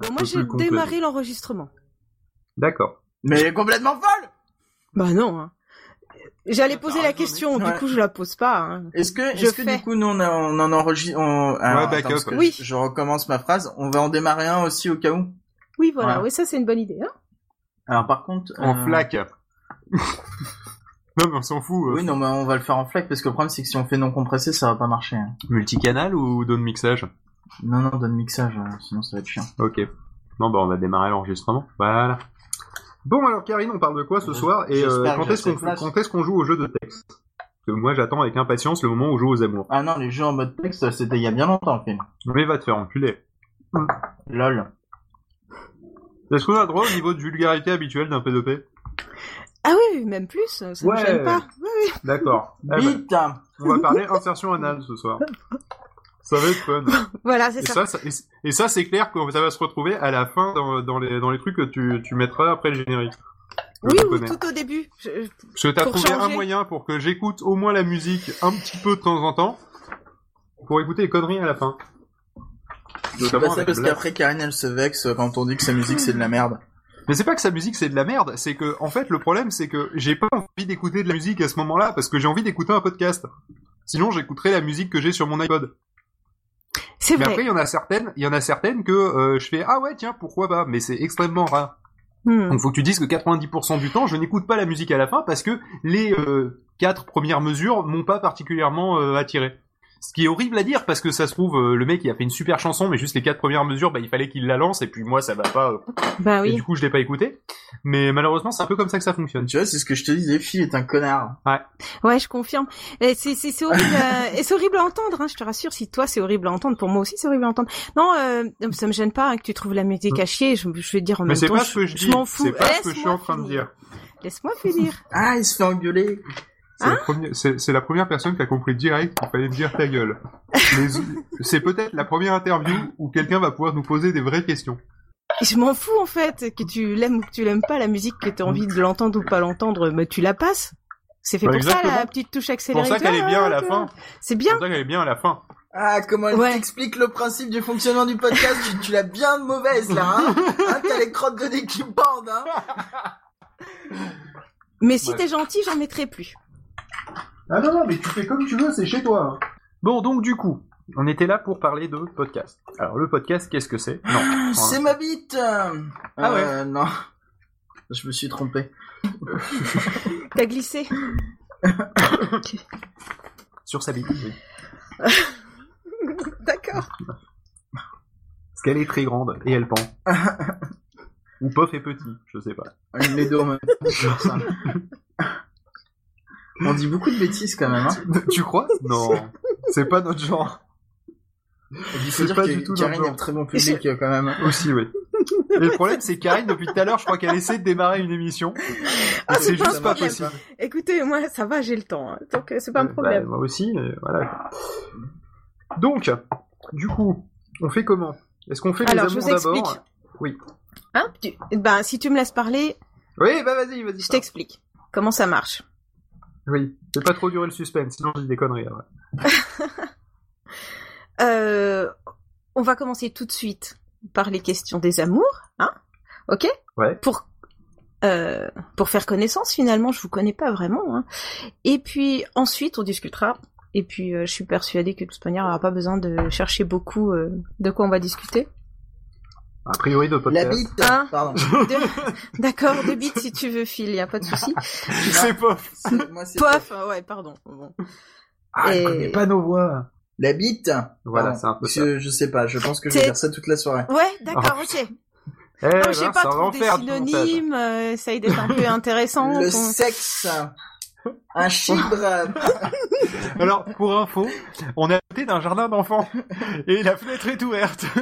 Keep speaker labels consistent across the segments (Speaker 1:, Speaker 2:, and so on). Speaker 1: Bon, Bah, moi, j'ai démarré l'enregistrement.
Speaker 2: D'accord.
Speaker 3: Mais elle est complètement folle
Speaker 1: Bah non. hein. J'allais poser
Speaker 2: Bah,
Speaker 1: la question,
Speaker 3: Ouais.
Speaker 1: du coup, je la pose pas. hein.
Speaker 3: Est-ce que,
Speaker 1: Je
Speaker 3: est-ce que
Speaker 1: fais.
Speaker 3: du coup, nous, on, a- on en enregistre, on... alors,
Speaker 2: Ouais, backup.
Speaker 3: parce que
Speaker 1: Oui.
Speaker 3: je, je recommence ma phrase. On va en démarrer un aussi au cas où.
Speaker 1: Oui, voilà.
Speaker 3: Ouais.
Speaker 1: Oui, ça, c'est une bonne idée. hein.
Speaker 3: Alors, par contre.
Speaker 2: En
Speaker 3: euh,
Speaker 2: flaque. non, mais on s'en fout. euh.
Speaker 3: Oui, non, mais on va le faire en flac parce que le problème, c'est que si on fait non compressé, ça va pas marcher. hein.
Speaker 2: Multicanal ou don mixage
Speaker 3: Non, non, donne mixage, euh, sinon ça va être chiant.
Speaker 2: Ok. Non, bah on va démarrer l'enregistrement. Voilà. Bon, alors Karine, on parle de quoi ce
Speaker 3: J'es-
Speaker 2: soir Et euh,
Speaker 3: j'espère que
Speaker 2: quand
Speaker 3: j'ai
Speaker 2: est-ce qu'on
Speaker 3: assez de place.
Speaker 2: quand est-ce qu'on joue au jeu de texte Parce que Moi, j'attends avec impatience le moment où je joue aux amours.
Speaker 3: Ah non, les jeux en mode texte, c'était il y a bien longtemps, le film.
Speaker 2: Mais va te faire enculer.
Speaker 3: Lol.
Speaker 2: Est-ce qu'on a droit au niveau de vulgarité habituel d'un P2P
Speaker 1: Ah oui, oui, même plus. Ça ne
Speaker 2: Ouais.
Speaker 1: me gêne pas.
Speaker 2: D'accord. Eh ben,
Speaker 3: Bite
Speaker 2: on va parler insertion anale ce soir. Ça va être fun.
Speaker 1: Voilà, c'est
Speaker 2: Et
Speaker 1: ça.
Speaker 2: ça, ça- et c- et ça, c'est clair que ça va se retrouver à la fin dans, dans les, dans les trucs que tu, tu mettras après le générique.
Speaker 1: Oui,
Speaker 2: Le
Speaker 1: ou
Speaker 2: japonais.
Speaker 1: tout au début. Je- je-
Speaker 2: Parce que t'as
Speaker 1: pour
Speaker 2: trouvé un
Speaker 1: changer.
Speaker 2: moyen pour que j'écoute au moins la musique un petit peu de temps en temps, pour écouter les conneries à la fin.
Speaker 3: C'est
Speaker 2: Notamment
Speaker 3: pas ça
Speaker 2: avec
Speaker 3: parce
Speaker 2: Black.
Speaker 3: qu'après Karine elle se vexe euh, quand on dit que sa musique c'est de la merde.
Speaker 2: Mais c'est pas que sa musique c'est de la merde, c'est que en fait le problème c'est que j'ai pas envie d'écouter de la musique à ce moment-là parce que j'ai envie d'écouter un podcast. Sinon j'écouterais la musique que j'ai sur mon iPod.
Speaker 1: C'est
Speaker 2: Mais
Speaker 1: vrai.
Speaker 2: après il y en a certaines, il y en a certaines que euh, je fais ah ouais tiens pourquoi pas, mais c'est extrêmement rare.
Speaker 1: Hmm.
Speaker 2: Donc faut que tu dises que 90% du temps, je n'écoute pas la musique à la fin parce que les euh, quatre premières mesures m'ont pas particulièrement euh, attiré. Ce qui est horrible à dire parce que ça se trouve euh, le mec il a fait une super chanson mais juste les quatre premières mesures bah il fallait qu'il la lance et puis moi ça va pas euh,
Speaker 1: Bah
Speaker 2: et
Speaker 1: oui.
Speaker 2: du coup je l'ai pas écouté. Mais malheureusement c'est un peu comme ça que ça fonctionne.
Speaker 3: Tu vois, c'est ce que je te disais, fille est un connard.
Speaker 1: Ouais, je confirme. Et c'est c'est c'est horrible. euh, et c'est horrible à entendre. Hein, je te rassure. Si toi c'est horrible à entendre, pour moi aussi c'est horrible à entendre. Non, euh, ça me gêne pas hein, que tu trouves la musique à chier. Je, je vais te dire en
Speaker 2: Mais
Speaker 1: même
Speaker 2: c'est
Speaker 1: temps.
Speaker 2: pas ce que je dis,
Speaker 1: m'en fous.
Speaker 2: c'est pas ce que je suis
Speaker 1: Laisse-moi
Speaker 2: en train de
Speaker 1: finir.
Speaker 2: dire.
Speaker 1: Laisse-moi finir.
Speaker 3: Ah, il se fait engueuler.
Speaker 2: C'est
Speaker 1: Hein
Speaker 2: le premier- C'est c'est la première personne qui a compris direct qu'il fallait me dire ta gueule. Mais c'est peut-être la première interview où quelqu'un va pouvoir nous poser des vraies questions.
Speaker 1: Je m'en fous en fait que tu l'aimes ou que tu l'aimes pas la musique, que tu as envie de l'entendre ou pas l'entendre, mais tu la passes. C'est fait
Speaker 2: Bah,
Speaker 1: pour ça
Speaker 2: exactement.
Speaker 1: la petite touche
Speaker 2: C'est
Speaker 1: accélérée.
Speaker 2: pour ça qu'elle est bien
Speaker 1: hein,
Speaker 2: à la fin.
Speaker 1: C'est
Speaker 2: C'est
Speaker 1: bien.
Speaker 2: pour ça qu'elle est bien à la fin.
Speaker 3: Ah, comment elle
Speaker 1: Ouais.
Speaker 3: t'explique le principe du fonctionnement du podcast tu, tu l'as bien mauvaise là, hein, Hein, T'as les crottes de nez qui bandent, hein
Speaker 1: Mais si
Speaker 2: Ouais.
Speaker 1: t'es gentil, j'en mettrai plus.
Speaker 2: Ah non, non, mais tu fais comme tu veux, c'est chez toi. hein. Bon, donc du coup, on était là pour parler de podcast. Alors le podcast, qu'est-ce que c'est Non.
Speaker 3: C'est ma bite euh,
Speaker 2: Ah ouais.
Speaker 3: euh, non. Je me suis trompé.
Speaker 1: T'as glissé.
Speaker 2: Sur sa bite. oui.
Speaker 1: D'accord.
Speaker 2: Parce qu'elle est très grande et elle pend. Ou pof est petit, je sais pas.
Speaker 3: Les deux en même temps, c'est pour ça. On dit beaucoup de bêtises quand même, hein.
Speaker 2: tu crois Non. C'est pas notre genre.
Speaker 3: Il faut
Speaker 2: C'est
Speaker 3: dire
Speaker 2: pas
Speaker 3: que
Speaker 2: du tout dans le
Speaker 3: Karine
Speaker 2: genre.
Speaker 3: est un très bon public euh, quand même.
Speaker 2: Aussi, oui. Et le problème, c'est Karine, depuis tout à l'heure, je crois qu'elle essaie de démarrer une émission.
Speaker 1: Ah,
Speaker 2: c'est
Speaker 1: c'est pas
Speaker 2: juste
Speaker 1: un
Speaker 2: pas
Speaker 1: problème.
Speaker 2: possible.
Speaker 1: Écoutez, moi ça va, j'ai le temps. hein. Donc euh, c'est pas un
Speaker 2: Euh,
Speaker 1: problème.
Speaker 2: bah, moi aussi, euh, voilà. Donc, du coup, on fait comment Est-ce qu'on fait
Speaker 1: Alors
Speaker 2: les
Speaker 1: je
Speaker 2: amours
Speaker 1: vous
Speaker 2: d'abord
Speaker 1: explique.
Speaker 2: Oui.
Speaker 1: Hein tu- Ben si tu me laisses parler,
Speaker 2: Oui, bah vas-y, vas-y.
Speaker 1: je t'explique comment ça marche.
Speaker 2: Oui, c'est pas trop durer le suspense, sinon je dis des conneries. après.
Speaker 1: Euh, on va commencer tout de suite par les questions des amours, hein Ok
Speaker 2: Ouais.
Speaker 1: Pour euh, pour faire connaissance finalement, je vous connais pas vraiment. hein. Et puis ensuite, on discutera. Et puis euh, je suis persuadée que de toute manière, on n'aura pas besoin de chercher beaucoup euh, de quoi on va discuter.
Speaker 2: A priori de
Speaker 3: La
Speaker 2: podcast.
Speaker 3: bite
Speaker 1: Hein
Speaker 3: Pardon.
Speaker 1: De- D'accord, deux bites si tu veux, Phil, y a pas de souci.
Speaker 2: sais pas.
Speaker 3: C'est- Moi, c'est
Speaker 1: Pof, euh, ouais, pardon. Bon.
Speaker 2: Ah,
Speaker 1: Et-
Speaker 2: elle connaît pas nos voix.
Speaker 3: La bite
Speaker 2: Voilà,
Speaker 3: Pardon.
Speaker 2: c'est un peu ça.
Speaker 3: je, je sais pas, je pense que je vais
Speaker 1: C'est-
Speaker 3: dire ça toute la soirée.
Speaker 1: Ouais, d'accord, ok.
Speaker 2: Ah. Eh,
Speaker 1: Non,
Speaker 2: ben,
Speaker 1: j'ai
Speaker 2: ça
Speaker 1: pas
Speaker 2: va en
Speaker 1: trouvé des
Speaker 2: faire du montage.
Speaker 1: synonymes. euh, Essaye d'être un peu intéressant.
Speaker 3: Le
Speaker 1: ton-
Speaker 3: sexe Un chibre euh,
Speaker 2: Alors, pour info, on est à côté d'un jardin d'enfants et la fenêtre est ouverte.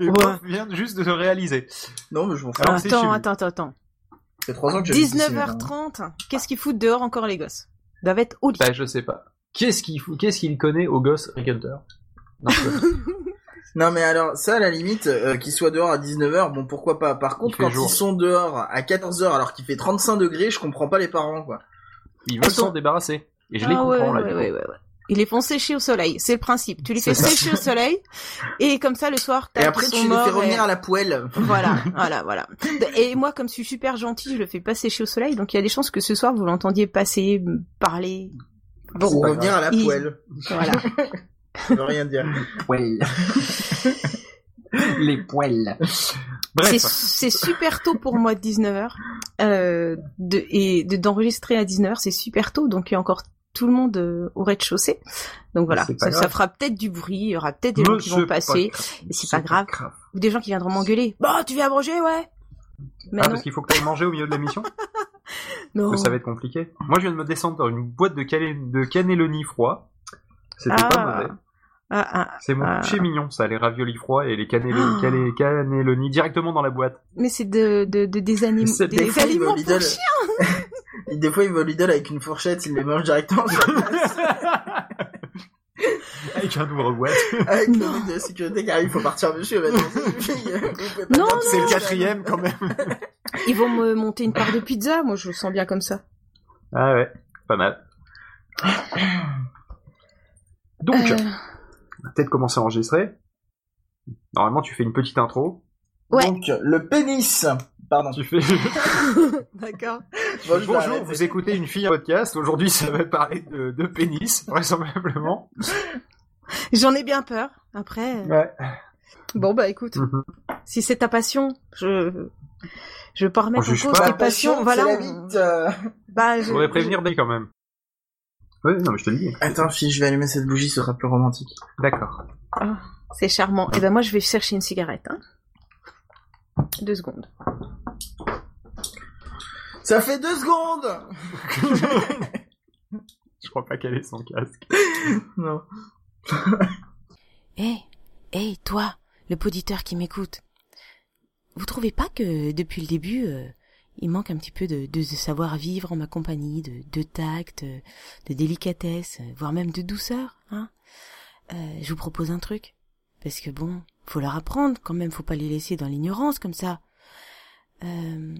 Speaker 2: Et
Speaker 1: Ouais.
Speaker 2: Pof vient juste de se réaliser.
Speaker 3: Non, mais je m'en fous.
Speaker 2: Alors, c'est chez
Speaker 1: attends,
Speaker 2: lui.
Speaker 1: attends, attends, attends.
Speaker 3: Ça fait 3 ans que j'ai
Speaker 1: 19h30. Qu'est-ce qu'ils foutent dehors encore les gosses Ils doivent être au lit.
Speaker 2: Bah, je sais pas. Qu'est-ce qu'il fout- qu'est-ce qu'il connaît au gosse Rick Hunter Non, je-
Speaker 3: Non, mais alors, ça, à la limite, euh, qu'ils soient dehors à 19h, bon, pourquoi pas. Par contre,
Speaker 2: fait
Speaker 3: quand
Speaker 2: jour.
Speaker 3: ils sont dehors à 14h alors qu'il fait 35 degrés, je comprends pas les parents, quoi.
Speaker 2: Il veut
Speaker 1: Elles sont-
Speaker 2: s'en débarrasser. Et je les
Speaker 1: Ah
Speaker 2: comprends,
Speaker 1: ouais,
Speaker 2: là,
Speaker 1: ouais,
Speaker 2: du coup.
Speaker 1: ouais, ouais, ouais.
Speaker 4: Il les font sécher au soleil. C'est le principe. Tu les
Speaker 3: C'est
Speaker 4: fais
Speaker 3: ça.
Speaker 4: sécher au soleil et comme ça le soir t'as
Speaker 3: Et après,
Speaker 4: ils
Speaker 3: tu
Speaker 4: sont
Speaker 3: les
Speaker 4: morts
Speaker 3: fais
Speaker 4: et-
Speaker 3: revenir à la poêle.
Speaker 4: Voilà, voilà, voilà. Et moi, comme je suis super gentille, je le fais pas sécher au soleil, donc il y a des chances que ce soir vous l'entendiez passer, m- parler.
Speaker 3: Pour
Speaker 4: Bon,
Speaker 3: revenir à la
Speaker 4: Ils-
Speaker 3: poêle.
Speaker 4: voilà.
Speaker 3: Ça veut rien dire.
Speaker 5: poêles. les poêles.
Speaker 4: C'est-
Speaker 2: Bref,
Speaker 4: C'est super tôt pour moi de 19h. Euh, de, et de- d'enregistrer à 19h, c'est super tôt, donc il y a encore tout le monde euh, au rez-de-chaussée. Donc
Speaker 2: Ah,
Speaker 4: voilà,
Speaker 5: c'est pas
Speaker 4: ça, ça
Speaker 5: grave.
Speaker 4: fera peut-être du bruit, il y aura peut-être des gens
Speaker 2: Mais
Speaker 4: qui
Speaker 2: c'est
Speaker 4: vont
Speaker 2: pas
Speaker 4: passer, et c'est pas grave, ou des gens qui viendront m'engueuler. Bah, tu viens à manger, ouais Mais
Speaker 2: ah,
Speaker 4: non,
Speaker 2: parce qu'il faut que tu manger au milieu de la mission,
Speaker 4: non.
Speaker 2: que
Speaker 4: Oh.
Speaker 2: ça va être compliqué. Moi, je viens de me descendre dans une boîte de, calé... de cannelloni froid. C'était pas
Speaker 4: Ah.
Speaker 2: mauvais.
Speaker 4: Ah, ah,
Speaker 2: C'est mon
Speaker 4: Ah.
Speaker 2: chez mignon, ça, les raviolis froids et les
Speaker 4: Ah.
Speaker 2: cannelloni, cannelloni- cannelloni directement dans la boîte.
Speaker 4: mais c'est de, de, de- des, anim-
Speaker 2: C'est-
Speaker 4: des,
Speaker 3: Des fois, ils vont
Speaker 4: aliments
Speaker 3: au
Speaker 4: pour
Speaker 3: Lidl.
Speaker 4: chiens.
Speaker 3: Des fois, ils vont au Lidl avec une fourchette, ils les mangent directement sur place.
Speaker 2: Avec un ouvre boîte.
Speaker 3: avec le
Speaker 4: Non.
Speaker 3: mec de sécurité car il faut partir monsieur. Maintenant, ça suffit. Vous pouvez
Speaker 4: Non,
Speaker 3: pas dire que
Speaker 4: Oh non,
Speaker 3: c'est le
Speaker 4: non,
Speaker 3: quatrième quand même.
Speaker 4: Ils vont me monter une part de pizza, moi je le sens bien comme ça.
Speaker 2: Ah ouais, pas mal. Donc,
Speaker 4: Euh,
Speaker 2: peut-être commencer à enregistrer. Normalement, tu fais une petite intro.
Speaker 4: Ouais.
Speaker 3: Donc, le pénis. Pardon.
Speaker 2: Tu fais
Speaker 4: D'accord.
Speaker 3: Bon, je vais
Speaker 2: bonjour,
Speaker 3: arrêter.
Speaker 2: vous écoutez une fille podcast. Aujourd'hui, ça va parler de, de pénis, vraisemblablement.
Speaker 4: J'en ai bien peur. Après, euh,
Speaker 2: Ouais.
Speaker 4: bon bah écoute,
Speaker 2: Mhm.
Speaker 4: si c'est ta passion, je je vais pas remettre
Speaker 2: On
Speaker 4: en
Speaker 2: juge
Speaker 4: cause
Speaker 2: pas.
Speaker 4: tes passions. Voilà.
Speaker 3: c'est la
Speaker 4: on-
Speaker 3: bite, euh.
Speaker 4: Bah,
Speaker 2: Je
Speaker 4: je,
Speaker 2: voudrais prévenir Day quand même. Ouais, non, mais je te le dis.
Speaker 3: Attends, fille, je vais allumer cette bougie, ce sera plus romantique.
Speaker 2: D'accord.
Speaker 4: je- C'est charmant. Et ben moi je vais chercher une cigarette. Hein. Deux secondes.
Speaker 3: Ça fait deux secondes
Speaker 2: Je crois pas qu'elle ait son casque.
Speaker 3: Non.
Speaker 1: Hé, hé, toi, le poditeur qui m'écoute. Vous trouvez pas que depuis le début, euh, il manque un petit peu de, de, savoir vivre en ma compagnie, de, de tact, euh, de délicatesse, euh, voire même de douceur, hein Euh, Je vous propose un truc, parce que bon, faut leur apprendre quand même, faut pas les laisser dans l'ignorance comme ça. Euh,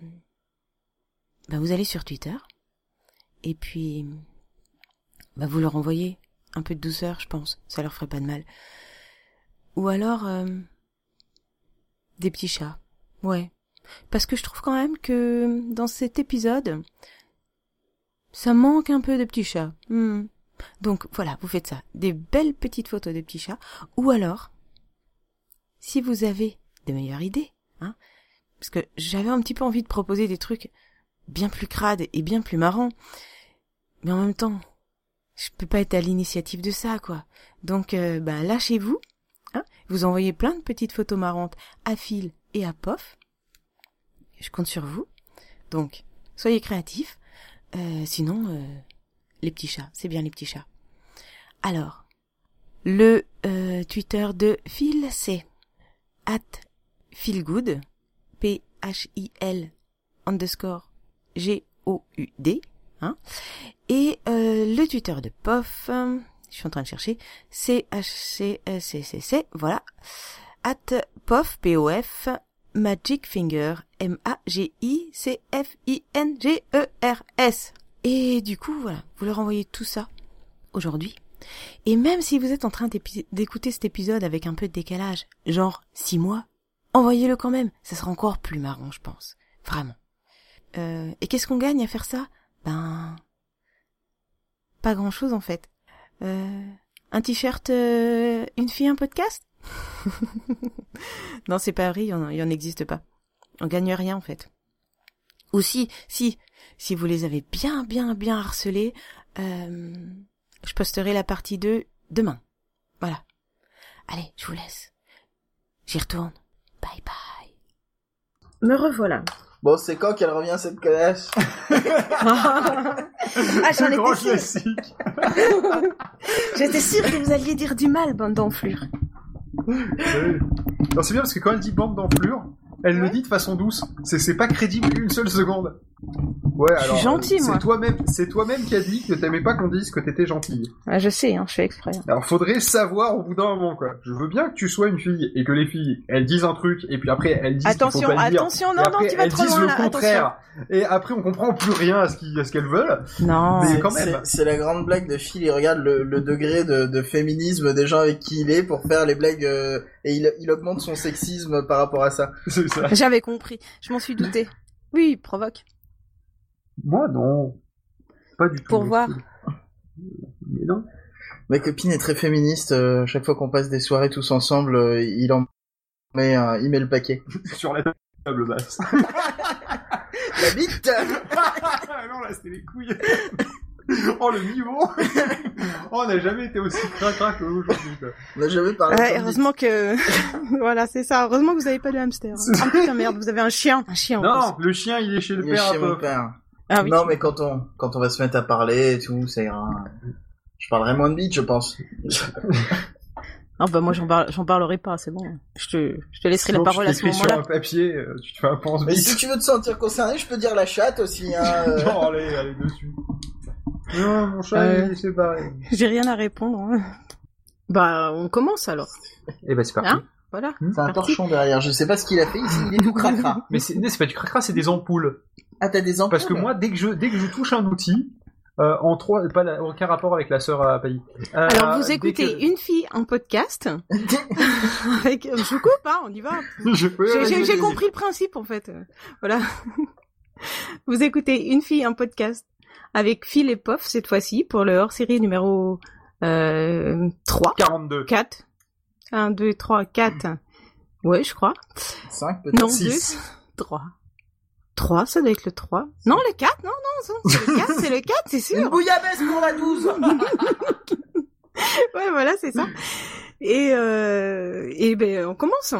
Speaker 1: ben vous allez sur Twitter et puis ben vous leur envoyez un peu de douceur, je pense, ça leur ferait pas de mal. Ou alors euh, des petits chats. Ouais. Parce que je trouve quand même que dans cet épisode, ça manque un peu de petits chats. Hmm. Donc voilà, vous faites ça. Des belles petites photos de petits chats. Ou alors, si vous avez des meilleures idées, hein, parce que j'avais un petit peu envie de proposer des trucs bien plus crades et bien plus marrants, mais en même temps, je peux pas être à l'initiative de ça, quoi. Donc, euh, ben lâchez-vous hein. vous envoyez plein de petites photos marrantes à Phil et à Pof. Je compte sur vous. Donc, soyez créatifs. Euh, sinon, euh, les petits chats, c'est bien les petits chats. Alors, le euh, Twitter de Phil, c'est at philgood, P-H-I-L underscore G-O-U-D. Hein Et euh, le Twitter de Pof, euh, je suis en train de chercher, c h c c c c voilà at pof p o f magic finger m a g i c f i n g e r s et du coup voilà vous leur envoyez tout ça aujourd'hui et même si vous êtes en train d'épi- d'écouter cet épisode avec un peu de décalage genre six mois envoyez-le quand même ça sera encore plus marrant je pense vraiment Euh, et qu'est-ce qu'on gagne à faire ça ben pas grand chose en fait euh, un t-shirt, euh, une fille, un podcast Non, c'est pas vrai, il y en, il y en existe pas. On gagne rien en fait. Ou si, si, si vous les avez bien, bien, bien harcelés, euh, je posterai la partie 2 demain. Voilà. Allez, je vous laisse. J'y retourne. Bye bye.
Speaker 4: Me revoilà.
Speaker 3: Bon, c'est quand qu'elle revient cette connasse
Speaker 4: ah j'en
Speaker 2: Grand
Speaker 4: étais sûre.
Speaker 2: classique.
Speaker 4: J'étais sûre que vous alliez dire du mal, bande d'enflures.
Speaker 2: Ouais. Non, c'est bien parce que quand elle dit bande d'enflure, elle le
Speaker 4: Ouais.
Speaker 2: dit de façon douce. C'est, c'est pas crédible une seule seconde. Ouais,
Speaker 1: Je suis gentille,
Speaker 2: euh,
Speaker 1: moi.
Speaker 2: C'est toi-même, c'est toi-même qui as dit que t'aimais pas qu'on dise que t'étais gentille.
Speaker 1: Ah, je sais, hein, je fais exprès.
Speaker 2: Alors faudrait savoir au bout d'un moment quoi. Je veux bien que tu sois une fille et que les filles, elles disent un truc et puis après elles disent qu'il faut
Speaker 1: Attention,
Speaker 2: pas le dire.
Speaker 1: attention, non,
Speaker 2: Et
Speaker 1: non,
Speaker 2: après,
Speaker 1: tu vas
Speaker 2: elles
Speaker 1: trop
Speaker 2: disent
Speaker 1: loin
Speaker 2: le
Speaker 1: là.
Speaker 2: contraire. Et après, on comprend plus rien à ce qui- à ce qu'elles veulent.
Speaker 1: Attention. Non.
Speaker 2: Mais
Speaker 3: C'est-
Speaker 2: quand même.
Speaker 3: c'est- C'est la grande blague de Phil. Il regarde le, le degré de, de féminisme des gens avec qui il est pour faire les blagues euh, et il, il augmente son sexisme par rapport à ça.
Speaker 2: C'est ça.
Speaker 1: J'avais compris. Je m'en suis douté. Oui, il provoque.
Speaker 2: Moi, non. Pas du tout.
Speaker 1: Pour voir.
Speaker 2: Mais non.
Speaker 3: Ma copine est très féministe. euh, chaque fois qu'on passe des soirées tous ensemble, euh, il en met, un- il met le paquet.
Speaker 2: Sur la table basse.
Speaker 3: La bite
Speaker 2: Ah non, là, c'était les couilles. oh, le niveau. oh, on n'a jamais été aussi cracra qu'aujourd'hui, quoi.
Speaker 3: On n'a jamais parlé
Speaker 1: Ouais,
Speaker 3: comme
Speaker 1: Euh, heureusement que. voilà, c'est ça. Heureusement que vous avez pas de hamster. Ah putain, merde, vous avez un chien. Un chien. en plus.
Speaker 2: Non, le chien, il est chez
Speaker 3: dit.
Speaker 2: le
Speaker 3: Il est
Speaker 2: père à
Speaker 3: chez mon
Speaker 2: peu.
Speaker 3: père.
Speaker 1: Ah oui.
Speaker 3: Non, mais quand on, quand on va se mettre à parler et tout, ça ira. Je parlerai moins de bite, je pense.
Speaker 1: Ah bah moi j'en parle- j'en parlerai pas, c'est bon. Je te, je te laisserai la
Speaker 2: Donc,
Speaker 1: parole
Speaker 2: tu
Speaker 1: à ce
Speaker 2: t'écris sur
Speaker 1: moment-là.
Speaker 2: un papier, euh, tu te fais un pense
Speaker 3: Mais si tu veux te sentir concerné, je peux dire la chatte aussi. Hein, euh.
Speaker 2: Non, allez, allez, dessus. Non, mon chat,
Speaker 1: Euh.
Speaker 2: il est séparé.
Speaker 1: J'ai rien à répondre. hein. Bah on commence alors.
Speaker 2: Eh ben, c'est
Speaker 1: parti. Hein Voilà.
Speaker 3: C'est un
Speaker 1: Parti.
Speaker 3: torchon derrière, je sais pas ce qu'il a fait ici, il est tout cracra.
Speaker 2: mais c'est pas du cracra, c'est des ampoules.
Speaker 3: Ah, t'as des ampoules
Speaker 2: Parce que moi, dès que je, dès que je touche un outil, euh, en trois, pas la- aucun rapport avec la sœur à Pailly. Euh,
Speaker 1: Alors vous
Speaker 2: dès
Speaker 1: écoutez
Speaker 2: que-
Speaker 1: une fille en podcast avec je coupe hein, on y va.
Speaker 2: Je-
Speaker 1: J'ai-
Speaker 2: ouais,
Speaker 1: J'ai
Speaker 2: ouais,
Speaker 1: j'ai
Speaker 2: ouais.
Speaker 1: compris le principe en fait. Euh, Voilà. Vous écoutez une fille en podcast avec Phil et Poff cette fois-ci pour le hors-série numéro euh, 3,
Speaker 2: 42.
Speaker 1: 4. 1 2 3 4. Ouais, je crois.
Speaker 3: 5 peut-être.
Speaker 1: Non,
Speaker 2: Six.
Speaker 1: 2 3. 3, ça doit être le 3. Non, le 4, non, non, non, c'est le 4, c'est le 4, c'est
Speaker 3: Une
Speaker 1: sûr.
Speaker 3: bouillabaisse pour la 12
Speaker 1: Ouais, voilà, c'est ça. Et, euh, et ben, on commence.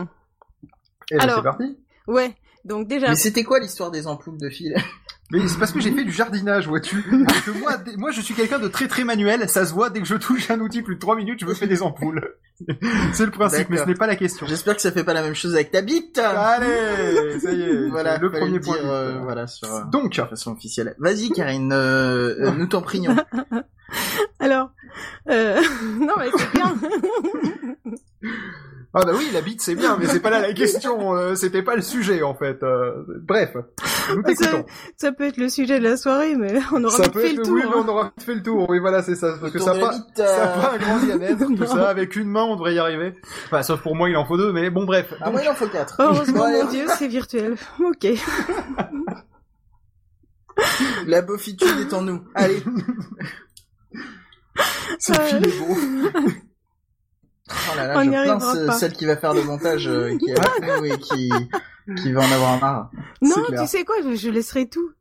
Speaker 2: Eh ben,
Speaker 1: Alors-
Speaker 2: c'est parti.
Speaker 1: Ouais, donc déjà,
Speaker 3: Mais c'était quoi l'histoire des ampoules de fil
Speaker 2: Mais c'est parce que j'ai fait du jardinage, vois-tu. Parce que moi, dès- moi, je suis quelqu'un de très très manuel. Ça se voit dès que je touche un outil plus de 3 minutes, je me fais des ampoules. C'est le principe, mais ce
Speaker 3: D'accord.
Speaker 2: n'est pas la question.
Speaker 3: J'espère que ça fait pas la même chose avec ta bite
Speaker 2: Allez, ça y est,
Speaker 3: Voilà,
Speaker 2: Ah, le
Speaker 3: fallait
Speaker 2: premier
Speaker 3: dire,
Speaker 2: point.
Speaker 3: euh, voilà, sur euh,
Speaker 2: Donc,
Speaker 3: la façon officielle. Vas-y, Karine, euh, euh, nous t'en prions.
Speaker 1: alors, euh, non, mais c'est bien.
Speaker 2: ah bah oui, la bite c'est bien, mais c'est pas là la question. euh, C'était pas le sujet en fait. Euh, bref, nous
Speaker 1: Ça-
Speaker 2: t'écoutons.
Speaker 1: Ça peut être le sujet de la soirée, mais on aura
Speaker 2: ça
Speaker 1: vite
Speaker 2: peut
Speaker 1: fait
Speaker 2: être
Speaker 1: le tour.
Speaker 2: oui, mais
Speaker 1: hein.
Speaker 2: on aura fait le tour. Oui, voilà, c'est ça. Parce que
Speaker 3: Autour
Speaker 2: ça
Speaker 3: de
Speaker 2: n'a
Speaker 3: la
Speaker 2: pas,
Speaker 3: bite,
Speaker 2: ça a
Speaker 3: euh,
Speaker 2: pas un grand diamètre, tout
Speaker 1: Non.
Speaker 2: ça. Avec une main, on devrait y arriver. Enfin, sauf pour moi, il en faut deux, mais bon, bref.
Speaker 3: Ah, moi, il en faut 4.
Speaker 1: Heureusement, mon Dieu, c'est virtuel. Ok.
Speaker 3: la beaufitude est en nous. Allez,
Speaker 2: C'est
Speaker 1: euh,
Speaker 2: fil est beau.
Speaker 3: Oh là là,
Speaker 1: On
Speaker 3: je
Speaker 1: n'y arrivera
Speaker 3: plains ce-
Speaker 1: pas.
Speaker 3: celle qui va faire le montage, euh, qui est avec nous et qui, qui va en avoir marre.
Speaker 1: Non,
Speaker 3: C'est clair.
Speaker 1: tu sais quoi, je, je laisserai tout.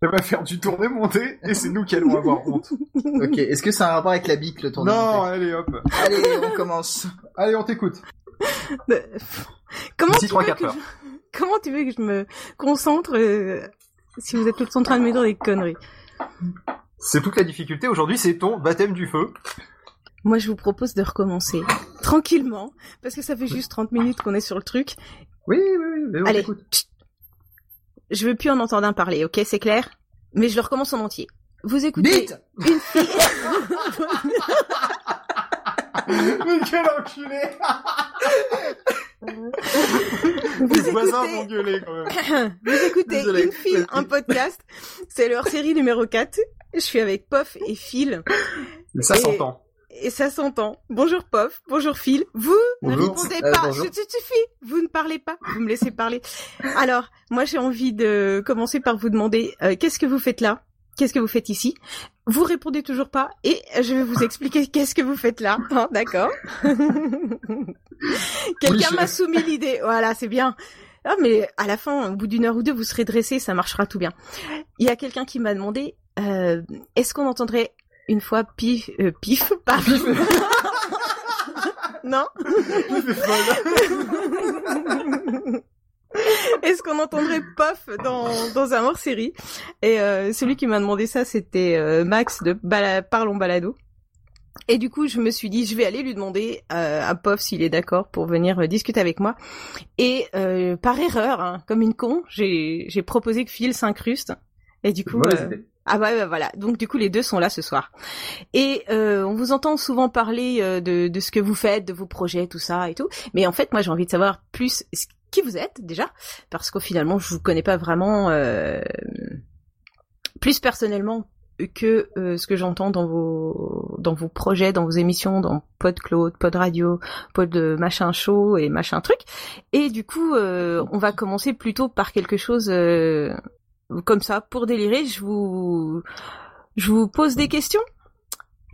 Speaker 2: Ça va faire du tourné monté, et c'est nous qui allons avoir honte.
Speaker 3: Ok, est-ce que c'est un rapport avec la bite, le tournoi
Speaker 2: non, allez, hop.
Speaker 3: Allez, on commence.
Speaker 2: Allez, on t'écoute.
Speaker 1: Euh, Comment
Speaker 2: D'ici
Speaker 1: tu,
Speaker 2: trois,
Speaker 1: veux
Speaker 2: quatre
Speaker 1: que je... Comment tu veux que je me concentre euh, si vous êtes tout le temps en train de me dire des conneries
Speaker 2: C'est toute la difficulté. Aujourd'hui, c'est ton baptême du feu.
Speaker 1: Moi, je vous propose de recommencer tranquillement, parce que ça fait juste 30 minutes qu'on est sur le truc.
Speaker 2: Oui, oui, oui, mais on
Speaker 1: Allez,
Speaker 2: t'écoute.
Speaker 1: Chut. je veux plus en entendre un parler, ok, c'est clair Mais je le recommence en entier. Vous écoutez
Speaker 3: Bite
Speaker 1: une fille.
Speaker 2: Mais quel enculé
Speaker 1: Vous
Speaker 2: Les voisins vont
Speaker 1: écoutez,
Speaker 2: gueuler, quand même.
Speaker 1: vous écoutez
Speaker 3: Désolé.
Speaker 1: une fille, un podcast. C'est leur série numéro 4. Je suis avec Pof et Phil.
Speaker 2: Ça
Speaker 1: Et-
Speaker 2: s'entend.
Speaker 1: Et ça s'entend. Bonjour Pof, bonjour Phil. Vous ne
Speaker 2: Bonjour.
Speaker 1: répondez
Speaker 3: Euh,
Speaker 1: pas,
Speaker 3: bonjour.
Speaker 1: ça suffit. Vous ne parlez pas, vous me laissez parler. Alors, moi j'ai envie de commencer par vous demander euh, qu'est-ce que vous faites là Qu'est-ce que vous faites ici Vous répondez toujours pas et je vais vous expliquer qu'est-ce que vous faites là. Hein, D'accord Quelqu'un
Speaker 2: Oui, je-
Speaker 1: m'a soumis l'idée. Voilà, c'est bien. Ah, mais à la fin, au bout d'une heure ou deux, vous serez dressé, ça marchera tout bien. Il y a quelqu'un qui m'a demandé euh, est-ce qu'on entendrait une fois pif, euh, pif, pas pif. non
Speaker 2: C'est folle.
Speaker 1: Est-ce qu'on entendrait Pof dans, dans un hors-série Et euh, celui qui m'a demandé ça, c'était euh, Max de Bala- Parlons Balado. Et du coup, je me suis dit, je vais aller lui demander euh, à Pof s'il est d'accord pour venir euh, discuter avec moi. Et euh, par erreur, hein, comme une con, j'ai j'ai proposé que Phil s'incruste. Et du coup,
Speaker 2: Mauvaise
Speaker 1: euh,
Speaker 2: idée.
Speaker 1: ah bah, bah, voilà. Donc du coup, les deux sont là ce soir. Et euh, on vous entend souvent parler euh, de, de ce que vous faites, de vos projets, tout ça et tout. Mais en fait, moi, j'ai envie de savoir plus ce- qui vous êtes déjà, parce qu'au finalement, je vous connais pas vraiment euh, plus personnellement que euh, ce que j'entends dans vos dans vos projets, dans vos émissions, dans Pod Claude, Pod Radio, Pod euh, machin show et machin truc. Et du coup, euh, on va commencer plutôt par quelque chose. euh, comme ça, pour délirer, je vous, je vous pose des questions.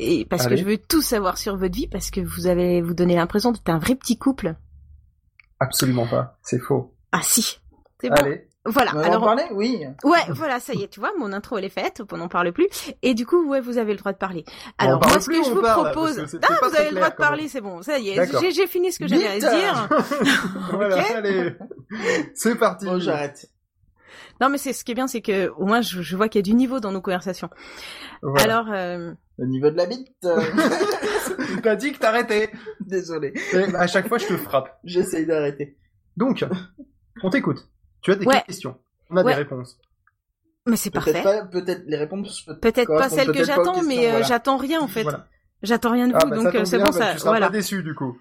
Speaker 1: Et parce
Speaker 3: Allez.
Speaker 1: que je veux tout savoir sur votre vie, parce que vous avez, vous donnez l'impression d'être un vrai petit couple.
Speaker 3: Absolument pas, c'est faux.
Speaker 1: Ah si. C'est bon.
Speaker 3: Allez, Bah,
Speaker 1: Voilà.
Speaker 3: on va
Speaker 1: Alors,
Speaker 3: en parler Oui.
Speaker 1: ouais, voilà, ça y est, tu vois, mon intro, elle est faite, on n'en parle plus. Et du coup, ouais, vous avez le droit de parler. Alors,
Speaker 3: On parle
Speaker 1: moi, ce
Speaker 3: plus,
Speaker 1: que je
Speaker 3: on
Speaker 1: vous
Speaker 3: parle,
Speaker 1: propose,
Speaker 3: parce que c'est-
Speaker 1: ah,
Speaker 3: c'est pas
Speaker 1: vous
Speaker 3: très
Speaker 1: avez le droit
Speaker 3: clair,
Speaker 1: de parler, c'est bon. Ça y est,
Speaker 3: D'accord.
Speaker 1: j'ai- j'ai fini ce que j'avais à
Speaker 3: Bite
Speaker 1: dire.
Speaker 2: voilà,
Speaker 1: Ok.
Speaker 2: allez, c'est parti.
Speaker 3: Bon, Oh, j'arrête.
Speaker 1: Non, mais c'est, ce qui est bien, c'est que, au moins, je, je vois qu'il y a du niveau dans nos conversations.
Speaker 3: Voilà.
Speaker 1: Alors, euh,
Speaker 3: Le niveau de la bite. euh,
Speaker 2: T'as dit que t'arrêtais.
Speaker 3: Désolé,
Speaker 2: Et À chaque fois, je te frappe.
Speaker 3: j'essaye d'arrêter.
Speaker 2: Donc, on t'écoute. Tu as des
Speaker 1: Ouais.
Speaker 2: questions. On a
Speaker 1: Ouais.
Speaker 2: des réponses.
Speaker 1: mais c'est parfait.
Speaker 3: Peut-être pas, peut-être les réponses. peut-
Speaker 1: Peut-être pas
Speaker 3: correspondent
Speaker 1: celle que
Speaker 3: peut-être pas aux
Speaker 1: j'attends, mais
Speaker 3: questions,
Speaker 1: euh,
Speaker 3: voilà.
Speaker 1: j'attends rien en fait.
Speaker 2: Voilà.
Speaker 1: J'attends rien de vous,
Speaker 2: Ah, bah, ça
Speaker 1: donc
Speaker 2: tombe
Speaker 1: euh, c'est
Speaker 2: bien,
Speaker 1: bon,
Speaker 2: bah,
Speaker 1: ça.
Speaker 2: Tu seras
Speaker 1: Voilà.
Speaker 2: pas déçu du coup.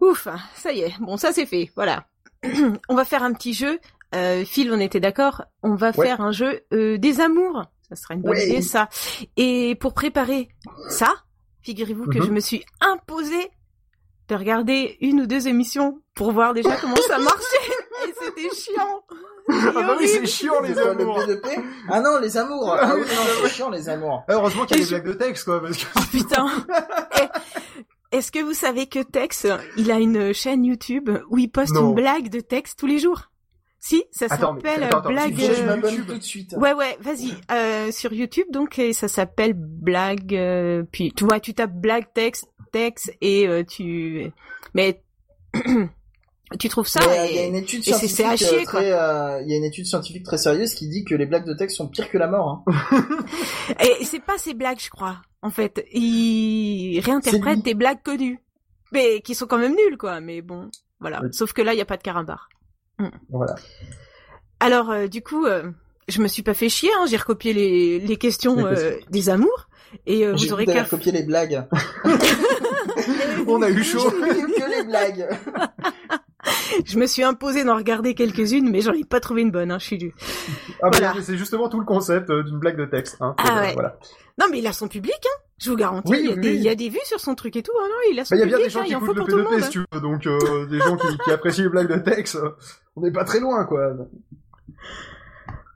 Speaker 1: Ouf, ça y est. Bon, ça c'est fait. Voilà. on va faire un petit jeu. Euh, Phil, on était d'accord. On va
Speaker 2: Ouais.
Speaker 1: faire un jeu euh, des amours. Ça sera une bonne
Speaker 3: Ouais.
Speaker 1: idée, ça. Et pour préparer ça, figurez-vous que
Speaker 2: Mhm.
Speaker 1: je me suis imposée de regarder une ou deux émissions pour voir déjà comment ça marchait. Et c'était chiant.
Speaker 2: Ah bah oui, c'est
Speaker 1: horrible.
Speaker 2: chiant les
Speaker 3: C'est quoi,
Speaker 2: amours.
Speaker 3: le P2P Ah non, les amours. Ah oui, non, c'est chiant les amours.
Speaker 2: Ah, Heureusement qu'il y a
Speaker 1: Et
Speaker 2: des
Speaker 1: je-
Speaker 2: blagues de texte quoi, parce que
Speaker 1: Oh putain Eh, Est-ce que vous savez que Tex, il a une chaîne YouTube où il poste
Speaker 2: Non.
Speaker 1: une blague de Tex tous les jours Si, ça
Speaker 2: Attends, mais-
Speaker 1: s'appelle
Speaker 2: attends, attends,
Speaker 1: blague...
Speaker 2: excuse-moi,
Speaker 3: Je
Speaker 1: euh,
Speaker 3: m'abonne
Speaker 2: YouTube.
Speaker 3: tout de suite.
Speaker 1: Ouais ouais, vas-y, euh, sur YouTube donc et ça s'appelle blague euh, puis tu vois tu tapes blague Tex Tex et euh, tu mais tu trouves ça
Speaker 3: Mais, euh,
Speaker 1: et-
Speaker 3: Il y a une étude
Speaker 1: c'est- c'est à
Speaker 3: scientifique
Speaker 1: chier,
Speaker 3: euh, très, euh, il y a une étude scientifique très sérieuse qui dit que les blagues de texte sont pires que la mort. hein.
Speaker 1: Et c'est pas ses blagues, je crois. En fait, il
Speaker 3: C'est lui.
Speaker 1: réinterprète des blagues connues, mais qui sont quand même nulles, quoi. Mais bon, voilà.
Speaker 3: Oui.
Speaker 1: Sauf que là, il y a pas de carambar. Mm.
Speaker 3: Voilà.
Speaker 1: Alors, euh, du coup, euh, je me suis pas fait chier. Hein, J'ai recopié les, les questions
Speaker 3: Les
Speaker 1: euh, des amours, et euh,
Speaker 3: J'ai
Speaker 1: vous aurez
Speaker 3: d'aller
Speaker 1: qu'à.
Speaker 3: copier les blagues.
Speaker 2: on a eu
Speaker 3: J'ai
Speaker 2: chaud.
Speaker 3: que les blagues.
Speaker 1: Je me suis imposé d'en regarder quelques-unes, mais j'en ai pas trouvé une bonne. Hein, je suis du.
Speaker 2: Ah, bah,
Speaker 1: Voilà.
Speaker 2: C'est justement tout le concept euh, d'une blague de texte. Hein.
Speaker 1: Ah
Speaker 2: Euh,
Speaker 1: ouais.
Speaker 2: voilà.
Speaker 1: Non, mais il a son public. Hein, je vous garantis.
Speaker 2: Oui,
Speaker 1: il, y a
Speaker 2: oui.
Speaker 1: des, il y a des vues sur son truc et tout. hein, non, il a son
Speaker 2: Bah, il y a
Speaker 1: public.
Speaker 2: bien des gens
Speaker 1: hein,
Speaker 2: qui
Speaker 1: il en faut
Speaker 2: écoutent le E
Speaker 1: pour tout le
Speaker 2: P2P
Speaker 1: monde. hein.
Speaker 2: si tu veux, donc euh, des gens qui, qui apprécient les blagues de texte. euh, On n'est pas très loin quoi.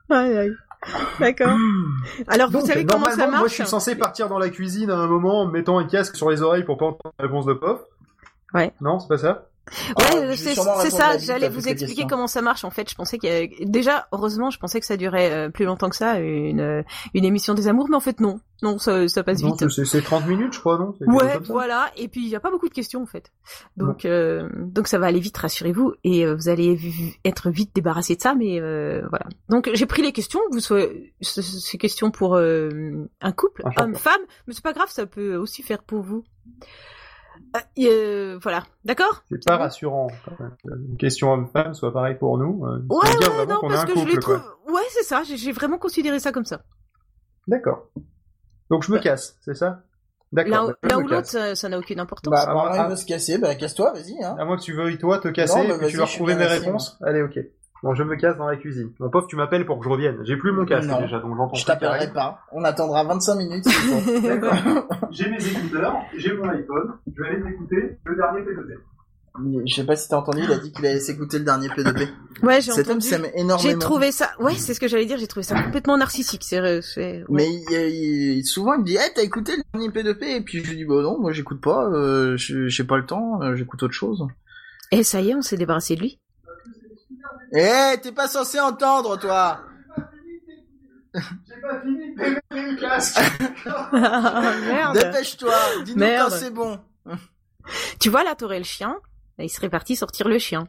Speaker 1: Ouais, ouais. D'accord. Alors,
Speaker 2: Hmm. Donc,
Speaker 1: vous savez comment ça
Speaker 2: normalement,
Speaker 1: marche
Speaker 2: Moi, je suis censé partir dans la cuisine à un moment en me mettant un casque sur les oreilles pour pas entendre la réponse de Pof.
Speaker 1: Ouais.
Speaker 2: Non, c'est pas ça
Speaker 3: Ah,
Speaker 1: Ouais,
Speaker 3: je vais
Speaker 1: c'est
Speaker 3: sûrement
Speaker 1: c'est
Speaker 3: répondre
Speaker 1: ça,
Speaker 3: la bite
Speaker 1: j'allais
Speaker 3: à
Speaker 1: vous
Speaker 3: toutes les
Speaker 1: expliquer
Speaker 3: questions.
Speaker 1: comment ça marche en fait. Je pensais qu'il y a... Déjà, heureusement, je pensais que ça durait euh, plus longtemps que ça, une, euh, une émission des amours, mais en fait non. Non, ça, ça passe
Speaker 2: Non,
Speaker 1: vite.
Speaker 2: c'est- c'est c'est 30 minutes, je crois, non C'est quelque chose
Speaker 1: Ouais,
Speaker 2: comme ça
Speaker 1: voilà. Et puis, il n'y a pas beaucoup de questions en fait. Donc, euh, donc ça va aller vite, rassurez-vous. Et euh, vous allez v- être vite débarrassé de ça, mais euh, voilà. Donc, j'ai pris les questions, vous soyez... c- c- Ces questions pour euh, un couple,
Speaker 2: Un couple.
Speaker 1: homme-femme, mais c'est pas grave, ça peut aussi faire pour vous. Euh, et, euh, voilà, d'accord
Speaker 2: C'est pas rassurant. quand même, que Une question homme-femme soit pareil pour nous. euh,
Speaker 1: Ouais,
Speaker 2: ça veut dire
Speaker 1: ouais,
Speaker 2: vraiment
Speaker 1: non,
Speaker 2: qu'on est
Speaker 1: parce
Speaker 2: un
Speaker 1: que je
Speaker 2: couple,
Speaker 1: les
Speaker 2: quoi.
Speaker 1: trouve. Ouais, c'est ça, j'ai- j'ai vraiment considéré ça comme ça.
Speaker 2: D'accord. Donc
Speaker 1: Euh,
Speaker 2: je me casse, c'est ça D'accord.
Speaker 1: L'un
Speaker 2: bah, je
Speaker 1: l'un
Speaker 2: me
Speaker 1: ou
Speaker 2: casse.
Speaker 1: l'autre, ça ça n'a aucune importance.
Speaker 3: Bah,
Speaker 2: Ah,
Speaker 3: apparemment,
Speaker 2: ah.
Speaker 3: il veut se casser. Bah, casse-toi, vas-y. Hein.
Speaker 2: À moins que tu veuilles toi te casser
Speaker 3: Non, bah,
Speaker 2: et que
Speaker 3: vas-y,
Speaker 2: tu vas
Speaker 3: je suis
Speaker 2: retrouver mes
Speaker 3: bien assis,
Speaker 2: réponses. Allez, ok. Bon, je me casse dans la cuisine. Mon pauvre, tu m'appelles pour que je revienne. J'ai plus mon casque
Speaker 3: Non.
Speaker 2: déjà, donc j'entends.
Speaker 3: Je
Speaker 2: plus
Speaker 3: t'appellerai
Speaker 2: carrément.
Speaker 3: pas. On attendra 25 minutes. c'est bon.
Speaker 2: J'ai mes écouteurs, j'ai mon iPhone. Je vais aller t'écouter le dernier P2P.
Speaker 3: Je sais pas si t'as entendu, il a dit qu'il allait s'écouter le dernier P2P.
Speaker 1: ouais, j'ai
Speaker 3: Cet homme
Speaker 1: entendu.
Speaker 3: s'aime énormément.
Speaker 1: J'ai trouvé ça. Ouais, c'est ce que j'allais dire. J'ai trouvé ça complètement narcissique. C'est. vrai, c'est- ouais.
Speaker 3: Mais il- il- il- souvent il me dit, eh t'as écouté le dernier P2P Et puis je lui dis, bah non, moi j'écoute pas, euh, j'ai j'ai pas le temps, euh, j'écoute autre chose.
Speaker 1: Et ça y est, on s'est débarrassé de lui.
Speaker 3: Eh, t'es pas censé entendre toi
Speaker 2: J'ai pas fini de le casque.
Speaker 1: Merde.
Speaker 3: Dépêche-toi, dis-nous
Speaker 1: Merde.
Speaker 3: quand c'est bon.
Speaker 1: Tu vois là, t'aurais le chien. et Il serait parti sortir le chien.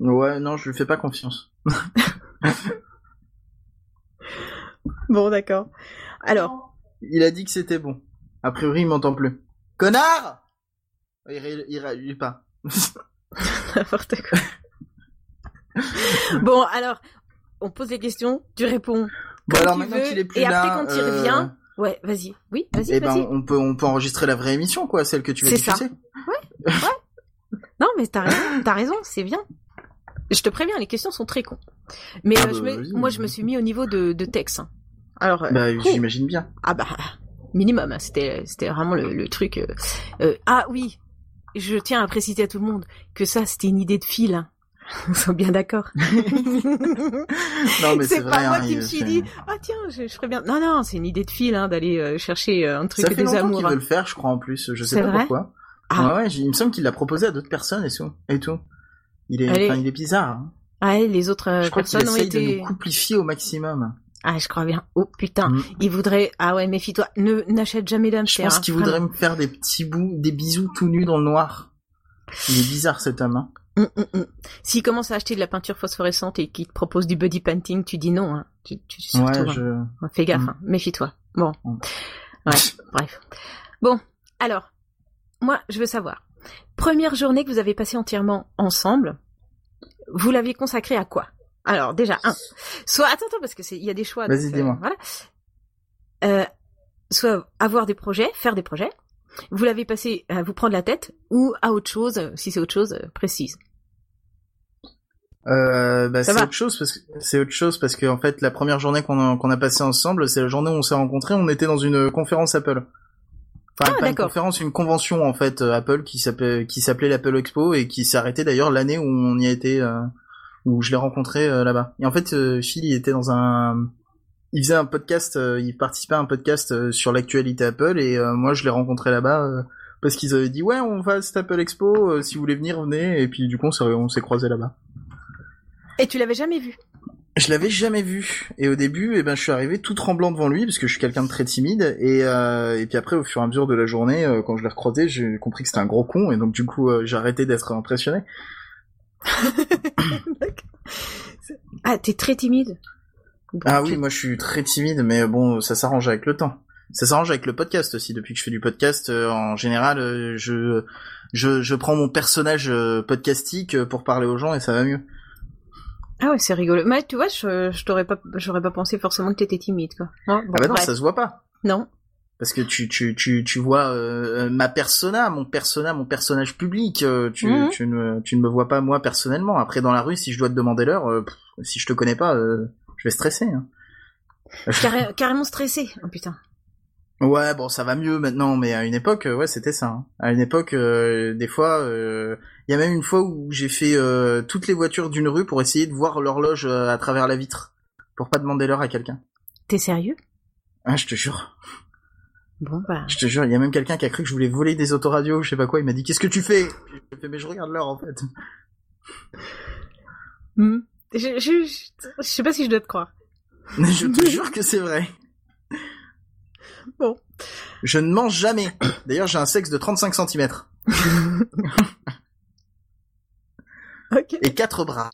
Speaker 3: Ouais, non, je lui fais pas confiance.
Speaker 1: Bon, d'accord. Alors,
Speaker 3: Il a dit que c'était bon. A priori, il m'entend plus. Connard Il ré- il réagit pas.
Speaker 1: n'importe quoi. bon, alors, on pose des questions, tu réponds.
Speaker 3: Bon,
Speaker 1: comme
Speaker 3: alors
Speaker 1: tu
Speaker 3: maintenant
Speaker 1: veux,
Speaker 3: qu'il est plus
Speaker 1: et
Speaker 3: là,
Speaker 1: après quand il
Speaker 3: euh,
Speaker 1: revient, ouais, vas-y, oui, vas-y,
Speaker 3: Eh ben,
Speaker 1: vas-y.
Speaker 3: on peut, on peut enregistrer la vraie émission, quoi, celle que tu veux
Speaker 1: C'est ça.
Speaker 3: diffuser.
Speaker 1: Non, mais t'as raison, t'as raison, c'est bien. Je te préviens, les questions sont très cons. Mais
Speaker 3: Ah
Speaker 1: euh, je
Speaker 3: bah,
Speaker 1: me-
Speaker 3: vas-y.
Speaker 1: moi, je me suis mis au niveau de, de texte. hein. Alors, euh,
Speaker 3: Bah,
Speaker 1: oh,
Speaker 3: j'imagine bien.
Speaker 1: ah bah, minimum, hein, c'était c'était vraiment le, le truc. euh, euh, ah oui, je tiens à préciser à tout le monde que ça, c'était une idée de fil. Hein. On sont bien d'accord.
Speaker 3: Non, mais
Speaker 1: c'est
Speaker 3: c'est
Speaker 1: pas
Speaker 3: vrai.
Speaker 1: moi
Speaker 3: hein,
Speaker 1: qui
Speaker 3: il-
Speaker 1: me suis
Speaker 3: c'est-
Speaker 1: dit, ah tiens, je, je ferais bien. Non, non, c'est une idée de fil hein, d'aller euh, chercher euh, un truc
Speaker 3: Ça fait
Speaker 1: des
Speaker 3: longtemps
Speaker 1: amours.
Speaker 3: qu'il veut le faire, je crois, en plus. Je sais
Speaker 1: C'est
Speaker 3: pas
Speaker 1: vrai
Speaker 3: pourquoi.
Speaker 1: Ah.
Speaker 3: Ouais, ouais, j'ai- il me semble qu'il l'a proposé à d'autres personnes et tout. Et tout. Il est,
Speaker 1: Allez.
Speaker 3: enfin, il est bizarre. hein.
Speaker 1: Ah, et les autres euh,
Speaker 3: je crois qu'il
Speaker 1: personnes ont
Speaker 3: essaye
Speaker 1: été.
Speaker 3: de nous couplifier au maximum.
Speaker 1: Ah, je crois bien. Oh putain,
Speaker 3: Mm.
Speaker 1: il voudrait. Ah ouais, méfie-toi. Ne n'achète jamais
Speaker 3: Je
Speaker 1: d'hamster.
Speaker 3: pense
Speaker 1: hein.
Speaker 3: qu'il voudrait me faire des petits bouts, des bisous tout nus dans le noir. Il est bizarre cet homme. hein.
Speaker 1: Hum, hum, hum. S'il commence à acheter de la peinture phosphorescente et qu'il te propose du body painting, tu dis non. Hein. Tu, tu surtout,
Speaker 3: Ouais,
Speaker 1: hein.
Speaker 3: je.
Speaker 1: Fais gaffe,
Speaker 3: Mm.
Speaker 1: hein. méfie-toi. Bon.
Speaker 3: Mm.
Speaker 1: Ouais, bref. Bon, alors, moi, je veux savoir. Première journée que vous avez passée entièrement ensemble, vous l'avez consacrée à quoi Alors, déjà, un. Soit, attends, attends, parce que c'est, il y a des choix.
Speaker 3: Vas-y,
Speaker 1: donc, euh,
Speaker 3: dis-moi.
Speaker 1: voilà. Euh, soit avoir des projets, faire des projets. Vous l'avez passé à vous prendre la tête ou à autre chose, euh, si c'est autre chose, euh, précise.
Speaker 3: Euh, bah,
Speaker 1: Ça
Speaker 3: c'est
Speaker 1: va.
Speaker 3: autre chose parce que c'est autre chose parce que en fait la première journée qu'on a, qu'on a passée ensemble, c'est la journée où on s'est rencontrés. On était dans une euh, conférence Apple. Enfin,
Speaker 1: Ah,
Speaker 3: pas une
Speaker 1: d'accord.
Speaker 3: conférence, une convention en fait euh, Apple qui s'appelait qui s'appelait l'Apple Expo et qui s'est arrêtée d'ailleurs l'année où on y a été euh, où je l'ai rencontré euh, là-bas. Et en fait, euh, Phil il était dans un il faisait un podcast, euh, il participait à un podcast euh, sur l'actualité Apple et euh, moi je l'ai rencontré là-bas euh, parce qu'ils avaient dit ouais on va à cette Apple Expo, euh, si vous voulez venir venez et puis du coup on s'est- on s'est croisés là-bas.
Speaker 1: Et tu l'avais jamais vu.
Speaker 3: Je l'avais jamais vu et au début, eh ben, je suis arrivé tout tremblant devant lui parce que je suis quelqu'un de très timide et, euh, et puis après, au fur et à mesure de la journée, euh, quand je l'ai recroisé, j'ai compris que c'était un gros con et donc du coup, euh, j'ai arrêté d'être impressionné.
Speaker 1: Ah, t'es très timide.
Speaker 3: Ah
Speaker 1: Tu-
Speaker 3: oui, moi je suis très timide, mais bon, ça s'arrange avec le temps. Ça s'arrange avec le podcast aussi. Depuis que je fais du podcast, euh, en général, euh, je, je je prends mon personnage euh, podcastique euh, pour parler aux gens et ça va mieux.
Speaker 1: Ah ouais, c'est rigolo. Mais tu vois, je, je t'aurais pas, j'aurais pas pensé forcément que t'étais timide, quoi. Hein, bon,
Speaker 3: Ah bah non,
Speaker 1: bref.
Speaker 3: ça se voit pas.
Speaker 1: Non.
Speaker 3: Parce que tu tu tu tu vois euh, ma persona, mon persona, mon personnage public. euh, tu
Speaker 1: Mhm.
Speaker 3: tu ne tu ne me vois pas moi personnellement. Après dans la rue, si je dois te demander l'heure, euh, pff, si je te connais pas, euh, je vais stresser. hein.
Speaker 1: Carré- carrément stressé. Oh putain.
Speaker 3: Ouais, bon, ça va mieux maintenant, mais à une époque, euh, ouais, c'était ça. hein. À une époque, euh, des fois, euh, il y a même une fois où j'ai fait euh, toutes les voitures d'une rue pour essayer de voir l'horloge euh, à travers la vitre, pour pas demander l'heure à quelqu'un.
Speaker 1: T'es sérieux
Speaker 3: Ah, je te jure.
Speaker 1: Bon bah.
Speaker 3: Je te jure, il y a même quelqu'un qui a cru que je voulais voler des autoradios, je sais pas quoi, il m'a dit qu'est-ce que tu fais Je fais mais je regarde l'heure en fait.
Speaker 1: hmm. Je, je, je, je sais pas si je dois te croire.
Speaker 3: je te jure que c'est vrai.
Speaker 1: Bon.
Speaker 3: Je ne mange jamais. D'ailleurs, j'ai un sexe de 35 cm
Speaker 1: Ok.
Speaker 3: et quatre bras.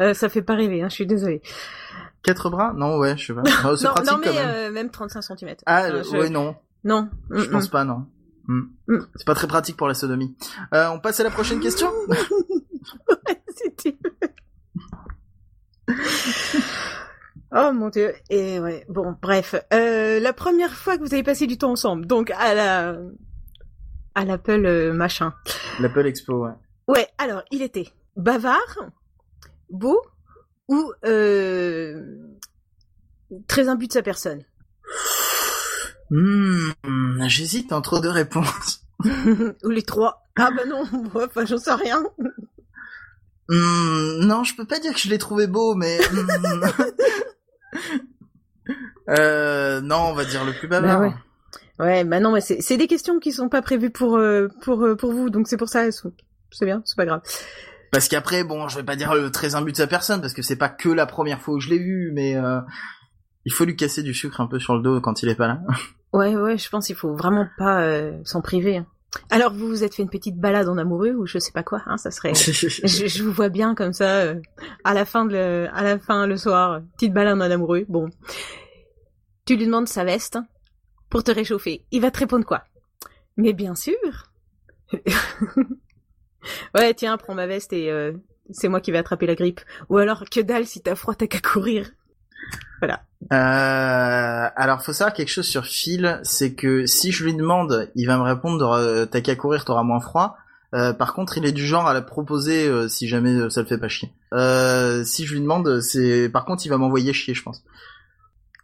Speaker 1: Euh, ça fait pas rêver. Hein, je suis désolée.
Speaker 3: Quatre bras Non, ouais, je sais pas. Ah, c'est
Speaker 1: non,
Speaker 3: pratique
Speaker 1: non, mais
Speaker 3: quand même.
Speaker 1: euh, même 35 cm.
Speaker 3: Ah,
Speaker 1: euh,
Speaker 3: le-
Speaker 1: je-
Speaker 3: ouais, non,
Speaker 1: Non.
Speaker 3: je
Speaker 1: Mm,
Speaker 3: pense
Speaker 1: mm.
Speaker 3: pas, non. Hmm.
Speaker 1: Mm.
Speaker 3: C'est pas très pratique pour la sodomie. Euh, on passe à la prochaine question
Speaker 1: C'était- Oh mon dieu, et ouais, bon, bref. Euh, la première fois que vous avez passé du temps ensemble, donc à la... à l'Apple euh, machin.
Speaker 3: L'Apple Expo, ouais.
Speaker 1: Ouais, alors, il était bavard, beau, ou euh, très imbu de sa personne
Speaker 3: Hmm, J'hésite entre deux réponses.
Speaker 1: Ou les trois Ah bah non, ouais, enfin, j'en sais rien.
Speaker 3: Hmm, non, je peux pas dire que je l'ai trouvé beau, mais. hmm. euh, non, on va dire le plus bavard.
Speaker 1: Bah ouais. Ouais, bah non, mais c'est c'est des questions qui sont pas prévues pour, euh, pour, euh, pour vous, donc c'est pour ça, elles sont- c'est bien, c'est pas grave.
Speaker 3: Parce qu'après, bon, je vais pas dire le très imbu de sa personne, parce que c'est pas que la première fois où je l'ai vu, mais euh, il faut lui casser du sucre un peu sur le dos quand il est pas là.
Speaker 1: Ouais, ouais, je pense qu'il faut vraiment pas euh, s'en priver. hein. Alors, vous vous êtes fait une petite balade en amoureux ou je sais pas quoi, hein, ça serait. je, je vous vois bien comme ça euh, à la fin de le, à la fin le soir, euh, petite balade en amoureux. Bon, tu lui demandes sa veste hein, pour te réchauffer. Il va te répondre quoi Mais bien sûr. ouais, tiens, prends ma veste et euh, c'est moi qui vais attraper la grippe. Ou alors, que dalle, si t'as froid, t'as qu'à courir. Voilà.
Speaker 3: Euh, alors, faut savoir quelque chose sur Phil, c'est que si je lui demande, il va me répondre euh, t'as qu'à courir, t'auras moins froid. Euh, par contre, il est du genre à la proposer euh, si jamais euh, ça le fait pas chier. Euh, si je lui demande, c'est par contre, il va m'envoyer chier, je pense.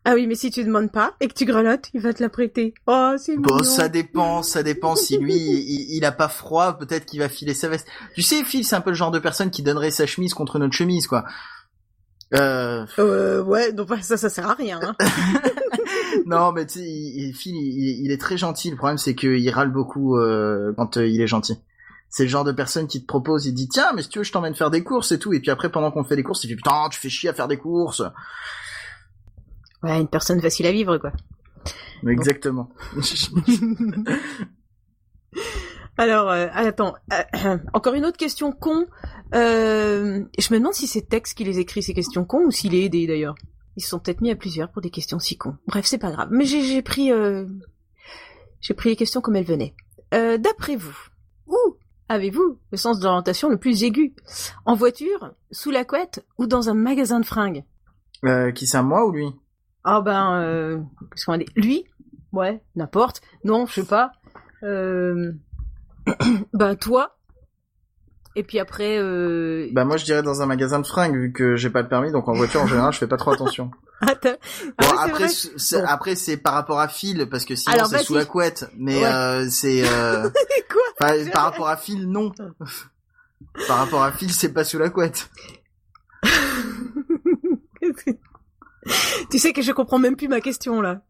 Speaker 1: Ah oui, mais si tu demandes pas et que tu grelottes, il va te la prêter. Oh, c'est
Speaker 3: Bon,
Speaker 1: mignon.
Speaker 3: ça dépend, ça dépend. Si lui, il, il a pas froid, peut-être qu'il va filer sa veste. Tu sais, Phil, c'est un peu le genre de personne qui donnerait sa chemise contre notre chemise, quoi. Euh,
Speaker 1: Euh, ouais, donc bah, ça, ça sert à rien. hein.
Speaker 3: non, mais tu sais, il- il- Phil, il, il est très gentil. Le problème, c'est qu'il râle beaucoup euh, quand euh, il est gentil. C'est le genre de personne qui te propose, il dit tiens, mais si tu veux, je t'emmène faire des courses et tout. Et puis après, pendant qu'on fait les courses, il dit putain, tu fais chier à faire des courses.
Speaker 1: Ouais, une personne facile à vivre, quoi.
Speaker 3: Exactement.
Speaker 1: Alors, euh, attends, euh, encore une autre question con. Euh, je me demande si c'est Tex qui les écrit, ces questions cons, ou s'il est aidé d'ailleurs. Ils se sont peut-être mis à plusieurs pour des questions si cons. Bref, c'est pas grave. Mais j'ai j'ai pris, euh, j'ai pris les questions comme elles venaient. Euh, D'après vous, où avez-vous le sens de l'orientation le plus aigu En voiture, sous la couette ou dans un magasin de fringues
Speaker 3: Euh, qui c'est moi ou lui
Speaker 1: Ah ben, euh, qu'est-ce qu'on va dire Lui Ouais, n'importe. Non, je sais pas. Euh... ben toi. Et puis après, euh...
Speaker 3: Bah moi, je dirais dans un magasin de fringues vu que j'ai pas le permis, donc en voiture en général, je fais pas trop attention.
Speaker 1: attends. Ah
Speaker 3: Bon,
Speaker 1: ouais, c'est
Speaker 3: après,
Speaker 1: vrai.
Speaker 3: c'est- c'est-
Speaker 1: Bon.
Speaker 3: après c'est par rapport à Phil parce que sinon
Speaker 1: Alors,
Speaker 3: c'est
Speaker 1: vas-y.
Speaker 3: sous la couette, mais
Speaker 1: Ouais.
Speaker 3: euh, c'est euh,
Speaker 1: C'est quoi
Speaker 3: par, par rapport à Phil non. par rapport à Phil, c'est pas sous la couette.
Speaker 1: Tu sais que je comprends même plus ma question là.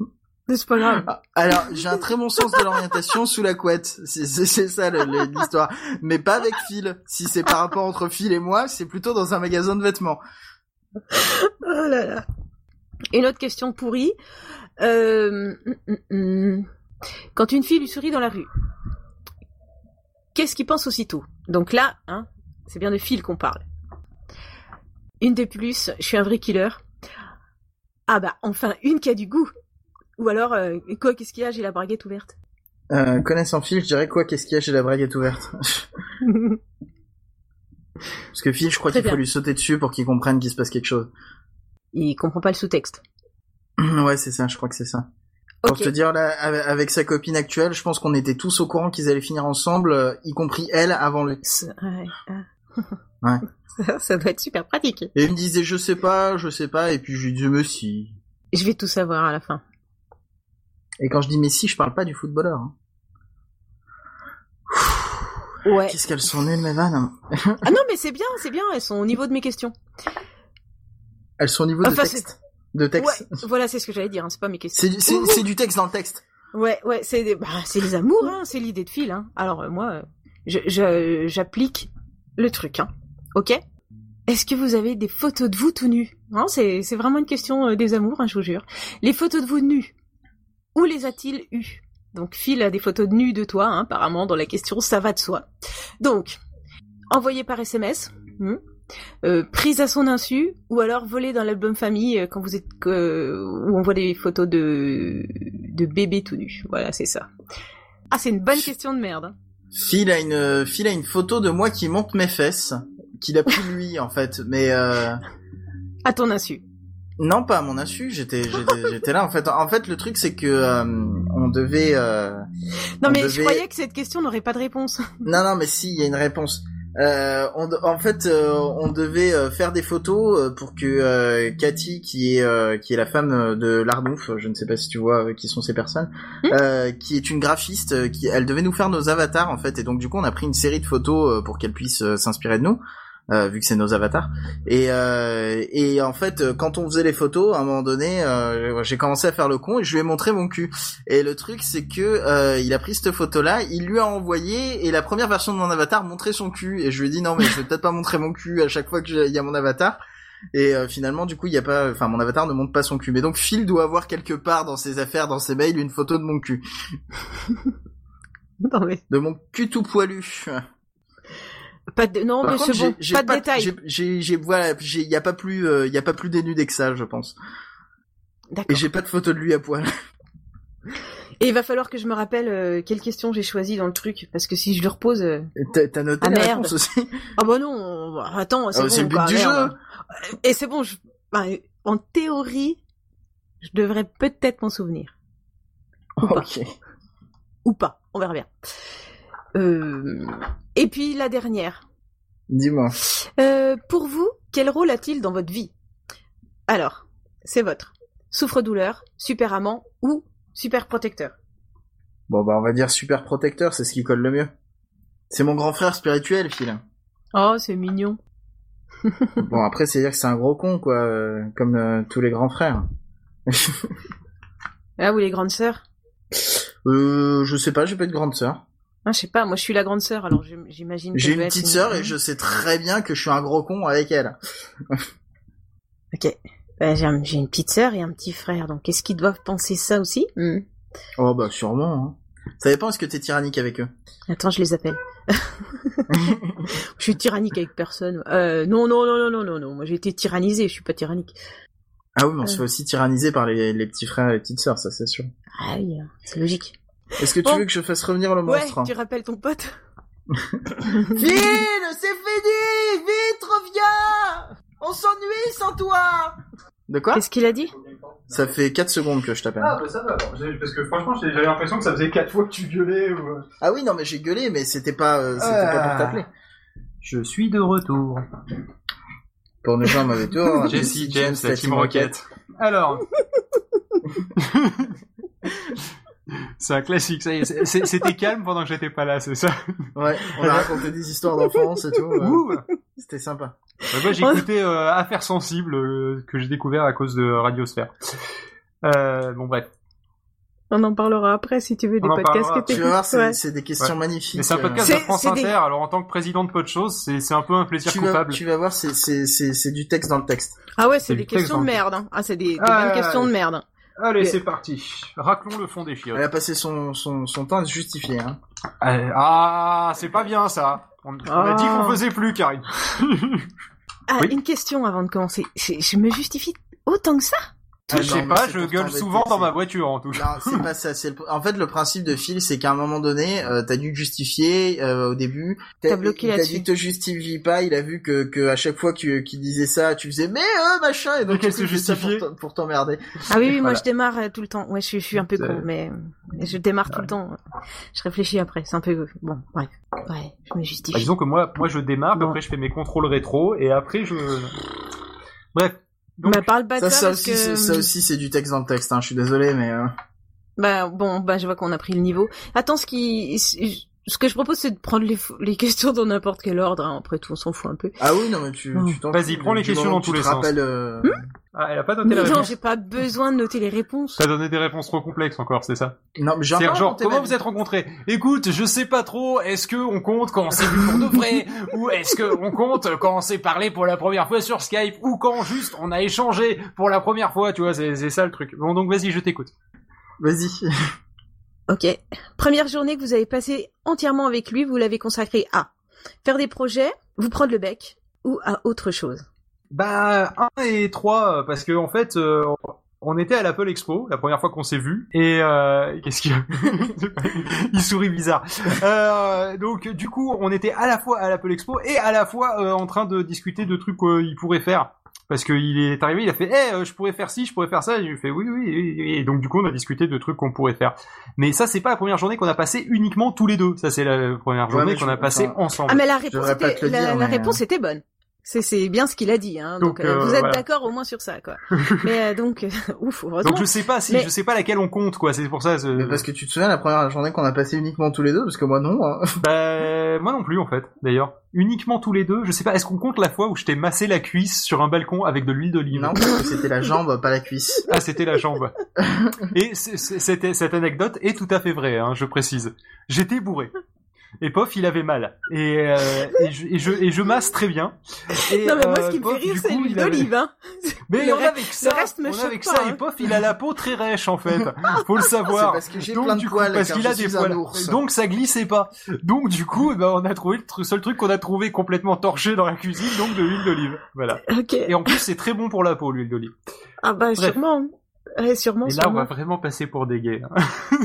Speaker 1: Mais C'est pas grave.
Speaker 3: Ah, Alors j'ai un très bon sens de l'orientation sous la couette, c'est c'est- c'est ça le- le- l'histoire, mais pas avec Phil. Si c'est par rapport entre Phil et moi, c'est plutôt dans un magasin de vêtements.
Speaker 1: Oh là là. Une autre question pourrie. Euh... hum, hum, hum. Quand une fille lui sourit dans la rue, qu'est-ce qu'il pense aussitôt Donc là, hein, c'est bien de fil qu'on parle. Une de plus, je suis un vrai killer. Ah bah enfin une qui a du goût. Ou alors euh, quoi Qu'est-ce qu'il y a J'ai la braguette ouverte.
Speaker 3: Euh, connaissant Phil, je dirais quoi Qu'est-ce qu'il y a J'ai la braguette ouverte. Parce que Phil, je crois
Speaker 1: Très
Speaker 3: qu'il faut
Speaker 1: bien.
Speaker 3: lui sauter dessus pour qu'il comprenne qu'il se passe quelque chose.
Speaker 1: Il comprend pas le sous-texte.
Speaker 3: ouais, c'est ça. Je crois que c'est ça. Pour
Speaker 1: Ok.
Speaker 3: te dire, là, ave- avec sa copine actuelle, je pense qu'on était tous au courant qu'ils allaient finir ensemble, euh, y compris elle, avant lui.
Speaker 1: Ça- ouais, ah.
Speaker 3: Ouais.
Speaker 1: Ça, ça doit être super pratique.
Speaker 3: Et il me disait, je sais pas, je sais pas, et puis je lui dis, mais si.
Speaker 1: Je vais tout savoir à la fin.
Speaker 3: Et quand je dis mais si, je parle pas du footballeur. hein.
Speaker 1: Ouais.
Speaker 3: Qu'est-ce qu'elles sont nulles, mes vannes. hein.
Speaker 1: Ah non, mais c'est bien, c'est bien, elles sont au niveau de mes questions.
Speaker 3: Elles sont au niveau de
Speaker 1: Enfin,
Speaker 3: texte. De texte.
Speaker 1: Ouais, voilà, c'est ce que j'allais dire, hein, c'est pas mes questions.
Speaker 3: C'est du- C'est c'est du texte dans le texte.
Speaker 1: Ouais, ouais, c'est des- bah, c'est les amours, hein, c'est l'idée de fil. Hein. Alors euh, moi, euh, je- je- j'applique le truc, hein. ok Est-ce que vous avez des photos de vous tout nus hein, C'est c'est vraiment une question euh, des amours, hein, je vous jure. Les photos de vous nus, où les a-t-il eues Donc Phil a des photos de nus de toi, hein, apparemment, dans la question, ça va de soi. Donc, envoyé par SMS, hein, euh, prise à son insu, ou alors volée dans l'album famille euh, quand vous êtes que- où on voit des photos de de bébés tout nus. Voilà, c'est ça. Ah, c'est une bonne question de merde. hein.
Speaker 3: Phil a une, euh, Phil a une photo de moi qui monte mes fesses, qu'il a pris lui, en fait, mais euh...
Speaker 1: À ton insu.
Speaker 3: Non, pas à mon insu. J'étais, j'étais, j'étais là. En fait, en fait, le truc c'est que euh, on devait. euh,
Speaker 1: Non
Speaker 3: On
Speaker 1: mais je
Speaker 3: devait-
Speaker 1: croyais que cette question n'aurait pas de réponse.
Speaker 3: Non, non, mais si, il y a une réponse. Euh, on de- en fait, euh, on devait euh, faire des photos euh, pour que euh, Cathy, qui est euh, qui est la femme euh, de Lardouf, je ne sais pas si tu vois euh, qui sont ces personnes,
Speaker 1: Hmm.
Speaker 3: euh, qui est une graphiste, euh, qui elle devait nous faire nos avatars en fait, et donc du coup on a pris une série de photos euh, pour qu'elle puisse euh, s'inspirer de nous. euh, vu que c'est nos avatars et euh, et en fait euh, quand on faisait les photos à un moment donné euh, j'ai commencé à faire le con et je lui ai montré mon cul et le truc, c'est que euh, il a pris cette photo-là, il lui a envoyé, et la première version de mon avatar montrait son cul. Et je lui ai dit non, mais je vais peut-être pas montrer mon cul à chaque fois que j'ai- il y a mon avatar. Et euh, finalement, du coup, il y a pas, enfin, mon avatar ne montre pas son cul. Mais donc, Phil doit avoir quelque part dans ses affaires, dans ses mails, une photo de mon cul,
Speaker 1: Non mais
Speaker 3: de mon cul tout poilu.
Speaker 1: pas de non Oh,
Speaker 3: Par
Speaker 1: mais
Speaker 3: contre,
Speaker 1: c'est bon,
Speaker 3: j'ai- j'ai
Speaker 1: pas de détails.
Speaker 3: j'ai- J'ai, j'ai, voilà, j'ai- il y a pas plus, euh, il y a pas plus dénudé que ça, je pense. Et
Speaker 1: D'accord.
Speaker 3: j'ai pas de photo de lui à poil.
Speaker 1: Et il va falloir que je me rappelle euh, quelle question j'ai choisie dans le truc, parce que si je le repose... euh,
Speaker 3: T'as t'as noté
Speaker 1: Ah,
Speaker 3: la
Speaker 1: merde.
Speaker 3: réponse aussi
Speaker 1: Ah bah non, bah, attends, c'est
Speaker 3: Ah,
Speaker 1: bon,
Speaker 3: C'est le but
Speaker 1: quoi,
Speaker 3: du
Speaker 1: merde.
Speaker 3: jeu
Speaker 1: Et c'est bon, je- bah, en théorie, je devrais peut-être m'en souvenir. Ou pas.
Speaker 3: Ok.
Speaker 1: Ou pas, on verra bien. Euh, Et puis la dernière.
Speaker 3: Dis-moi.
Speaker 1: Euh, pour vous, quel rôle a-t-il dans votre vie Alors, c'est votre. Souffre-douleur, super amant ou super protecteur
Speaker 3: Bon bah on va dire super protecteur, c'est ce qui colle le mieux. C'est mon grand frère spirituel, Phil.
Speaker 1: Oh, c'est mignon.
Speaker 3: Bon après c'est dire que c'est un gros con quoi, euh, comme euh, tous les grands frères.
Speaker 1: Ah, vous les grandes sœurs
Speaker 3: Euh, je sais pas, j'ai pas de grande sœur.
Speaker 1: ah, Je sais pas, moi je suis la grande sœur, alors j'im- j'imagine que
Speaker 3: J'ai
Speaker 1: je
Speaker 3: une
Speaker 1: vais être
Speaker 3: petite sœur et je sais très bien que je suis un gros con avec elle.
Speaker 1: Ok. Bah, j'ai un- j'ai une petite sœur et un petit frère, donc est-ce qu'ils doivent penser ça aussi Hmm.
Speaker 3: Oh bah sûrement. Hein. Ça dépend est-ce que t'es tyrannique avec eux.
Speaker 1: Attends, je les appelle. je suis tyrannique avec personne. Euh, non, non, non, non, non, non, non. Moi, j'ai été tyrannisée. Je suis pas tyrannique.
Speaker 3: Ah oui, mais on
Speaker 1: Euh.
Speaker 3: se fait aussi tyranniser par les, les petits frères et les petites sœurs, ça c'est sûr.
Speaker 1: Ah oui, euh, c'est logique.
Speaker 3: Est-ce que tu
Speaker 1: Bon.
Speaker 3: veux que je fasse revenir le monstre
Speaker 1: Ouais, tu rappelles ton pote.
Speaker 3: Phil, c'est fini Vite, reviens On s'ennuie sans toi De quoi
Speaker 1: Qu'est-ce qu'il a dit
Speaker 3: Ça fait 4 secondes que je t'appelle.
Speaker 2: Ah, bah ça va, alors. J'ai- parce que franchement, j'ai- j'avais l'impression que ça faisait 4 fois que tu gueulais. Ou... euh.
Speaker 3: Ah oui, non, mais j'ai gueulé, mais c'était pas, euh, c'était
Speaker 2: Ah.
Speaker 3: pas pour t'appeler.
Speaker 2: Je suis de retour.
Speaker 3: Pour ne pas un mauvais tour. hein,
Speaker 2: Jesse, James, la Team Rocket. Alors. c'est un classique, ça y est. C'est- c'est- C'était calme pendant que j'étais pas là, c'est ça
Speaker 3: Ouais, on a raconté des histoires d'enfance et tout. euh,
Speaker 2: Ouh
Speaker 3: c'était sympa.
Speaker 2: Bah, moi, j'ai écouté euh, Affaires sensibles euh, que j'ai découvert à cause de Radiosphère. Euh, bon, bref.
Speaker 1: On en parlera après si tu veux des
Speaker 2: On en
Speaker 1: podcasts
Speaker 2: parlera.
Speaker 1: que
Speaker 3: Tu
Speaker 1: t'écoutes.
Speaker 3: vas voir, c'est
Speaker 1: Ouais.
Speaker 3: c'est des questions magnifiques.
Speaker 2: Mais c'est un
Speaker 3: euh,
Speaker 2: podcast de
Speaker 1: C'est-
Speaker 2: France
Speaker 1: c'est des-
Speaker 2: Inter, alors en tant que président de Pot de Choses, c'est c'est un peu un plaisir
Speaker 3: Tu vas,
Speaker 2: coupable.
Speaker 3: tu vas voir, c'est- c'est c'est- c'est du texte dans le texte.
Speaker 1: Ah ouais, c'est
Speaker 2: du
Speaker 1: des questions de
Speaker 2: texte,
Speaker 1: merde. hein. Ah, c'est des, des
Speaker 2: Ah,
Speaker 1: bonnes questions
Speaker 2: ouais.
Speaker 1: de merde.
Speaker 2: Allez,
Speaker 1: Mais-
Speaker 2: c'est parti. Raclons le fond des chiottes.
Speaker 3: Elle a passé son, son, son temps à se justifier. Hein.
Speaker 2: Euh, Ah, c'est pas bien ça. On, on a dit
Speaker 1: Ah.
Speaker 2: qu'on faisait plus, Karine.
Speaker 1: Ah,
Speaker 2: Oui.
Speaker 1: une question avant de commencer. Je, je me justifie autant que ça
Speaker 3: Ah,
Speaker 2: je sais
Speaker 3: non, mais
Speaker 2: pas,
Speaker 3: c'est
Speaker 2: je
Speaker 3: pour
Speaker 2: gueule
Speaker 3: t'embêter,
Speaker 2: souvent dans
Speaker 3: c'est-
Speaker 2: ma voiture en tout cas.
Speaker 3: Non, c'est pas ça. C'est le- En fait, le principe de Phil, c'est qu'à un moment donné, euh, t'as dû te justifier euh, au début.
Speaker 1: T'as bloqué
Speaker 3: il t'a
Speaker 1: là-dessus.
Speaker 3: dit te justifie pas. Il a vu que, que à chaque fois que- qu'il disait ça, tu faisais mais euh, machin. Et donc
Speaker 2: Mais qu'elle
Speaker 3: il faisait
Speaker 2: s'est
Speaker 3: ça pour
Speaker 2: justifiée.
Speaker 3: t'en- pour t'emmerder.
Speaker 1: Ah oui, oui, moi
Speaker 2: Voilà.
Speaker 1: je démarre euh, tout le temps. Ouais, je, suis- je suis un peu
Speaker 2: Euh,
Speaker 1: con, mais mais je démarre tout le temps. Je réfléchis après, c'est un peu... Bon, bref. Ouais, je me
Speaker 2: Bah,
Speaker 1: justifie.
Speaker 2: disons que moi, moi je démarre,
Speaker 1: Non.
Speaker 2: après je fais mes contrôles rétro et après je. Bref. Donc-
Speaker 1: bah, parle pas de
Speaker 3: Ça,
Speaker 1: ça,
Speaker 3: ça
Speaker 1: parce
Speaker 3: aussi,
Speaker 1: que... hum.
Speaker 3: c'est- ça aussi, c'est du texte dans le texte. Hein. Je suis désolé, mais euh,
Speaker 1: Bah bon, bah je vois qu'on a pris le niveau. Attends, ce qui, ce que je propose, c'est de prendre les, fo- les questions dans n'importe quel ordre. hein. Après tout, on s'en fout un peu.
Speaker 3: ah oui, non, mais tu,
Speaker 1: Non.
Speaker 3: tu t'en
Speaker 2: Vas-y,
Speaker 3: fous,
Speaker 2: prends
Speaker 3: du
Speaker 2: les questions
Speaker 3: moment
Speaker 2: dans
Speaker 3: que
Speaker 2: tous
Speaker 3: tu
Speaker 2: les
Speaker 3: te
Speaker 2: sens.
Speaker 3: rappelles, euh,
Speaker 1: Hmm
Speaker 2: Ah, elle a pas noté la
Speaker 1: Non,
Speaker 2: réponse.
Speaker 1: j'ai pas besoin de noter les réponses.
Speaker 2: T'as donné des réponses trop complexes encore, c'est ça
Speaker 3: Non, mais j'ai
Speaker 2: C'est
Speaker 3: encore
Speaker 2: genre,
Speaker 3: raconté
Speaker 2: comment
Speaker 3: ma
Speaker 2: vous
Speaker 3: vie.
Speaker 2: êtes rencontrés Écoute, je sais pas trop, est-ce que on compte quand on s'est vu pour de vrai Ou est-ce que on compte quand on s'est parlé pour la première fois sur Skype Ou quand juste on a échangé pour la première fois, tu vois, c'est c'est ça le truc. Bon, donc vas-y, je t'écoute.
Speaker 3: Vas-y.
Speaker 1: Ok. Première journée que vous avez passée entièrement avec lui, vous l'avez consacrée à faire des projets, vous prendre le bec ou à autre chose.
Speaker 2: Bah, 1 et 3, parce que en fait, euh, on était à l'Apple Expo, la première fois qu'on s'est vu, et euh, qu'est-ce qu'il y a Il sourit bizarre. Euh, donc, du coup, on était à la fois à l'Apple Expo et à la fois euh, en train de discuter de trucs qu'il pourrait faire. Parce qu'il est arrivé, il a fait Eh, euh, je pourrais faire ci, je pourrais faire ça !» Et je fais oui, oui, oui, oui. Et donc, du coup, on a discuté de trucs qu'on pourrait faire. Mais ça, c'est pas la première journée qu'on a passée uniquement tous les deux. Ça, c'est la première journée
Speaker 3: mais
Speaker 2: qu'on
Speaker 3: je-
Speaker 2: a passée
Speaker 3: enfin,
Speaker 2: ensemble.
Speaker 1: Ah mais la réponse,
Speaker 3: devrais pas
Speaker 1: était,
Speaker 3: te le
Speaker 1: la,
Speaker 3: dire,
Speaker 1: la
Speaker 3: mais,
Speaker 1: réponse était bonne. C'est c'est bien ce qu'il a dit. Hein. Donc,
Speaker 2: Donc, euh,
Speaker 1: euh, vous êtes
Speaker 2: voilà.
Speaker 1: d'accord au moins sur ça, quoi. mais euh, donc, ouf, heureusement.
Speaker 2: Donc, je sais pas si,
Speaker 1: Mais-
Speaker 2: je sais pas laquelle on compte, quoi. C'est pour ça... c'est-
Speaker 3: Mais parce que tu te souviens la première journée qu'on a passée uniquement tous les deux, parce que moi non. hein.
Speaker 2: Bah, moi non plus en fait, d'ailleurs. Uniquement tous les deux, je sais pas, est-ce qu'on compte la fois où je t'ai massé la cuisse sur un balcon avec de l'huile d'olive
Speaker 3: Non, parce que c'était la jambe, pas la cuisse.
Speaker 2: Ah, c'était la jambe. Et c- c- c'était- cette anecdote est tout à fait vraie, hein, je précise. J'étais bourré. Et Pof, il avait mal. Et, euh, et, je, et, je, et je masse très bien. Et,
Speaker 1: Non mais moi, ce
Speaker 2: euh,
Speaker 1: qui me
Speaker 2: Pof,
Speaker 1: fait rire,
Speaker 2: du
Speaker 1: c'est
Speaker 2: coup,
Speaker 1: l'huile
Speaker 2: il avait-
Speaker 1: d'olive. Hein.
Speaker 2: Mais
Speaker 1: Le
Speaker 2: on
Speaker 1: reste-
Speaker 2: avait que ça.
Speaker 1: reste me
Speaker 2: on
Speaker 1: choque
Speaker 2: avait que
Speaker 1: pas,
Speaker 2: ça.
Speaker 1: hein.
Speaker 2: Et Pof, il a la peau très rêche en fait. Faut le
Speaker 3: C'est
Speaker 2: savoir.
Speaker 3: parce que j'ai
Speaker 2: Donc,
Speaker 3: plein de
Speaker 2: du coup,
Speaker 3: poils.
Speaker 2: parce
Speaker 3: car
Speaker 2: qu'il
Speaker 3: je
Speaker 2: a des
Speaker 3: suis un
Speaker 2: poils.
Speaker 3: ours.
Speaker 2: Donc ça glissait pas. Donc du coup, eh ben, on a trouvé le tr- seul truc qu'on a trouvé complètement torché dans la cuisine, donc de l'huile d'olive. Voilà.
Speaker 1: Ok.
Speaker 2: Et en plus, c'est très bon pour la peau l'huile d'olive.
Speaker 1: Ah bah
Speaker 2: Bref.
Speaker 1: sûrement. Ouais, sûrement.
Speaker 2: Et là, on
Speaker 1: sûrement.
Speaker 2: va vraiment passer pour des gays. hein.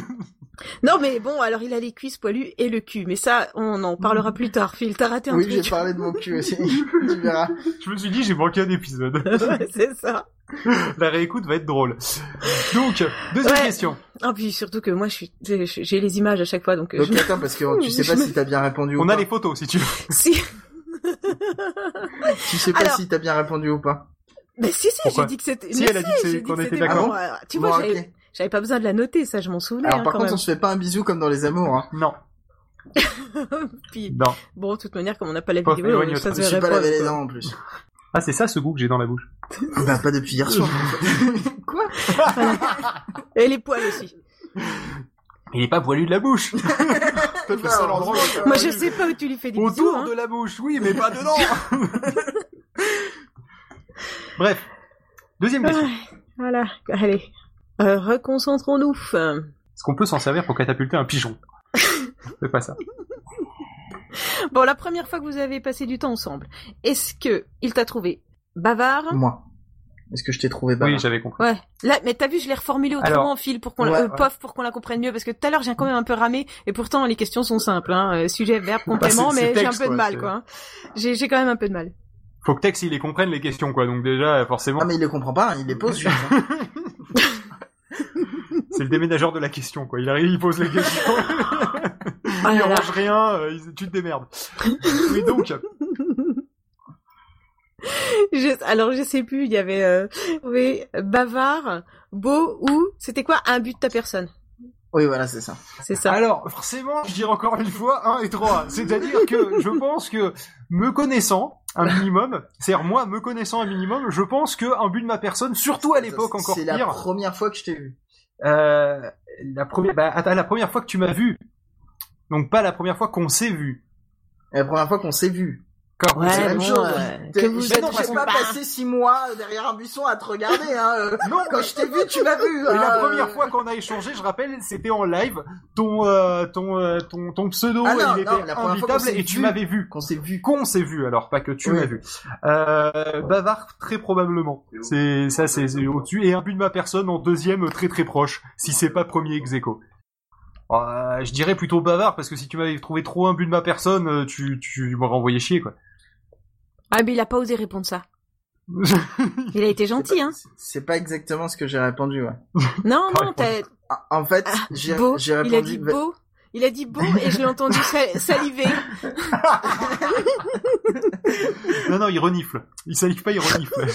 Speaker 1: Non, mais bon, alors il a les cuisses poilues et le cul. Mais ça, on en parlera plus tard, Phil. T'as raté un
Speaker 3: Oui, j'ai
Speaker 1: truc.
Speaker 3: parlé de mon cul aussi. tu verras.
Speaker 2: Je me suis dit, j'ai manqué un épisode.
Speaker 1: Ouais, c'est ça.
Speaker 2: La réécoute va être drôle. Donc, deuxième
Speaker 1: Ouais.
Speaker 2: question.
Speaker 1: Ah, puis surtout que moi, je suis, je- j'ai les images à chaque fois, donc, euh,
Speaker 3: Donc
Speaker 1: je-
Speaker 3: attends, parce que tu sais pas si t'as bien répondu ou
Speaker 2: On
Speaker 3: pas.
Speaker 2: a les photos, si tu veux.
Speaker 1: si.
Speaker 3: Tu sais pas
Speaker 1: Alors-
Speaker 3: si t'as bien répondu ou pas.
Speaker 1: Mais si, si,
Speaker 2: Pourquoi
Speaker 1: j'ai dit que c'était.
Speaker 2: Si,
Speaker 1: mais
Speaker 2: elle a dit que c'est-
Speaker 1: j'ai
Speaker 2: qu'on était
Speaker 1: c'était
Speaker 2: d'accord.
Speaker 1: bon. Alors, Tu
Speaker 3: Bon,
Speaker 1: vois,
Speaker 3: ok.
Speaker 1: j'avais- j'avais pas besoin de la noter, ça, je m'en souvenais.
Speaker 3: Alors
Speaker 1: hein,
Speaker 3: par
Speaker 1: quand
Speaker 3: contre, on se fait pas un bisou comme dans les amours. Hein.
Speaker 2: Non,
Speaker 1: même. Puis,
Speaker 2: non.
Speaker 1: bon, de toute manière, comme on n'a pas la
Speaker 2: Faut
Speaker 1: vidéo,
Speaker 2: éloigner
Speaker 1: ça
Speaker 2: autre-
Speaker 1: se
Speaker 3: Je sais
Speaker 1: verrait
Speaker 3: pas lavé les
Speaker 1: quoi.
Speaker 3: dents en plus.
Speaker 2: Ah, c'est ça ce goût que j'ai dans la bouche.
Speaker 3: Ah bah pas depuis hier soir. Quoi
Speaker 1: Et les poils aussi.
Speaker 2: Il est pas poilu de la bouche. Peut-être le seul endroit où il est
Speaker 1: Moi, je
Speaker 2: poilu.
Speaker 1: sais pas où tu lui fais des bisous.
Speaker 2: Autour
Speaker 1: hein.
Speaker 2: de la bouche, oui, mais pas dedans. Bref. Deuxième question.
Speaker 1: Ah, Voilà. Allez. Euh, reconcentrons-nous. Euh,
Speaker 2: Est-ce qu'on peut s'en servir pour catapulter un pigeon C'est pas ça.
Speaker 1: Bon, la première fois que vous avez passé du temps ensemble, est-ce que il t'a trouvé
Speaker 2: Mm.
Speaker 1: bavard
Speaker 3: Moi. Est-ce que je t'ai trouvé bavard
Speaker 2: Oui, j'avais compris.
Speaker 1: Ouais. Là, mais t'as vu, je l'ai reformulé autrement, Phil, pour qu'on la-
Speaker 3: ouais,
Speaker 1: euh, pof, pour qu'on la comprenne mieux, parce que tout à l'heure j'ai quand même un peu ramé, et pourtant les questions sont simples, hein, euh, sujet, verbe, complément,
Speaker 2: Bah, c'est- c'est
Speaker 1: mais j'ai un
Speaker 2: texte,
Speaker 1: peu de
Speaker 2: quoi,
Speaker 1: mal,
Speaker 2: c'est-
Speaker 1: quoi. hein. J'ai j'ai quand même un peu de mal.
Speaker 2: Faut que Tex, il les comprenne les questions, quoi. Donc déjà, forcément,
Speaker 3: Ah mais il les comprend pas, hein, il les pose. juste, hein.
Speaker 2: c'est le déménageur de la question, quoi. Il arrive, il pose les questions.
Speaker 1: Ah
Speaker 2: il
Speaker 1: là là.
Speaker 2: range rien, euh, il- tu te démerdes. Oui, donc,
Speaker 1: Je- alors je sais plus, il y avait euh, oui, bavard, beau ou c'était quoi un but de ta personne
Speaker 3: oui voilà c'est ça.
Speaker 1: C'est ça.
Speaker 2: Alors, forcément, je dirais encore une fois 1 et 3. C'est-à-dire que je pense que me connaissant un minimum, c'est-à-dire moi, me connaissant un minimum, je pense que un but de ma personne, surtout à l'époque encore
Speaker 3: C'est
Speaker 2: pire,
Speaker 3: la première fois que je t'ai vu.
Speaker 2: euh, la première, bah, attends, la première fois que tu m'as vu, donc pas la première fois qu'on s'est vu.
Speaker 3: La première fois qu'on s'est vu.
Speaker 2: Quand on
Speaker 1: Ouais,
Speaker 2: s'est
Speaker 3: c'est la
Speaker 2: vu.
Speaker 3: même
Speaker 1: bon,
Speaker 3: chose.
Speaker 1: ouais.
Speaker 3: T'es-
Speaker 1: Que vous
Speaker 3: j'ai-
Speaker 1: êtes-
Speaker 3: non,
Speaker 2: je sais
Speaker 3: j'ai pas
Speaker 1: pas.
Speaker 3: passé six mois derrière un buisson à te regarder. Hein. euh.
Speaker 2: Non,
Speaker 3: Quand je t'ai vu, tu m'as vu.
Speaker 2: mais la
Speaker 3: hein,
Speaker 2: première
Speaker 3: euh.
Speaker 2: fois qu'on a échangé, je rappelle, c'était en live. Ton euh, ton, euh, ton ton pseudo,
Speaker 3: Ah non,
Speaker 2: il
Speaker 3: non,
Speaker 2: était
Speaker 3: la première fois qu'on
Speaker 2: imbitable
Speaker 3: s'est
Speaker 2: et tu
Speaker 3: vu.
Speaker 2: m'avais vu.
Speaker 3: qu'on s'est vu.
Speaker 2: qu'on s'est vu alors, pas que tu
Speaker 3: Oui.
Speaker 2: m'as vu. Euh, bavard très probablement. C'est ça, c'est c'est au-dessus et un but de ma personne en deuxième euh, très très proche, si c'est pas premier exéco. Euh, je dirais plutôt bavard parce que si tu m'avais trouvé trop un but de ma personne, euh, tu tu m'aurais envoyé chier quoi.
Speaker 1: Ah mais il a pas osé répondre ça. Il a été
Speaker 3: C'est
Speaker 1: gentil,
Speaker 3: pas-
Speaker 1: hein.
Speaker 3: c'est- C'est pas exactement ce que j'ai répondu. Ouais.
Speaker 1: Non,
Speaker 2: Pas
Speaker 1: non, t'as
Speaker 3: Ah, En fait,
Speaker 1: Ah,
Speaker 3: j'ai
Speaker 1: beau.
Speaker 3: j'ai
Speaker 1: Il a
Speaker 3: répondu. ben
Speaker 1: dit beau. Il a dit beau et je l'ai entendu sal- saliver.
Speaker 2: non non, il renifle. Il salive pas, il renifle.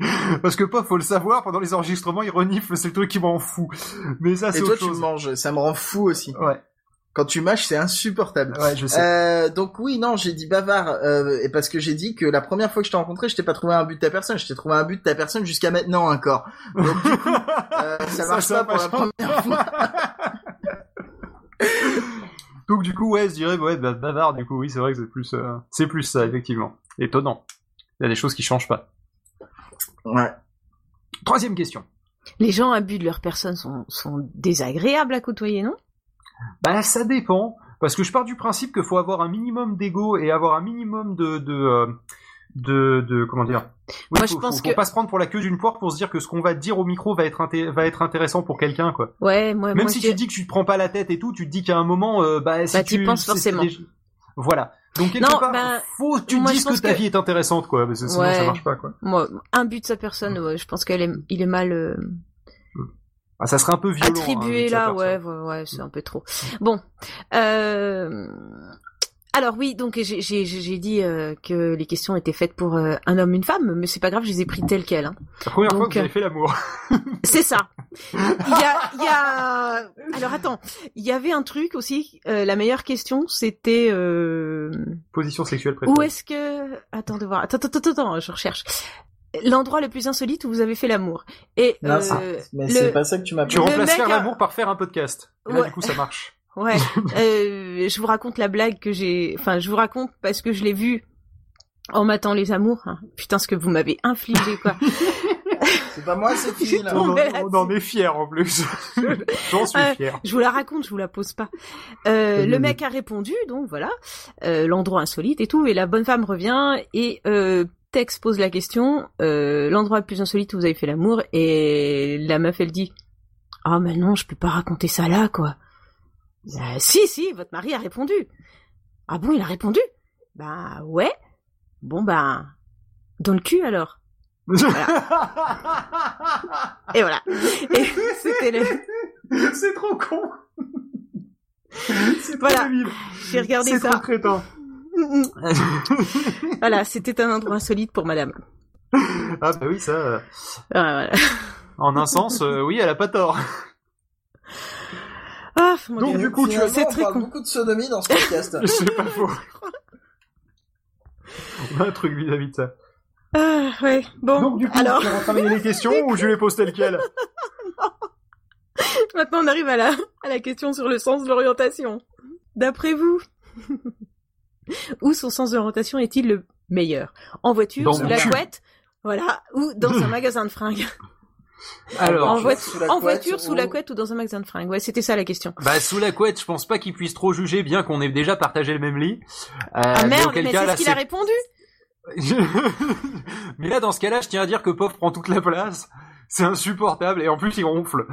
Speaker 2: Parce que pas, faut le savoir, pendant les enregistrements, il renifle, c'est le truc qui m'en fout. Mais ça,
Speaker 3: Et
Speaker 2: Ah, c'est
Speaker 3: toi,
Speaker 2: autre
Speaker 3: tu me
Speaker 2: chose.
Speaker 3: manges. Ça me rend fou aussi.
Speaker 2: Ouais,
Speaker 3: Quand tu mâches, c'est insupportable.
Speaker 2: ouais, je sais.
Speaker 3: Euh, donc oui, non, j'ai dit bavard, euh, et parce que j'ai dit que la première fois que je t'ai rencontré, je t'ai pas trouvé un but de ta personne, je t'ai trouvé un but de ta personne jusqu'à maintenant encore. Donc du coup, euh, ça
Speaker 2: Ça,
Speaker 3: marche
Speaker 2: ça a
Speaker 3: pas,
Speaker 2: pas
Speaker 3: pour la première fois.
Speaker 2: Donc du coup, ouais, je dirais, ouais, bah, bavard, du coup, oui, c'est vrai que c'est plus, euh, c'est plus ça, effectivement. Étonnant. Il y a des choses qui changent pas.
Speaker 3: Ouais.
Speaker 1: Euh,
Speaker 2: Troisième question.
Speaker 1: Les gens à but de leur personne sont, sont désagréables à côtoyer, non
Speaker 2: Bah, ça dépend, parce que je pars du principe qu'il faut avoir un minimum d'ego et avoir un minimum de, de, euh, de, de- comment dire. Oui,
Speaker 1: Moi,
Speaker 2: faut,
Speaker 1: je pense
Speaker 2: faut- faut
Speaker 1: que-
Speaker 2: pas se prendre pour la queue d'une poire pour se dire que ce qu'on va dire au micro va être inté- va être intéressant pour quelqu'un, quoi.
Speaker 1: Ouais, moi,
Speaker 2: Même
Speaker 1: Bah, moi,
Speaker 2: si
Speaker 1: je-
Speaker 2: tu dis que tu te prends pas la tête et tout, tu te dis qu'à un moment, euh, bah, si
Speaker 1: Bah,
Speaker 2: tu
Speaker 1: t'y penses
Speaker 2: si c'est
Speaker 1: forcément.
Speaker 2: des- Voilà. Donc quelque
Speaker 1: Non,
Speaker 2: part,
Speaker 1: bah,
Speaker 2: faut que tu te
Speaker 1: moi, je
Speaker 2: dises que
Speaker 1: pense
Speaker 2: ta
Speaker 1: que-
Speaker 2: vie est intéressante, quoi, parce que sinon ça
Speaker 1: Ouais.
Speaker 2: marche pas, quoi.
Speaker 1: moi, un but de sa personne, ouais, je pense qu'elle est, il est mal euh,
Speaker 2: Ah, ça serait un peu violent.
Speaker 1: attribué
Speaker 2: hein, de
Speaker 1: là,
Speaker 2: sa
Speaker 1: ouais,
Speaker 2: personne.
Speaker 1: ouais, ouais, c'est un peu trop. Bon, euh, alors oui, donc j'ai- j'ai j'ai dit euh, que les questions étaient faites pour euh, un homme, une femme, mais c'est pas grave, je les ai pris telles quelles. hein.
Speaker 2: La première fois
Speaker 1: Donc,
Speaker 2: que vous avez fait l'amour.
Speaker 1: C'est ça. Il y a, il y a. Alors attends, il y avait un truc aussi. euh, la meilleure question, c'était euh,
Speaker 2: Position sexuelle préférée.
Speaker 1: où est-ce que. Attends de voir. Attends, attends, attends, attends, je recherche. L'endroit le plus insolite où vous avez fait l'amour. Et
Speaker 3: Non,
Speaker 1: euh,
Speaker 3: c'est- mais
Speaker 1: le-
Speaker 3: c'est pas ça que tu m'as
Speaker 2: Tu
Speaker 1: Le
Speaker 2: remplaces
Speaker 1: mec
Speaker 2: faire
Speaker 1: a-
Speaker 2: l'amour par faire un podcast. Et là,
Speaker 1: Ouais.
Speaker 2: du coup, ça marche.
Speaker 1: ouais, euh, je vous raconte la blague que j'ai. Enfin, je vous raconte parce que je l'ai vue en matant les amours. hein. Putain, ce que vous m'avez infligé quoi.
Speaker 3: C'est pas moi, c'est fini là.
Speaker 1: On
Speaker 2: On, en,
Speaker 1: est là-dessus.
Speaker 2: on en est fiers, en plus. J'en suis
Speaker 1: Euh,
Speaker 2: fier.
Speaker 1: Je vous la raconte, je vous la pose pas. Euh,
Speaker 3: Oui,
Speaker 1: le
Speaker 3: oui,
Speaker 1: mec a répondu, donc voilà, euh, l'endroit insolite et tout, et la bonne femme revient et euh, Tex pose la question, euh, l'endroit le plus insolite où vous avez fait l'amour, et la meuf elle dit Ah mais non, je peux pas raconter ça là, quoi. Bah, si, si, votre mari a répondu. Ah bon, il a répondu Bah ouais. Bon bah dans le cul alors. Et voilà. Et c'était le.
Speaker 2: C'est trop con. C'est trop
Speaker 1: Voilà.
Speaker 2: débile.
Speaker 1: J'ai regardé
Speaker 2: C'est
Speaker 1: ça.
Speaker 2: trop crétin.
Speaker 1: voilà, c'était un endroit insolite pour madame. Ah,
Speaker 2: Ah bah oui, ça. euh,
Speaker 1: Voilà, voilà.
Speaker 2: En un sens, euh, oui, elle a pas tort.
Speaker 1: Ah, mon
Speaker 2: Donc,
Speaker 1: Dieu,
Speaker 2: du coup, tu
Speaker 1: c'est-
Speaker 2: as-
Speaker 1: c'est très con.
Speaker 3: beaucoup de sodomie dans ce podcast.
Speaker 2: C'est pas faux. On a un truc vis-à-vis de ça.
Speaker 1: Ah, ouais. Bon,
Speaker 2: Donc du coup,
Speaker 1: alors,
Speaker 2: tu vas retravailler les questions ou je les pose telles quelles
Speaker 1: maintenant on arrive à la, à la question sur le sens de l'orientation. D'après vous, où son sens de l'orientation est-il le meilleur En voiture,
Speaker 2: Dans
Speaker 1: sous
Speaker 2: mon
Speaker 1: la
Speaker 2: cul.
Speaker 1: couette Voilà, ou dans un magasin de fringues.
Speaker 2: Alors,
Speaker 1: en
Speaker 3: tu vois,
Speaker 1: voiture,
Speaker 3: sous
Speaker 1: en
Speaker 3: la couette
Speaker 1: voiture, sous
Speaker 3: ou-
Speaker 1: la couette ou dans un magasin de fringues. Ouais, c'était ça la question.
Speaker 2: Bah sous la couette, je pense pas qu'il puisse trop juger, bien qu'on ait déjà partagé le même lit. Euh,
Speaker 1: ah
Speaker 2: mais
Speaker 1: merde,
Speaker 2: auquel
Speaker 1: mais
Speaker 2: cas,
Speaker 1: c'est ce
Speaker 2: là,
Speaker 1: qu'il a répondu
Speaker 2: c'est- mais là, dans ce cas-là, je tiens à dire que Pov prend toute la place. C'est insupportable et en plus il ronfle.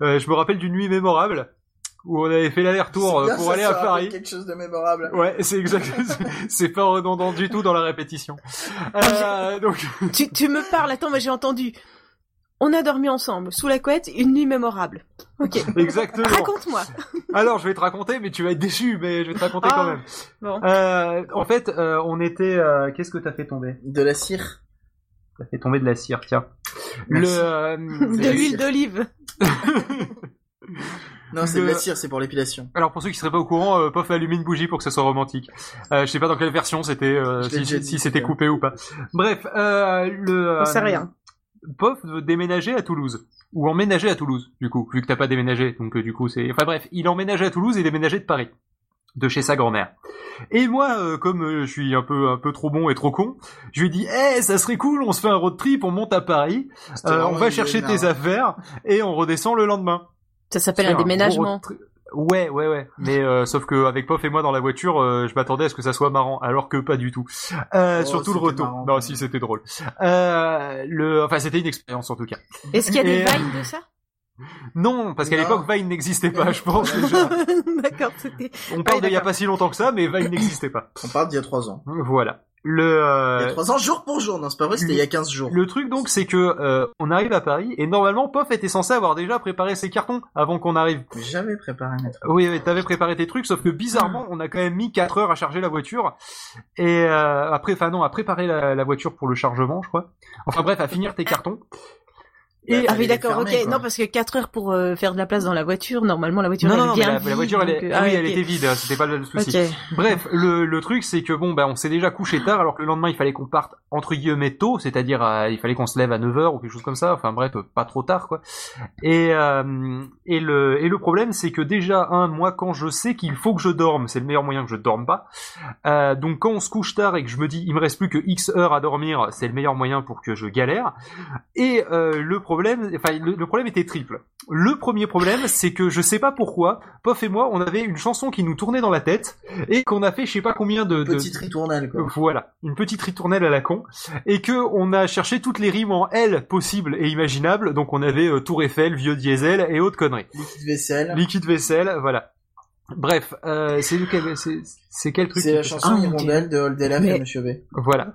Speaker 2: Euh, je me rappelle d'une nuit mémorable où on avait fait l'aller-retour euh,
Speaker 3: C'est bien,
Speaker 2: pour
Speaker 3: ça,
Speaker 2: aller
Speaker 3: ça
Speaker 2: à
Speaker 3: rappelle
Speaker 2: Paris.
Speaker 3: Quelque chose de mémorable.
Speaker 2: Ouais, c'est exact. c'est pas redondant du tout dans la répétition.
Speaker 1: Ah,
Speaker 2: Euh, donc
Speaker 1: tu, tu me parles, attends, mais j'ai entendu. On a dormi ensemble, sous la couette, une nuit mémorable. Ok,
Speaker 2: exactement.
Speaker 1: raconte-moi.
Speaker 2: Alors, je vais te raconter, mais tu vas être déçu, mais je vais te raconter
Speaker 1: Ah,
Speaker 2: quand même.
Speaker 1: bon.
Speaker 2: Euh, en fait, euh, on était. euh, Qu'est-ce que t'as fait tomber
Speaker 3: De la cire.
Speaker 2: T'as fait tomber de la cire, tiens. Le.
Speaker 3: Merci.
Speaker 2: euh,
Speaker 1: De l'huile d'olive.
Speaker 3: Non, c'est de
Speaker 2: Le-
Speaker 3: la cire, c'est pour l'épilation.
Speaker 2: Alors pour ceux qui seraient pas au courant, euh, Pof a allumé une bougie pour que ça soit romantique. Euh, je sais pas dans quelle version c'était, euh,
Speaker 3: Je l'ai
Speaker 2: si,
Speaker 3: déjà
Speaker 2: si-
Speaker 3: dit,
Speaker 2: si c'était
Speaker 3: ouais.
Speaker 2: coupé ou pas. Bref, euh, le.
Speaker 1: On sait
Speaker 2: euh,
Speaker 1: rien.
Speaker 2: Pof veut déménager à Toulouse. Ou emménager à Toulouse, du coup, vu que t'as pas déménagé. Donc euh, du coup, c'est... Enfin bref, il a emménagé à Toulouse et déménagé de Paris. De chez sa grand-mère. Et moi, euh, comme euh, je suis un peu, un peu trop bon et trop con, je lui dis, eh, ça serait cool, on se fait un road trip, on monte à Paris,
Speaker 3: C'était
Speaker 2: euh,
Speaker 3: vraiment
Speaker 2: on va
Speaker 3: une
Speaker 2: chercher
Speaker 3: nanar.
Speaker 2: tes affaires et on redescend le lendemain.
Speaker 1: Ça s'appelle un
Speaker 2: C'est gros
Speaker 1: déménagement.
Speaker 2: road tri- Ouais, ouais, ouais. Mais euh, sauf que avec Pof et moi dans la voiture, euh, je m'attendais à ce que ça soit marrant, alors que pas du tout. Euh,
Speaker 3: Oh,
Speaker 2: surtout le
Speaker 3: c'était
Speaker 2: retour.
Speaker 3: marrant, quand
Speaker 2: non,
Speaker 3: même.
Speaker 2: si c'était drôle. Euh, le, enfin, c'était une expérience en tout cas.
Speaker 1: Est-ce qu'il y a des
Speaker 2: Et-
Speaker 1: vines de ça
Speaker 2: Non, parce qu'à
Speaker 3: Non.
Speaker 2: l'époque, Vine n'existait pas, je pense. déjà.
Speaker 1: D'accord, c'était...
Speaker 2: On parle
Speaker 1: Oui,
Speaker 2: d'il y a
Speaker 1: d'accord.
Speaker 2: pas si longtemps que ça, mais Vine n'existait pas.
Speaker 3: On parle d'il y a 3 ans.
Speaker 2: Voilà. Le
Speaker 3: Il y a
Speaker 2: euh,
Speaker 3: 3 ans, jour pour jour. Non, c'est pas vrai, c'était il y a 15 jours.
Speaker 2: le truc donc, c'est que euh, on arrive à Paris et normalement, Pof était censé avoir déjà préparé ses cartons avant qu'on arrive.
Speaker 3: J'ai Jamais préparé. mais-
Speaker 2: Oui, oui, t'avais préparé tes trucs, sauf que bizarrement, on a quand même mis 4 heures à charger la voiture. Et euh, après, enfin non, à préparer la, la voiture pour le chargement, je crois. Enfin bref, à finir tes cartons. Et-
Speaker 3: Ouais,
Speaker 1: Ah
Speaker 3: fallait
Speaker 1: oui,
Speaker 3: les
Speaker 1: d'accord, ok.
Speaker 3: fermer, quoi.
Speaker 1: Non, parce que 4 heures pour euh, faire de la place dans la voiture, normalement, la voiture,
Speaker 2: non,
Speaker 1: elle
Speaker 2: non, non, mais
Speaker 1: vient
Speaker 2: la,
Speaker 1: vide,
Speaker 2: la voiture, elle, est-
Speaker 1: donc, euh,
Speaker 2: oui,
Speaker 1: ah,
Speaker 2: elle
Speaker 1: ok.
Speaker 2: était vide, hein, c'était pas le souci.
Speaker 1: Ok.
Speaker 2: Bref, le, le truc, c'est que bon, bah, on s'est déjà couché tard, alors que le lendemain, il fallait qu'on parte entre guillemets tôt, c'est-à-dire euh, il fallait qu'on se lève à 9h ou quelque chose comme ça, enfin bref, euh, pas trop tard, quoi. Et, euh, et, le, et le problème, c'est que déjà, un, moi, quand je sais qu'il faut que je dorme, c'est le meilleur moyen que je dorme pas, euh, donc quand on se couche tard et que je me dis, il me reste plus que X heures à dormir, c'est le meilleur moyen pour que je galère. Et euh, le problème, enfin, le, le problème était triple. Le premier problème, c'est que je sais pas pourquoi, Pof et moi, on avait une chanson qui nous tournait dans la tête et qu'on a fait je sais pas combien de, de-
Speaker 3: Petite ritournelle, quoi.
Speaker 2: Euh, voilà, une petite ritournelle à la con, et que on a cherché toutes les rimes en L possibles et imaginables, donc on avait euh, Tour Eiffel, Vieux Diesel et autres conneries.
Speaker 3: Liquide vaisselle.
Speaker 2: Liquide vaisselle, voilà. Bref, euh, c'est lequel- c'est- c'est quel truc
Speaker 3: C'est
Speaker 2: qui
Speaker 3: la
Speaker 2: fait ça
Speaker 3: chanson
Speaker 1: Ah,
Speaker 3: Hirondelle de Oldelaf
Speaker 1: Mais-
Speaker 3: et Monsieur B.
Speaker 2: Voilà.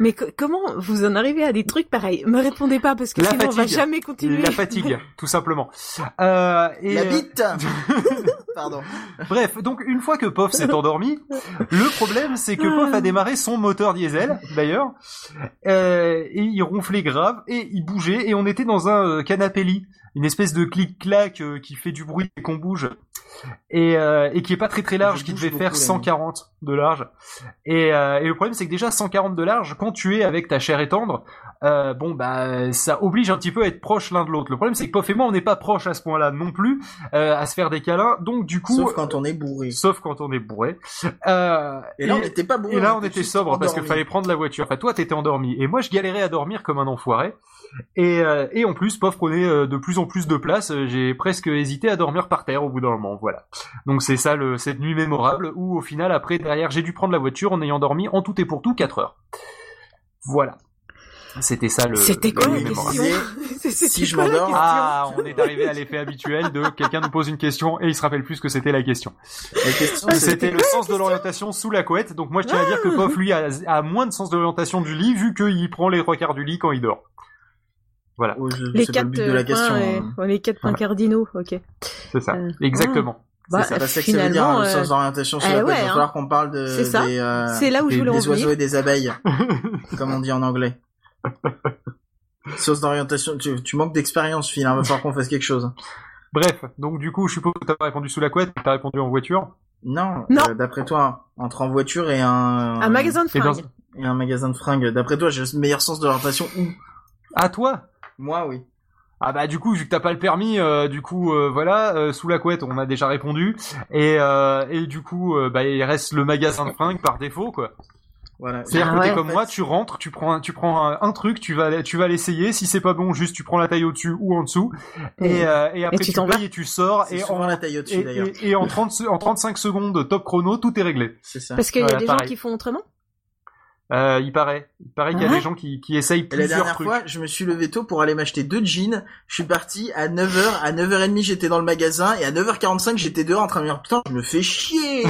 Speaker 1: Mais co- comment vous en arrivez à des trucs pareils Me répondez pas, parce que
Speaker 2: La
Speaker 1: sinon, on va
Speaker 2: fatigue.
Speaker 1: jamais continuer.
Speaker 2: La fatigue, tout simplement. Euh, et,
Speaker 3: La
Speaker 2: euh,
Speaker 3: bite Pardon.
Speaker 2: Bref, donc une fois que Pof s'est endormi, le problème c'est que Pof a démarré son moteur diesel, d'ailleurs, euh, et il ronflait grave, et il bougeait, et on était dans un euh, canapé-lit, une espèce de clic-clac euh, qui fait du bruit et qu'on bouge, et, euh, et qui est pas très très large,
Speaker 3: Je
Speaker 2: qui
Speaker 3: bouge
Speaker 2: devait faire
Speaker 3: beaucoup la nuit.
Speaker 2: 140 de large. Et, euh, et le problème c'est que déjà 140 de large, quand tu es avec ta chair et tendre, euh, bon bah ça oblige un petit peu à être proche l'un de l'autre. Le problème c'est que Pof et moi on n'est pas proche à ce point-là non plus, euh, à se faire des câlins, donc du coup...
Speaker 3: Sauf quand on est bourré.
Speaker 2: Sauf quand on est bourré. Euh,
Speaker 3: Et là, on n'était pas bourré.
Speaker 2: et là, on était
Speaker 3: juste
Speaker 2: sobre parce qu'il
Speaker 3: endormi.
Speaker 2: fallait prendre la voiture. Enfin, toi, t'étais endormi. Et moi, je galérais à dormir comme un enfoiré. Et, euh, et en plus, Pof prenait euh, de plus en plus de place. Euh, J'ai presque hésité à dormir par terre au bout d'un moment. voilà. Donc c'est ça le, cette nuit mémorable où au final après derrière j'ai dû prendre la voiture en ayant dormi en tout et pour tout 4 heures. Voilà. C'était ça le.
Speaker 6: C'était quoi
Speaker 2: le
Speaker 6: la
Speaker 2: nuit mémorable.
Speaker 6: question C'était
Speaker 3: je
Speaker 6: quoi la
Speaker 3: m'endors-
Speaker 6: question
Speaker 2: Ah, on est arrivé à l'effet habituel de quelqu'un nous pose une question et il se rappelle plus ce que c'était la question.
Speaker 3: La question,
Speaker 2: Et
Speaker 3: c'est
Speaker 2: C'était le sens de l'orientation sous la couette, donc moi je tiens à dire que Pof lui a, a moins de sens de l'orientation du lit vu qu'il prend les trois quarts du lit quand il dort.
Speaker 3: Oh, je-
Speaker 1: Les
Speaker 3: c'est pas
Speaker 1: quatre
Speaker 3: le but de la
Speaker 1: euh, points,
Speaker 3: question.
Speaker 1: euh,
Speaker 3: hein.
Speaker 1: ouais, les quatre points
Speaker 2: Voilà.
Speaker 1: cardinaux, ok.
Speaker 2: C'est ça,
Speaker 1: Euh,
Speaker 2: exactement.
Speaker 1: Bah,
Speaker 3: C'est pas ça que ça veut dire,
Speaker 1: finalement,
Speaker 3: hein, le
Speaker 1: euh,
Speaker 3: sens d'orientation sur
Speaker 1: eh
Speaker 3: la couette.
Speaker 1: ouais,
Speaker 3: Il va
Speaker 1: hein.
Speaker 3: falloir qu'on parle de,
Speaker 1: C'est ça.
Speaker 3: des, euh,
Speaker 1: c'est là où je
Speaker 3: des,
Speaker 1: voulais en
Speaker 3: des oiseaux
Speaker 1: venir.
Speaker 3: et des abeilles, comme on dit en anglais. Source d'orientation, tu, tu manques d'expérience, Phil, hein, va falloir qu'on fasse quelque chose.
Speaker 2: Bref, donc du coup je suppose que t'as pas répondu sous la couette, t'as répondu en voiture.
Speaker 3: Non,
Speaker 1: Non.
Speaker 3: euh, d'après toi, entre en voiture et un,
Speaker 1: Un magasin de
Speaker 2: Et dans-
Speaker 1: fringues.
Speaker 3: et un magasin de fringues, d'après toi, j'ai le meilleur sens de l'orientation où
Speaker 2: À toi
Speaker 3: Moi, oui.
Speaker 2: Ah bah du coup vu que t'as pas le permis, euh, du coup euh, voilà euh, sous la couette on a déjà répondu et euh, et du coup euh, bah il reste le magasin de fringues par défaut quoi.
Speaker 3: Voilà.
Speaker 2: C'est-à-dire
Speaker 1: Ah
Speaker 2: que t'es
Speaker 1: ouais.
Speaker 2: comme moi, tu rentres, tu prends, un- tu prends un, un truc, tu vas, tu vas l'essayer. Si c'est pas bon, juste tu prends la taille au-dessus ou en dessous et,
Speaker 1: Et-
Speaker 2: euh, et après
Speaker 1: tu
Speaker 2: tu,
Speaker 1: t'en
Speaker 2: payes et tu sors
Speaker 3: C'est
Speaker 2: et
Speaker 3: souvent
Speaker 2: en
Speaker 3: la taille
Speaker 2: et,
Speaker 3: au-dessus, d'ailleurs.
Speaker 2: et- et en 30 se- en 35 secondes top chrono, tout est réglé.
Speaker 3: C'est ça.
Speaker 1: Parce qu'il y
Speaker 2: Voilà,
Speaker 1: a des
Speaker 2: pareil.
Speaker 1: gens qui font autrement.
Speaker 2: Euh, il paraît, il paraît qu'il y a
Speaker 1: Ah ouais
Speaker 2: des gens qui, qui essayent
Speaker 3: Et la
Speaker 2: plusieurs
Speaker 3: dernière
Speaker 2: trucs.
Speaker 3: fois, je me suis levé tôt pour aller m'acheter deux jeans. Je suis parti à 9h. À 9h30, j'étais dans le magasin. Et à 9h45, j'étais dehors en train de me dire, putain, je me fais chier.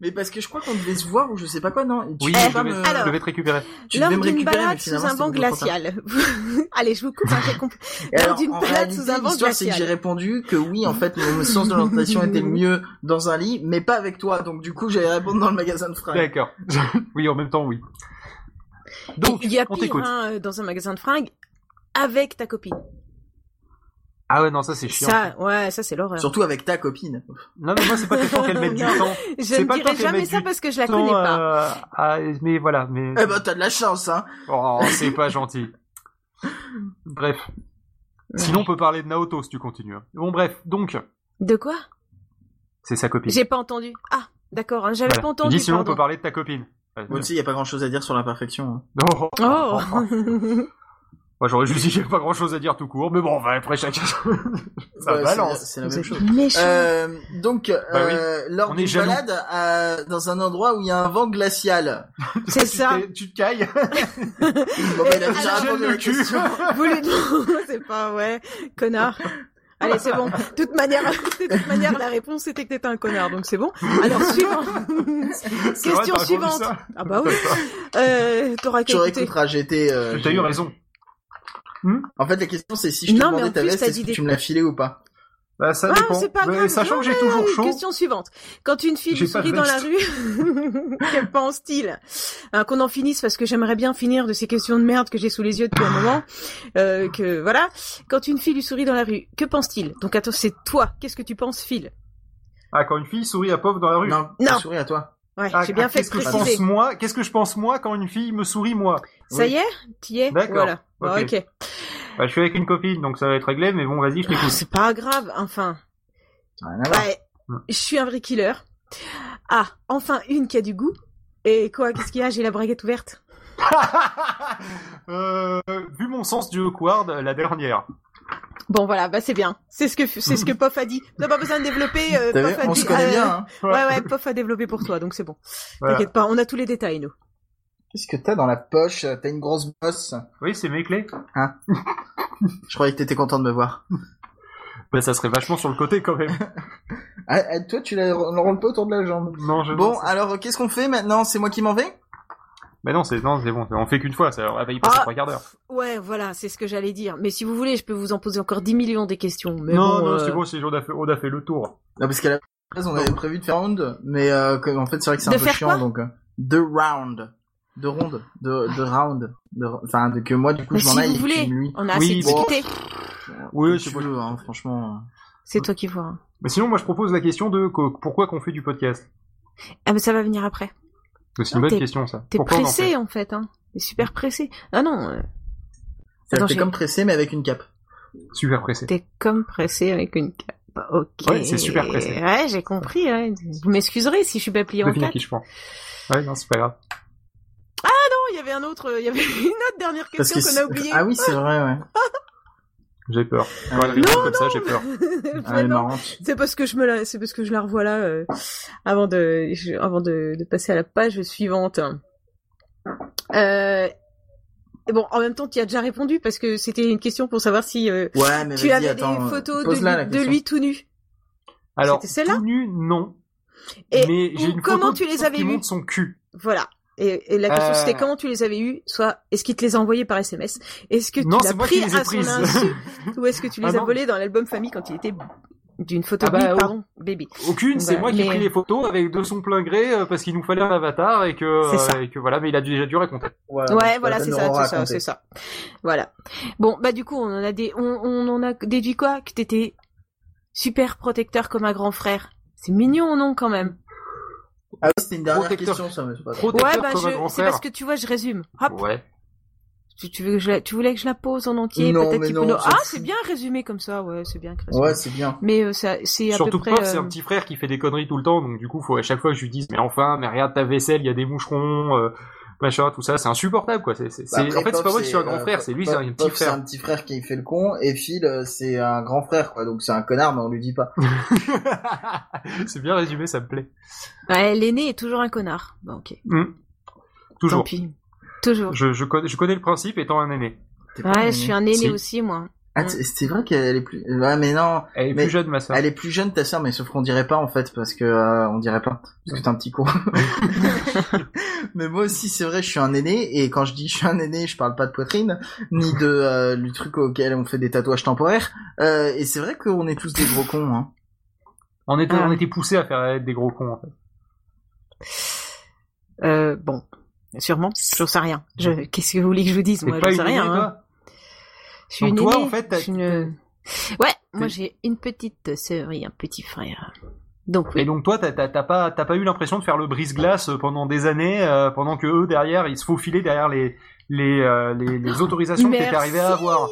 Speaker 3: mais parce que je crois qu'on devait se voir ou je sais pas quoi, non? Tu
Speaker 2: oui,
Speaker 3: devais
Speaker 2: je
Speaker 3: pas
Speaker 2: devais,
Speaker 3: me-
Speaker 2: je
Speaker 1: Eh, Alors-
Speaker 2: devais te récupérer.
Speaker 3: tu
Speaker 1: Lors
Speaker 3: devais me
Speaker 1: d'une
Speaker 3: récupérer, mais
Speaker 1: balade sous
Speaker 3: finalement,
Speaker 1: un
Speaker 3: c'était
Speaker 1: banc
Speaker 3: beaucoup trop tard.
Speaker 1: glacial. Allez, je vous coupe, hein, j'ai compris.
Speaker 3: Et
Speaker 1: Lors
Speaker 3: alors,
Speaker 1: d'une
Speaker 3: en
Speaker 1: balade
Speaker 3: réalité,
Speaker 1: sous un banc
Speaker 3: L'histoire, c'est que j'ai
Speaker 1: glacial.
Speaker 3: répondu que oui, en fait, mon sens de l'orientation était le mieux dans un lit, mais pas avec toi. Donc, du coup, j'allais répondre dans le magasin de fringues.
Speaker 2: D'accord. oui, en même temps, oui. Donc,
Speaker 1: il y a
Speaker 2: on
Speaker 1: pire
Speaker 2: t'écoute.
Speaker 1: hein, euh, dans un magasin de fringues avec ta copine.
Speaker 2: Ah ouais, non, ça c'est chiant.
Speaker 1: Ça, ouais, ça c'est l'horreur.
Speaker 3: Surtout avec ta copine.
Speaker 2: Non, mais moi c'est pas question qu'elle mette du
Speaker 1: Non.
Speaker 2: temps.
Speaker 1: Je
Speaker 2: c'est pas
Speaker 1: ne
Speaker 2: le temps
Speaker 1: dirai
Speaker 2: qu'elle
Speaker 1: jamais
Speaker 2: mette
Speaker 1: ça
Speaker 2: du
Speaker 1: parce que je la
Speaker 2: Temps,
Speaker 1: connais pas.
Speaker 2: euh, à- mais voilà, mais.
Speaker 3: Eh ben, t'as de la chance, hein.
Speaker 2: Oh, c'est pas gentil. Bref. Sinon, on peut parler de Naoto si tu continues. hein. Bon, bref, donc,
Speaker 1: De quoi
Speaker 2: c'est sa copine.
Speaker 1: J'ai pas entendu. Ah, d'accord, hein, j'avais
Speaker 2: Voilà.
Speaker 1: pas
Speaker 2: Je
Speaker 1: entendu.
Speaker 2: dis, sinon, on
Speaker 1: pardon.
Speaker 2: peut parler de ta copine. Ouais.
Speaker 3: Moi aussi, il y a pas grand chose à dire sur la perfection. hein.
Speaker 2: Oh.
Speaker 1: Oh
Speaker 2: Moi, j'aurais juste dit qu'il y avait pas grand chose à dire tout court, mais bon, on va après chacun. Ça
Speaker 3: Ouais, c'est
Speaker 2: balance.
Speaker 3: la- C'est la même chose.
Speaker 1: méchant.
Speaker 3: Euh, donc,
Speaker 2: oui.
Speaker 3: euh, lors
Speaker 2: On est
Speaker 3: d'une
Speaker 2: jaloux.
Speaker 3: balade à- dans un endroit où il y a un vent glacial.
Speaker 1: C'est
Speaker 2: Tu
Speaker 1: ça.
Speaker 2: t'es- Tu te cailles.
Speaker 3: Bon, bah, il a déjà
Speaker 1: alors-
Speaker 3: répondu à la
Speaker 2: le cul.
Speaker 3: question.
Speaker 1: Vous le- Non, c'est pas vrai, connard. Allez, c'est bon. De toute manière, de toute manière, la réponse c'était que t'étais un connard, donc c'est bon. Alors suivant.
Speaker 2: C'est vrai, t'as
Speaker 1: Question
Speaker 2: répondu
Speaker 1: suivante.
Speaker 2: ça
Speaker 1: Ah bah oui. Euh, T'auras
Speaker 3: Tu
Speaker 1: qu'à écouter.
Speaker 3: réécouteras, j'étais... euh,
Speaker 2: T'as eu raison.
Speaker 3: En fait, la question, c'est si je te
Speaker 1: Non, mais
Speaker 3: demandais
Speaker 1: en
Speaker 3: ta
Speaker 1: plus,
Speaker 3: veste,
Speaker 1: t'as
Speaker 3: est-ce
Speaker 1: dit
Speaker 3: que
Speaker 1: des-
Speaker 3: tu me l'as filée ou pas
Speaker 2: Bah, ça
Speaker 1: Ah,
Speaker 2: dépend.
Speaker 1: c'est pas
Speaker 2: Mais
Speaker 1: grave.
Speaker 2: sachant
Speaker 1: Non,
Speaker 2: que j'ai toujours chaud.
Speaker 1: Ah Question suivante. Quand une fille
Speaker 2: J'ai
Speaker 1: vous
Speaker 2: pas de
Speaker 1: sourit dans la rue, que pense-t-il Hein, Qu'on en finisse parce que j'aimerais bien finir de ces questions de merde que j'ai sous les yeux depuis un moment. Euh, que voilà. Quand une fille lui sourit dans la rue, que pense-t-il Donc attends, c'est toi. Qu'est-ce que tu penses, Phil
Speaker 2: Ah, quand une fille sourit à pauvre dans la rue.
Speaker 3: Non,
Speaker 1: Non.
Speaker 3: non. souris à toi.
Speaker 1: Ouais,
Speaker 2: Ah,
Speaker 1: j'ai bien
Speaker 2: ah,
Speaker 1: fait de
Speaker 2: qu'est-ce que je
Speaker 1: préciser.
Speaker 2: pense moi Qu'est-ce que je pense moi quand une fille me sourit moi
Speaker 1: Ça
Speaker 3: Oui.
Speaker 1: y est, t'y es.
Speaker 2: D'accord.
Speaker 1: Voilà. Ah,
Speaker 2: Ok.
Speaker 1: Ok.
Speaker 2: Bah, je suis avec une copine, donc ça va être réglé. Mais bon, vas-y, je
Speaker 1: Ah,
Speaker 2: t'écoute.
Speaker 1: C'est pas grave. Enfin,
Speaker 3: Rien à voir.
Speaker 1: ouais,
Speaker 2: Hmm.
Speaker 1: je suis un vrai killer. Ah, enfin une qui a du goût. Et quoi Qu'est-ce qu'il y a J'ai la braguette ouverte.
Speaker 2: Euh, vu mon sens du awkward, la dernière.
Speaker 1: Bon voilà, bah c'est bien. C'est ce que c'est ce que Pof a dit. T'as pas besoin de développer. euh,
Speaker 3: T'as vu,
Speaker 1: Pof a
Speaker 3: on
Speaker 1: dit-
Speaker 3: se connaît
Speaker 1: euh,
Speaker 3: bien, hein.
Speaker 1: Ouais ouais, Pof a développé pour toi, donc c'est bon.
Speaker 2: Voilà.
Speaker 1: T'inquiète pas, on a tous les détails nous.
Speaker 3: Qu'est-ce que t'as dans la poche T'as une grosse bosse.
Speaker 2: Oui, c'est mes clés.
Speaker 3: Je croyais que t'étais content de me voir.
Speaker 2: Bah, ça serait vachement sur le côté quand même.
Speaker 3: Ah, ah, toi, tu la- l'enroules pas autour de la jambe.
Speaker 2: non, je.
Speaker 3: Bon, alors, qu'est-ce qu'on fait maintenant C'est moi qui m'en vais
Speaker 2: Mais non, c'est non, c'est bon. On fait qu'une fois. Ça, on va y passer
Speaker 1: Ah,
Speaker 2: trois quarts d'heure.
Speaker 1: Ouais, voilà, c'est ce que j'allais dire. Mais si vous voulez, je peux vous en poser encore 10 millions des questions. Mais
Speaker 2: Non,
Speaker 1: bon,
Speaker 2: non,
Speaker 1: euh,
Speaker 2: c'est bon. C'est on a fait, on a fait le tour.
Speaker 3: Non, parce qu'à la base, on avait prévu de faire round, mais euh, que- en fait, c'est vrai que c'est un
Speaker 1: De
Speaker 3: peu
Speaker 1: faire
Speaker 3: chiant,
Speaker 1: quoi
Speaker 3: donc euh, de round, de ronde, de, de round, de- enfin de que moi du coup
Speaker 1: mais
Speaker 3: je m'en
Speaker 1: si
Speaker 3: aille.
Speaker 1: vous
Speaker 3: et que
Speaker 1: voulez,
Speaker 3: tu- lui,
Speaker 1: on a
Speaker 2: Oui,
Speaker 1: assez
Speaker 2: bon.
Speaker 1: discuté.
Speaker 2: Oui,
Speaker 3: tu
Speaker 2: c'est
Speaker 3: veux, hein, franchement.
Speaker 1: C'est toi qui vois. hein.
Speaker 2: Mais sinon, moi, je propose la question de co- pourquoi qu'on fait du podcast.
Speaker 1: Ah mais ça va venir après.
Speaker 2: C'est une
Speaker 1: Non,
Speaker 2: bonne
Speaker 1: Ah, t'es-
Speaker 2: question, ça.
Speaker 1: T'es
Speaker 2: Pourquoi on en fait
Speaker 1: pressé en fait, hein. T'es super pressé. Ah non, euh,
Speaker 3: C'est
Speaker 1: Attends,
Speaker 3: t'es
Speaker 1: j'ai-
Speaker 3: comme pressé mais avec une cape.
Speaker 2: Super pressé.
Speaker 1: t'es comme pressé avec une cape. Ok.
Speaker 2: Ouais, c'est super pressé.
Speaker 1: Ouais, j'ai compris. ouais. Vous m'excuserez si je suis pas pliée en
Speaker 2: Devine à
Speaker 1: quatre.
Speaker 2: qui je prends. Ouais, non, c'est pas grave.
Speaker 1: Oh, Non, il y avait un autre, il y avait une autre dernière
Speaker 3: Parce
Speaker 1: question
Speaker 3: que
Speaker 1: qu'on
Speaker 2: Ah
Speaker 3: c'est-
Speaker 1: a oubliée.
Speaker 3: ah oui c'est vrai ouais.
Speaker 2: J'ai peur. Quand elle rigole comme ça, j'ai peur.
Speaker 3: Ah, elle est
Speaker 1: Vraiment.
Speaker 3: marrante.
Speaker 1: C'est parce que je me la, c'est parce que je la revois là euh, avant de, je- avant de, de passer à la page suivante. Euh, et bon, en même temps, tu as déjà répondu parce que c'était une question pour savoir si euh,
Speaker 3: Ouais, mais
Speaker 1: tu
Speaker 3: vas-y,
Speaker 1: avais
Speaker 3: attends,
Speaker 1: des
Speaker 3: euh,
Speaker 1: photos de,
Speaker 3: pose-la, la
Speaker 1: lui- de
Speaker 3: question.
Speaker 1: lui tout nu.
Speaker 2: Alors,
Speaker 1: C'était celle-là
Speaker 2: tout nu, non.
Speaker 1: Et
Speaker 2: mais
Speaker 1: ou
Speaker 2: j'ai une
Speaker 1: comment
Speaker 2: photo
Speaker 1: tu les avais
Speaker 2: qui
Speaker 1: vues
Speaker 2: montre son cul.
Speaker 1: Voilà. Et, et la question
Speaker 2: Euh.
Speaker 1: c'était comment tu les avais eus Soit est-ce qu'il te les a envoyés par SMS Est-ce que tu
Speaker 2: Non,
Speaker 1: l'as
Speaker 2: c'est moi
Speaker 1: pris
Speaker 2: qui les ai
Speaker 1: à son
Speaker 2: prises.
Speaker 1: insu Ou est-ce que tu les
Speaker 2: Ah
Speaker 1: as
Speaker 2: non.
Speaker 1: volés dans l'album famille quand il était d'une photo
Speaker 2: Ah bah,
Speaker 1: bille,
Speaker 2: oh.
Speaker 1: pardon, bébé
Speaker 2: Aucune, c'est
Speaker 1: Voilà.
Speaker 2: moi qui ai
Speaker 1: Bah, Mais-
Speaker 2: pris les photos avec de son plein gré euh, parce qu'il nous fallait un avatar et que,
Speaker 1: C'est ça.
Speaker 2: euh, et que voilà, mais il a déjà dû raconter.
Speaker 1: Ouais,
Speaker 3: c'est
Speaker 1: voilà,
Speaker 3: pas
Speaker 1: c'est
Speaker 3: la peine de
Speaker 1: ça, c'est ça,
Speaker 3: raconter.
Speaker 1: c'est ça. Voilà. Bon, bah du coup, on en a des, on, on en a déduit quoi Que t'étais super protecteur comme un grand frère. C'est mignon, non, quand même.
Speaker 3: Ah oui, c'était une dernière
Speaker 2: Protecteur.
Speaker 3: question, ça, mais c'est pas grave.
Speaker 2: Protecteur
Speaker 1: Ouais, bah
Speaker 2: comme un grand
Speaker 1: je, c'est
Speaker 2: frère.
Speaker 1: parce que tu vois, je résume. Hop.
Speaker 2: Ouais.
Speaker 1: Tu, tu veux que je, la- tu voulais que je la pose en entier
Speaker 3: Non,
Speaker 1: patati
Speaker 3: mais non,
Speaker 1: poula-
Speaker 3: on s'en
Speaker 1: Ah,
Speaker 3: fout.
Speaker 1: c'est bien résumé comme ça. Ouais, c'est bien. résumé.
Speaker 3: Ouais, c'est bien.
Speaker 1: Mais euh, ça, c'est à
Speaker 2: Surtout
Speaker 1: peu
Speaker 2: que
Speaker 1: près.
Speaker 2: Pof, c'est
Speaker 1: euh,
Speaker 2: un petit frère qui fait des conneries tout le temps, donc du coup, faut à chaque fois que je lui dise, mais enfin, mais regarde ta vaisselle, il y a des moucherons, euh, machin, tout ça, c'est insupportable, quoi. C'est, c'est,
Speaker 3: Bah,
Speaker 2: c'est-
Speaker 3: après,
Speaker 2: en fait, c'est pas
Speaker 3: Pop,
Speaker 2: moi qui suis un grand
Speaker 3: euh,
Speaker 2: frère, c'est lui, c'est
Speaker 3: Pop-
Speaker 2: un petit
Speaker 3: Pop, C'est
Speaker 2: frère.
Speaker 3: un petit frère qui fait le con, et Phil, euh, c'est un grand frère, quoi. Donc c'est un connard, mais on lui dit pas.
Speaker 2: c'est bien résumé, ça me plaît.
Speaker 1: Ouais, l'aîné est toujours un connard. Bon, ok.
Speaker 2: Hum.
Speaker 1: Tant
Speaker 2: Toujours.
Speaker 1: pis. Toujours.
Speaker 2: Je, je, connais, je connais le principe étant un aîné.
Speaker 3: T'es pas
Speaker 1: Ouais,
Speaker 3: aîné.
Speaker 1: je suis un aîné
Speaker 2: Si.
Speaker 1: aussi, moi.
Speaker 3: Ah, t- c'est vrai qu'elle est plus. Ouais, mais non.
Speaker 2: Elle est
Speaker 3: Mais-
Speaker 2: plus jeune, ma sœur.
Speaker 3: Elle est plus jeune ta sœur, mais sauf qu'on dirait pas en fait parce que euh, on dirait pas parce que t'es un petit con. mais moi aussi c'est vrai, je suis un aîné et quand je dis je suis un aîné, je parle pas de poitrine ni de euh, le truc auquel on fait des tatouages temporaires. Euh, et c'est vrai qu'on est tous des gros cons. Hein.
Speaker 2: On était,
Speaker 1: Ah.
Speaker 2: on était poussés à faire être des gros cons, en fait.
Speaker 1: Euh, bon. Sûrement. J'en sais rien. Je, qu'est-ce que vous voulez que je vous dise
Speaker 2: T'es
Speaker 1: Moi,
Speaker 2: pas
Speaker 1: j'en sais
Speaker 2: une
Speaker 1: rien.
Speaker 2: aînée,
Speaker 1: hein.
Speaker 2: toi
Speaker 1: Je suis
Speaker 2: Donc
Speaker 1: une
Speaker 2: toi,
Speaker 1: aînée,
Speaker 2: en fait, t'as-
Speaker 1: je suis une- Ouais, moi j'ai une petite sœur et un petit frère. Donc
Speaker 2: Et
Speaker 1: oui.
Speaker 2: donc toi, t'as, t'as, t'as pas, t'as pas eu l'impression de faire le brise-glace pendant des années, euh, pendant que eux derrière, ils se faufilaient derrière les les, euh, les, les autorisations que t'étais arrivé à avoir.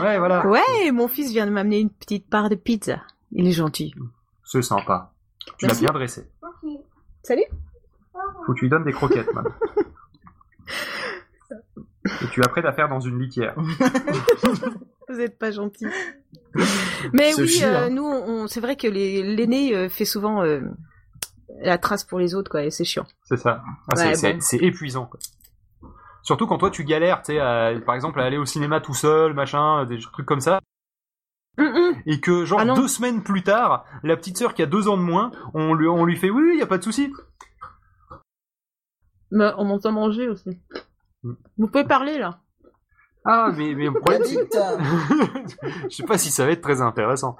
Speaker 2: Ouais, voilà.
Speaker 1: Ouais, mon fils vient de m'amener une petite part de pizza. Il est gentil.
Speaker 2: C'est sympa. Tu l'as
Speaker 1: Merci.
Speaker 2: bien dressé.
Speaker 1: Salut.
Speaker 2: Faut que tu lui donnes des croquettes, man. Et tu apprêtes à faire dans une litière.
Speaker 1: Vous êtes pas gentil. Mais
Speaker 3: C'est
Speaker 1: oui,
Speaker 3: chiant,
Speaker 1: euh,
Speaker 3: hein.
Speaker 1: nous, on, c'est vrai que les- l'aîné euh, fait souvent euh, la trace pour les autres, quoi, et c'est chiant.
Speaker 2: C'est ça. Ah, c'est-
Speaker 1: Ouais,
Speaker 2: c'est
Speaker 1: bon.
Speaker 2: c'est épuisant. Quoi. Surtout quand toi tu galères, tu sais, à- par exemple à aller au cinéma tout seul, machin, des trucs comme ça, et que genre
Speaker 1: Ah non.
Speaker 2: deux semaines plus tard, la petite sœur qui a deux ans de moins, on lui, on lui fait oui, oui, y a pas de souci.
Speaker 1: Mais on m'entend manger aussi.
Speaker 2: Mm.
Speaker 1: Vous pouvez parler là.
Speaker 2: Ah, mais mais le problème c'est
Speaker 3: Addict, hein.
Speaker 2: je sais pas si ça va être très intéressant.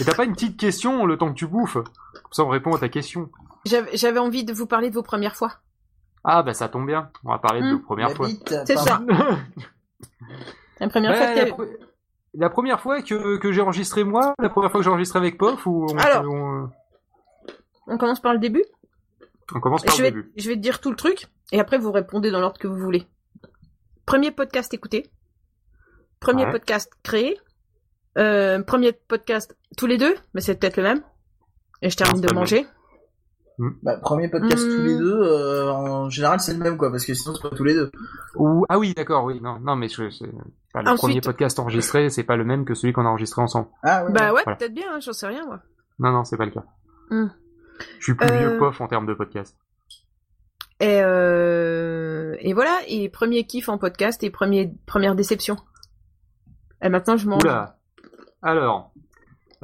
Speaker 2: Et t'as pas une petite question le temps que tu bouffes Comme ça, on répond à ta question.
Speaker 1: J'avais j'avais envie de vous parler de vos premières fois.
Speaker 2: Ah, bah ça tombe bien. On va parler de
Speaker 1: Hmm.
Speaker 2: nos premières fois.
Speaker 3: Addict,
Speaker 1: C'est
Speaker 3: pardon.
Speaker 1: ça. La première
Speaker 2: Bah,
Speaker 1: fois que
Speaker 2: la,
Speaker 1: t'as-
Speaker 2: pre- la première fois que, que j'ai enregistré moi, la première fois que j'ai enregistré avec Pof, ou on,
Speaker 1: Alors.
Speaker 2: on-
Speaker 1: on commence par le début.
Speaker 2: on commence par
Speaker 1: je
Speaker 2: le
Speaker 1: vais,
Speaker 2: début.
Speaker 1: je vais te dire tout le truc, et après vous répondez dans l'ordre que vous voulez. Premier podcast écouté. Premier
Speaker 2: Ouais.
Speaker 1: podcast créé. Euh, premier podcast tous les deux, mais c'est peut-être le même. Et je termine
Speaker 2: Non, c'est
Speaker 1: de
Speaker 2: pas le
Speaker 1: manger.
Speaker 3: Bah, premier podcast tous
Speaker 1: Hmm.
Speaker 2: Mmh.
Speaker 3: les deux. euh, en général c'est le même quoi parce que sinon c'est pas tous les deux.
Speaker 2: Ou ah oui, d'accord, oui, non, non, mais je, c'est pas le
Speaker 1: Ensuite-
Speaker 2: premier podcast enregistré, c'est pas le même que celui qu'on a enregistré ensemble.
Speaker 3: Ah ouais.
Speaker 1: Bah ouais,
Speaker 2: Voilà.
Speaker 1: peut-être bien, hein, j'en sais rien moi.
Speaker 2: Non, non, c'est pas le cas.
Speaker 1: Hmm.
Speaker 2: Je suis plus
Speaker 1: Euh.
Speaker 2: vieux que Pof en termes de podcast.
Speaker 1: Et, euh, et voilà, et premier kiff en podcast et premier, première déception. Et maintenant je mange.
Speaker 2: Oula. Alors,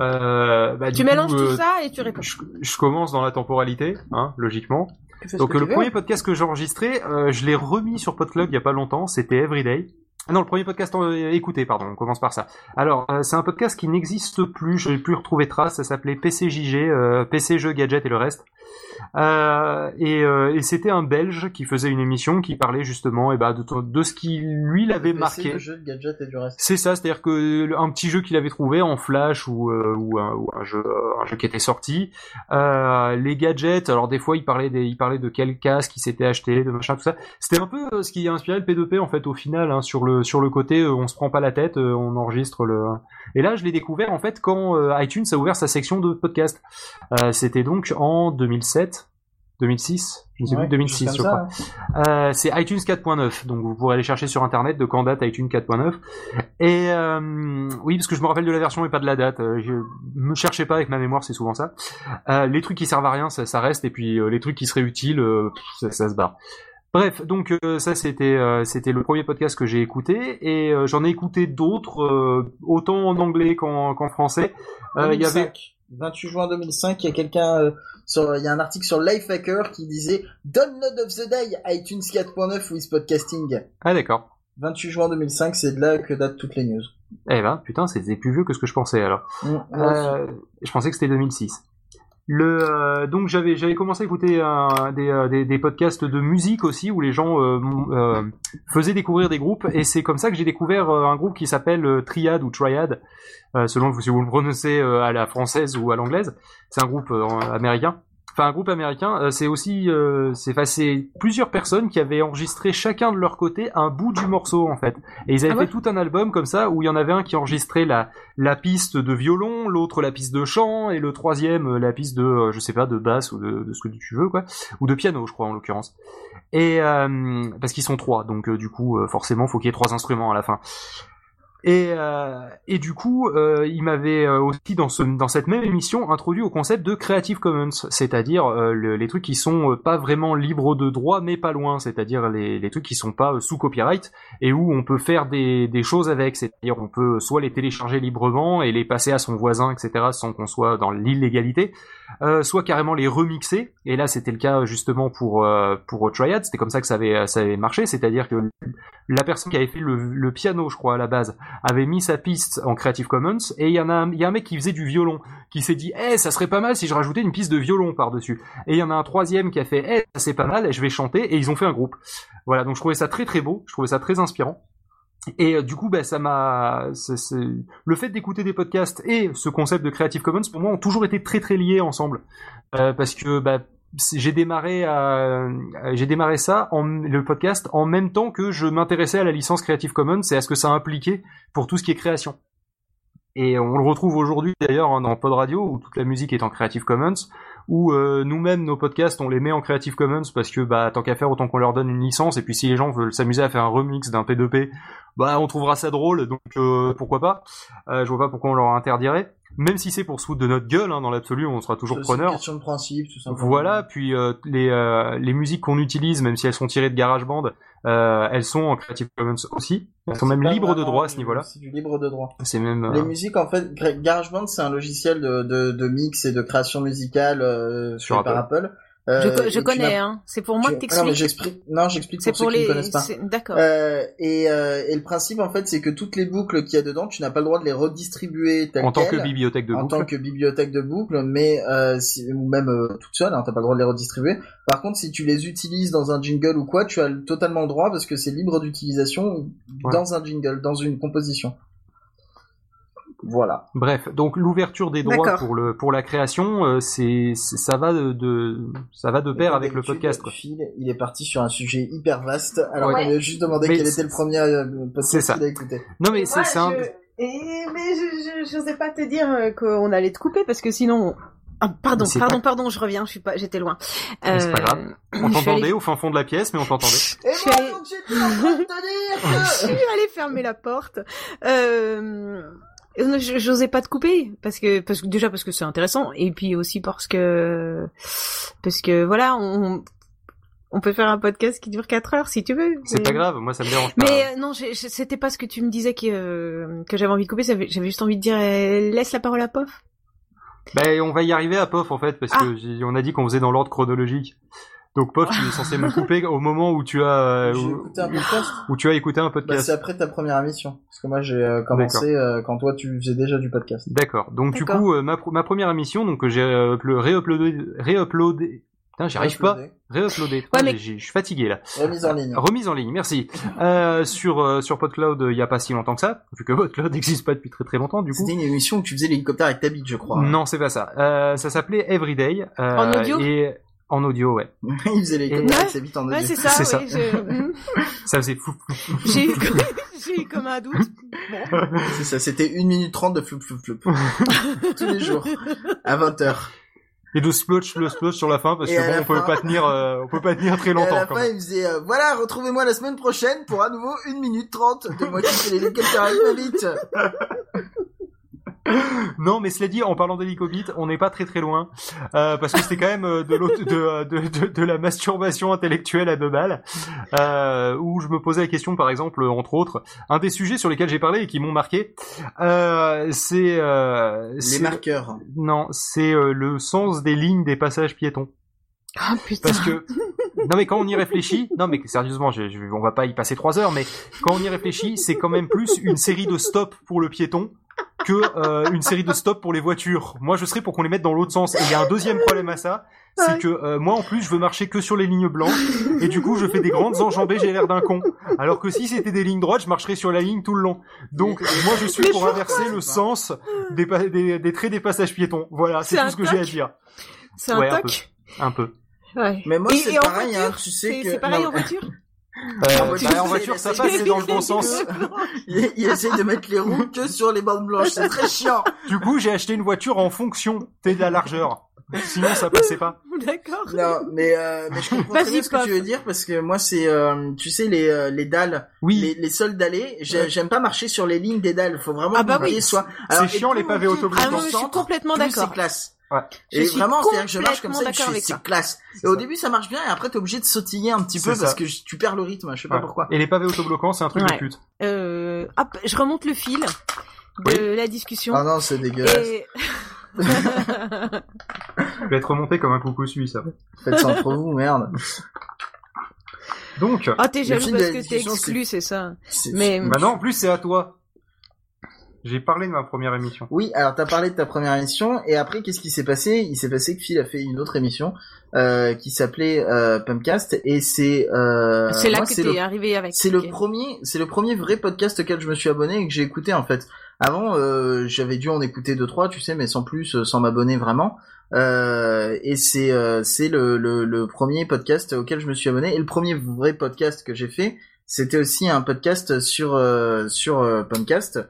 Speaker 2: euh, bah,
Speaker 1: Tu
Speaker 2: du coup,
Speaker 1: mélanges
Speaker 2: euh,
Speaker 1: tout ça et tu réponds.
Speaker 2: Je, je commence dans la temporalité, hein, logiquement.
Speaker 1: Tu fais ce
Speaker 2: Donc
Speaker 1: que
Speaker 2: le
Speaker 1: tu veux.
Speaker 2: premier podcast que j'ai enregistré, euh, je l'ai remis sur PodClub il y a pas longtemps, c'était Everyday. Ah Non, le premier podcast euh, écouté, pardon, on commence par ça. Alors, euh, c'est un podcast qui n'existe plus, je n'ai plus retrouvé trace, ça s'appelait PCJG, euh, PC Jeux, Gadgets et le reste. Euh, et euh, et c'était un Belge qui faisait une émission qui parlait justement eh ben, de, de ce qui
Speaker 1: Ah,
Speaker 2: lui l'avait
Speaker 3: Le
Speaker 2: marqué.
Speaker 3: PC, Bah, le jeu de gadget et du reste.
Speaker 2: C'est ça, c'est-à-dire que le- un petit jeu qu'il avait trouvé en Flash ou, euh, ou, un, ou un jeu, euh, un jeu qui était sorti, euh, les gadgets. Alors des fois, il parlait, des, il parlait de quel casque il s'était acheté, de machin, tout ça. C'était un peu euh, ce qui a inspiré le P2P en fait au final hein, sur le sur le côté, euh, on se prend pas la tête, euh, on enregistre le. Et là, je l'ai découvert en fait quand euh, iTunes a ouvert sa section de podcast. Euh, C'était donc en 2007. 2006 Je sais
Speaker 3: Ouais,
Speaker 2: plus, 2006
Speaker 3: juste
Speaker 2: je
Speaker 3: comme
Speaker 2: crois.
Speaker 3: ça,
Speaker 2: Euh, c'est iTunes 4.9, donc vous pourrez aller chercher sur internet de quand date iTunes 4.9. Et euh, oui, parce que je me rappelle de la version et pas de la date. Euh, je me cherchez pas avec ma mémoire, c'est souvent ça. Euh, les trucs qui servent à rien, ça, ça reste, et puis euh, les trucs qui seraient utiles, euh, pff, ça, ça se barre. Bref, donc euh, ça c'était euh, c'était le premier podcast que j'ai écouté et euh, j'en ai écouté d'autres euh, autant en anglais qu'en qu'en français.
Speaker 3: ouais.
Speaker 2: Euh, Il y avait
Speaker 3: 2005. 28 juin 2005, il y a quelqu'un euh, sur, il y a un article sur Lifehacker qui disait Download of the Day, iTunes 4.9 with podcasting.
Speaker 2: ah d'accord.
Speaker 3: 28 juin 2005, c'est de là que datent toutes les news.
Speaker 2: Eh ben putain, c'était plus vieux que ce que je pensais alors.
Speaker 3: Mm, ouais.
Speaker 2: Euh, je pensais que c'était 2006. Le, euh, donc j'avais j'avais commencé à écouter euh, des, euh, des, des podcasts de musique aussi où les gens euh, m'ont, euh, faisaient découvrir des groupes et c'est comme ça que j'ai découvert euh, un groupe qui s'appelle euh, Triad ou Triad euh, selon vous- si vous le prononcez euh, à la française ou à l'anglaise c'est un groupe euh, américain enfin un groupe américain euh, c'est aussi euh, c'est enfin, c'est plusieurs personnes qui avaient enregistré chacun de leur côté un bout du morceau en fait et ils avaient
Speaker 1: Ah ouais
Speaker 2: fait tout un album comme ça où il y en avait un qui enregistrait la la piste de violon, l'autre la piste de chant, et le troisième euh, la piste de, euh, je sais pas, de basse ou de, de ce que tu veux, quoi, ou de piano, je crois, en l'occurrence. Et euh, parce qu'ils sont trois, donc euh, du coup, euh, forcément, faut qu'il y ait trois instruments à la fin. Et, euh, et du coup, euh, il m'avait euh, aussi dans, ce, dans cette même émission introduit au concept de Creative Commons, c'est-à-dire euh, le- les trucs qui sont euh, pas vraiment libres de droit, mais pas loin, c'est-à-dire les, les trucs qui sont pas euh, sous copyright, et où on peut faire des, des choses avec. C'est-à-dire on peut soit les télécharger librement et les passer à son voisin, etc., sans qu'on soit dans l'illégalité, euh, soit carrément les remixer. Et là, c'était le cas euh, justement pour euh, pour Triad. C'était comme ça que ça avait ça avait marché. C'est-à-dire que la personne qui avait fait le, le piano, je crois à la base, avait mis sa piste en Creative Commons. Et il y en a un- il y a un mec qui faisait du violon, qui s'est dit, eh, ça serait pas mal si je rajoutais une piste de violon par dessus. Et il y en a un troisième qui a fait, eh, ça c'est pas mal, je vais chanter. Et ils ont fait un groupe. Voilà, donc je trouvais ça très très beau, je trouvais ça très inspirant. Et euh, du coup, bah, ça m'a, c'est- c'est- le fait d'écouter des podcasts et ce concept de Creative Commons pour moi ont toujours été très très liés ensemble, Euh, parce que bah, c'est- j'ai démarré, à- j'ai démarré ça en le podcast en même temps que je m'intéressais à la licence Creative Commons et à ce que ça impliquait pour tout ce qui est création. Et on le retrouve aujourd'hui d'ailleurs hein, dans Pod Radio où toute la musique est en Creative Commons où euh, nous-mêmes nos podcasts on les met en Creative Commons parce que bah tant qu'à faire autant qu'on leur donne une licence et puis si les gens veulent s'amuser à faire un remix d'un P2P bah on trouvera ça drôle donc euh, pourquoi pas Euh, je vois pas pourquoi on leur interdirait même si c'est pour se foutre de notre gueule hein, dans l'absolu on sera toujours
Speaker 3: C'est
Speaker 2: preneur
Speaker 3: une question de principe, tout simplement.
Speaker 2: voilà, puis euh, les, euh, les musiques qu'on utilise, même si elles sont tirées de GarageBand, euh, elles sont en Creative Commons aussi. Elles sont
Speaker 3: Bah, C'est
Speaker 2: même
Speaker 3: pas
Speaker 2: libres de
Speaker 3: vraiment
Speaker 2: droit à ce
Speaker 3: du-
Speaker 2: niveau-là.
Speaker 3: C'est du libre de droit.
Speaker 2: C'est même... euh,
Speaker 3: Les musiques, en fait, Gra- GarageBand, c'est un logiciel de, de, de mix et de création musicale euh,
Speaker 2: Sur
Speaker 3: fait par Apple. Euh,
Speaker 1: Je, co-
Speaker 3: et
Speaker 1: je
Speaker 3: tu
Speaker 1: connais,
Speaker 3: m'as-
Speaker 1: hein. C'est pour moi
Speaker 3: tu-
Speaker 1: que
Speaker 3: Non, mais
Speaker 1: t'expliques.
Speaker 3: j'explique. Non, j'explique
Speaker 1: C'est
Speaker 3: pour,
Speaker 1: pour
Speaker 3: ceux qui ne
Speaker 1: les.
Speaker 3: connaissent pas.
Speaker 1: c'est- D'accord.
Speaker 3: Euh, et, euh, et le principe, en fait, c'est que toutes les boucles qu'il y a dedans, tu n'as pas le droit de les redistribuer telles
Speaker 2: en tant que
Speaker 3: quelles,
Speaker 2: bibliothèque de
Speaker 3: en
Speaker 2: boucle.
Speaker 3: tant que bibliothèque de boucles, mais euh, si- ou même euh, toute seule, hein, t'as pas le droit de les redistribuer. Par contre, si tu les utilises dans un jingle ou quoi, tu as le- totalement le droit parce que c'est libre d'utilisation dans un jingle, dans une composition. Voilà.
Speaker 2: Bref, donc l'ouverture des droits
Speaker 1: D'accord.
Speaker 2: pour, le, pour la création, euh, c'est c'est- ça va de, de- ça va de pair
Speaker 3: Comme
Speaker 2: avec le
Speaker 3: d'habitude,
Speaker 2: podcast. quoi.
Speaker 3: Phil, il est parti sur un sujet hyper vaste, alors
Speaker 2: Ouais.
Speaker 3: qu'on lui a juste demandé
Speaker 2: Mais
Speaker 3: quel
Speaker 2: c'est-
Speaker 3: était le premier euh,
Speaker 2: c'est
Speaker 3: podcast
Speaker 2: ça.
Speaker 3: qu'il a écouté.
Speaker 2: Non mais
Speaker 1: Et
Speaker 2: c'est
Speaker 1: moi,
Speaker 2: c'est un...
Speaker 1: je- Et- mais je, je, je sais pas te dire euh, qu'on allait te couper parce que sinon. Ah, pardon,
Speaker 2: Mais c'est
Speaker 1: pardon, pardon, je reviens, je suis pas, j'étais loin. Euh,
Speaker 2: Mais c'est pas grave. On
Speaker 1: je suis
Speaker 2: t'entendait
Speaker 1: allée-
Speaker 2: au fin fond de la pièce, mais on t'entendait.
Speaker 3: Et
Speaker 1: Je suis
Speaker 3: moi,
Speaker 1: allée-
Speaker 3: donc, j'étais en train de te
Speaker 1: Je
Speaker 3: dire
Speaker 1: suis allée fermer la porte. Euh, je- J'osais pas te couper parce que, parce que déjà parce que c'est intéressant et puis aussi parce que parce que voilà on on peut faire un podcast qui dure 4 heures si tu veux.
Speaker 2: C'est
Speaker 1: Mais-
Speaker 2: pas grave, moi ça me dérange pas.
Speaker 3: Ah.
Speaker 1: Mais euh, non, j'ai- j'ai- c'était pas ce que tu me disais que euh, que j'avais envie de couper. j'avais j'avais juste envie de dire euh, laisse la parole à Pof.
Speaker 2: Ben, on va y arriver à POF en fait, parce
Speaker 1: Ah.
Speaker 2: que j'ai- on a dit qu'on faisait dans l'ordre chronologique. Donc POF, tu es censé me couper au moment où tu as,
Speaker 3: que j'ai
Speaker 2: où,
Speaker 3: écouté un podcast.
Speaker 2: où tu as écouté un
Speaker 3: Bah,
Speaker 2: Euh, podcast.
Speaker 3: c'est après ta première émission. Parce que moi, j'ai euh, commencé euh, quand toi, tu faisais déjà du podcast.
Speaker 2: D'accord. Donc du
Speaker 1: D'accord.
Speaker 2: coup, euh, ma, pr- ma première émission, donc que j'ai euh, uplo- réuploadé, réuploadé. Putain, j'y arrive pas.
Speaker 3: Uploadé.
Speaker 2: Réuploadé. Putain,
Speaker 1: mais-
Speaker 2: j'ai- j'ai- Je suis fatigué là.
Speaker 3: Remise en ligne.
Speaker 2: Remise en ligne, merci. Euh, sur euh, sur PodCloud, euh, il y a pas si longtemps que ça, vu que PodCloud n'existe pas depuis très très longtemps. Du coup,
Speaker 3: C'était une émission où tu faisais l'hélicoptère avec ta bite, je crois.
Speaker 2: non, c'est pas ça. Euh, ça s'appelait Everyday. euh,
Speaker 1: En audio
Speaker 2: et... En audio, ouais.
Speaker 3: Il faisait l'hélicoptère
Speaker 1: Ouais.
Speaker 3: avec sa bite en audio.
Speaker 1: Ouais, c'est ça.
Speaker 2: C'est
Speaker 1: oui,
Speaker 2: ça.
Speaker 1: je- hmm.
Speaker 2: Ça faisait fou. fou, fou.
Speaker 1: J'ai eu j'ai eu comme un doute. Bon.
Speaker 3: C'est ça, c'était 1 minute 30 de flou flou flou. Tous les jours, à 20h.
Speaker 2: et de splotch le splotch sur la fin parce
Speaker 3: Et
Speaker 2: que
Speaker 3: à la
Speaker 2: bon, on peut
Speaker 3: fin-
Speaker 2: pas tenir, euh, on peut pas tenir très
Speaker 3: Et à
Speaker 2: longtemps.
Speaker 3: la
Speaker 2: quand
Speaker 3: fin,
Speaker 2: même.
Speaker 3: il faisait euh, voilà, retrouvez-moi la semaine prochaine pour à nouveau 1 minute 30 de moi qui fais les hélicoptères ma bite.
Speaker 2: Non, mais cela dit, en parlant d'hélicobite, on n'est pas très très loin euh, parce que c'était quand même euh, de, l'autre- de, euh, de, de, de la masturbation intellectuelle à deux balles euh, où je me posais la question, par exemple, entre autres, un des sujets sur lesquels j'ai parlé et qui m'ont marqué, euh, c'est euh,
Speaker 3: Les
Speaker 2: c'est-
Speaker 3: marqueurs.
Speaker 2: non, c'est euh, le sens des lignes des passages piétons.
Speaker 1: Ah putain.
Speaker 2: Parce que non mais quand on y réfléchit, non mais sérieusement, je, je- on va pas y passer trois heures, mais quand on y réfléchit, c'est quand même plus une série de stops pour le piéton que euh, une série de stops pour les voitures. Moi, je serais pour qu'on les mette dans l'autre sens. Et il y a un deuxième problème à ça, c'est que euh, moi en plus, je veux marcher que sur les lignes blanches et du coup, je fais des grandes enjambées, j'ai l'air d'un con. Alors que si c'était des lignes droites, je marcherais sur la ligne tout le long. Donc moi, je suis
Speaker 1: Mais
Speaker 2: pour inverser le sens des, pa- des, des traits des passages piétons. Voilà, c'est
Speaker 1: C'est
Speaker 2: tout
Speaker 1: un
Speaker 2: ce que j'ai à
Speaker 1: toc.
Speaker 2: dire.
Speaker 1: C'est un
Speaker 2: Ouais, un
Speaker 1: toc.
Speaker 2: Un peu.
Speaker 1: Ouais.
Speaker 3: Mais moi,
Speaker 1: Et-
Speaker 3: c'est
Speaker 1: et en
Speaker 3: pareil,
Speaker 1: voiture,
Speaker 3: hein, tu sais
Speaker 1: C'est
Speaker 3: que.
Speaker 1: c'est pareil
Speaker 3: Non.
Speaker 1: en voiture
Speaker 2: Euh,
Speaker 3: En voiture,
Speaker 2: bah, en
Speaker 3: c'est-
Speaker 2: voiture, ça
Speaker 3: c'est-
Speaker 2: passe, c'est dans le bon sens.
Speaker 3: il, il essaye de mettre les roues que sur les bandes blanches, c'est très chiant.
Speaker 2: Du coup, j'ai acheté une voiture en fonction t'es de la largeur. Sinon, ça passait pas.
Speaker 1: D'accord.
Speaker 3: Non, mais, euh, mais je comprends très
Speaker 1: Vas-y,
Speaker 3: bien ce que
Speaker 1: Pop.
Speaker 3: tu veux dire parce que moi, c'est, euh, tu sais, les, euh, les dalles, les,
Speaker 2: Oui,
Speaker 3: les sols dallées, j'ai-
Speaker 2: Ouais.
Speaker 3: j'aime pas marcher sur les lignes des dalles. Faut vraiment
Speaker 1: Ah bah
Speaker 3: qu'on
Speaker 1: oui.
Speaker 3: y soit.
Speaker 2: c'est
Speaker 3: Alors,
Speaker 2: chiant
Speaker 3: et
Speaker 2: les
Speaker 3: plus
Speaker 2: pavés
Speaker 3: on
Speaker 1: Ah
Speaker 3: tire au
Speaker 2: automobilisants.
Speaker 1: non, mais je suis
Speaker 3: centre,
Speaker 1: complètement
Speaker 3: plus c'est
Speaker 1: d'accord.
Speaker 3: classe.
Speaker 2: Ouais.
Speaker 1: Je
Speaker 3: Et
Speaker 1: suis
Speaker 3: vraiment, c'est-à-dire que je marche comme
Speaker 1: complètement
Speaker 3: ça, et je
Speaker 1: d'accord
Speaker 3: suis-
Speaker 1: avec
Speaker 3: c'est
Speaker 1: ça.
Speaker 3: classe.
Speaker 2: C'est
Speaker 3: Et au
Speaker 2: ça.
Speaker 3: début, ça marche bien, et après, t'es obligé de sautiller un petit
Speaker 2: C'est
Speaker 3: peu
Speaker 2: ça.
Speaker 3: parce que je- tu perds le rythme, je sais pas
Speaker 2: Ouais.
Speaker 3: pourquoi.
Speaker 2: Et les pavés autobloquants, c'est un truc de
Speaker 1: Ouais.
Speaker 2: pute.
Speaker 1: Euh, hop, je remonte le fil de la discussion.
Speaker 3: Ah non, c'est
Speaker 1: et...
Speaker 2: Je vais être remonté comme un coucou suisse. hein. ça.
Speaker 3: Faites ça entre vous, merde.
Speaker 2: Donc,
Speaker 1: Ah, t'es jaloux
Speaker 3: fil de
Speaker 1: parce
Speaker 3: la
Speaker 1: que t'es
Speaker 3: discussion,
Speaker 1: exclu, c'est ça.
Speaker 3: C'est-
Speaker 1: Mais
Speaker 2: maintenant, en plus, c'est à toi. J'ai parlé de ma première émission.
Speaker 3: Oui, alors t'as parlé de ta première émission et après qu'est-ce qui s'est passé Il s'est passé que Phil a fait une autre émission euh, qui s'appelait euh, Pumpcast et c'est euh,
Speaker 1: c'est là
Speaker 3: moi,
Speaker 1: que
Speaker 3: c'est
Speaker 1: t'es
Speaker 3: le,
Speaker 1: arrivé avec.
Speaker 3: c'est le
Speaker 1: Ok.
Speaker 3: premier c'est le premier vrai podcast auquel je me suis abonné et que j'ai écouté en fait. Avant euh, j'avais dû en écouter deux trois tu sais mais sans plus euh, sans m'abonner vraiment. Euh, et c'est euh, c'est le, le le premier podcast auquel je me suis abonné et le premier vrai podcast que j'ai fait c'était aussi un podcast sur euh, sur euh, Pumpcast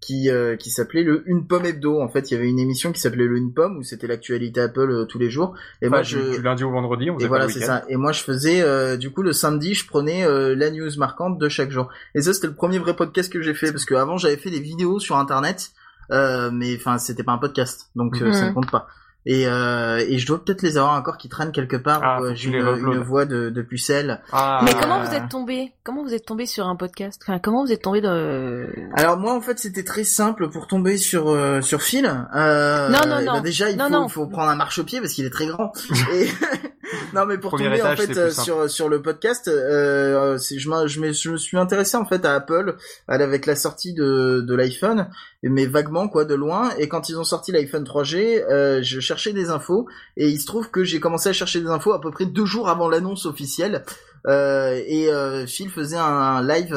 Speaker 3: qui euh, qui s'appelait le Une pomme hebdo. En fait, il y avait une émission qui s'appelait le Une pomme où c'était l'actualité Apple euh, tous les jours. Et
Speaker 2: Enfin,
Speaker 3: moi
Speaker 2: du, du
Speaker 3: je
Speaker 2: lundi au vendredi, on faisait
Speaker 3: et voilà
Speaker 2: pas le
Speaker 3: c'est
Speaker 2: week-end.
Speaker 3: ça. Et moi je faisais euh, du coup le samedi je prenais euh, la news marquante de chaque jour. Et ça c'était le premier vrai podcast que j'ai fait parce que avant j'avais fait des vidéos sur internet, euh, mais enfin c'était pas un podcast donc euh,
Speaker 1: Mhm.
Speaker 3: ça ne compte pas. Et, euh, et je dois peut-être les avoir encore qui traînent quelque part.
Speaker 2: Ah,
Speaker 3: où,
Speaker 2: faut
Speaker 3: euh,
Speaker 2: que
Speaker 3: J'ai
Speaker 2: tu les
Speaker 3: une,
Speaker 2: re-uploades.
Speaker 3: une voix de, de pucelle.
Speaker 2: Ah,
Speaker 1: Mais
Speaker 3: Euh,
Speaker 1: comment vous êtes tombé Comment vous êtes tombé sur un podcast Enfin, comment vous êtes tombé euh, de
Speaker 3: Alors moi en fait c'était très simple pour tomber sur euh, sur Phil. Euh,
Speaker 1: Non, non,
Speaker 3: eh ben,
Speaker 1: non.
Speaker 3: déjà il
Speaker 1: Non,
Speaker 3: faut,
Speaker 1: non.
Speaker 3: faut prendre un marchepied parce qu'il est très grand. Et... non mais pour
Speaker 2: Premier
Speaker 3: tomber
Speaker 2: étage,
Speaker 3: en
Speaker 2: c'est
Speaker 3: fait
Speaker 2: plus
Speaker 3: euh,
Speaker 2: simple.
Speaker 3: sur sur le podcast, euh, c'est- je, m'en- je, me, je me suis intéressé en fait à Apple à- avec la sortie de de l'iPhone, mais vaguement quoi de loin. Et quand ils ont sorti l'iPhone 3G, euh, je cherchais des infos et il se trouve que j'ai commencé à chercher des infos à peu près deux jours avant l'annonce officielle. Euh, et euh, Phil faisait un live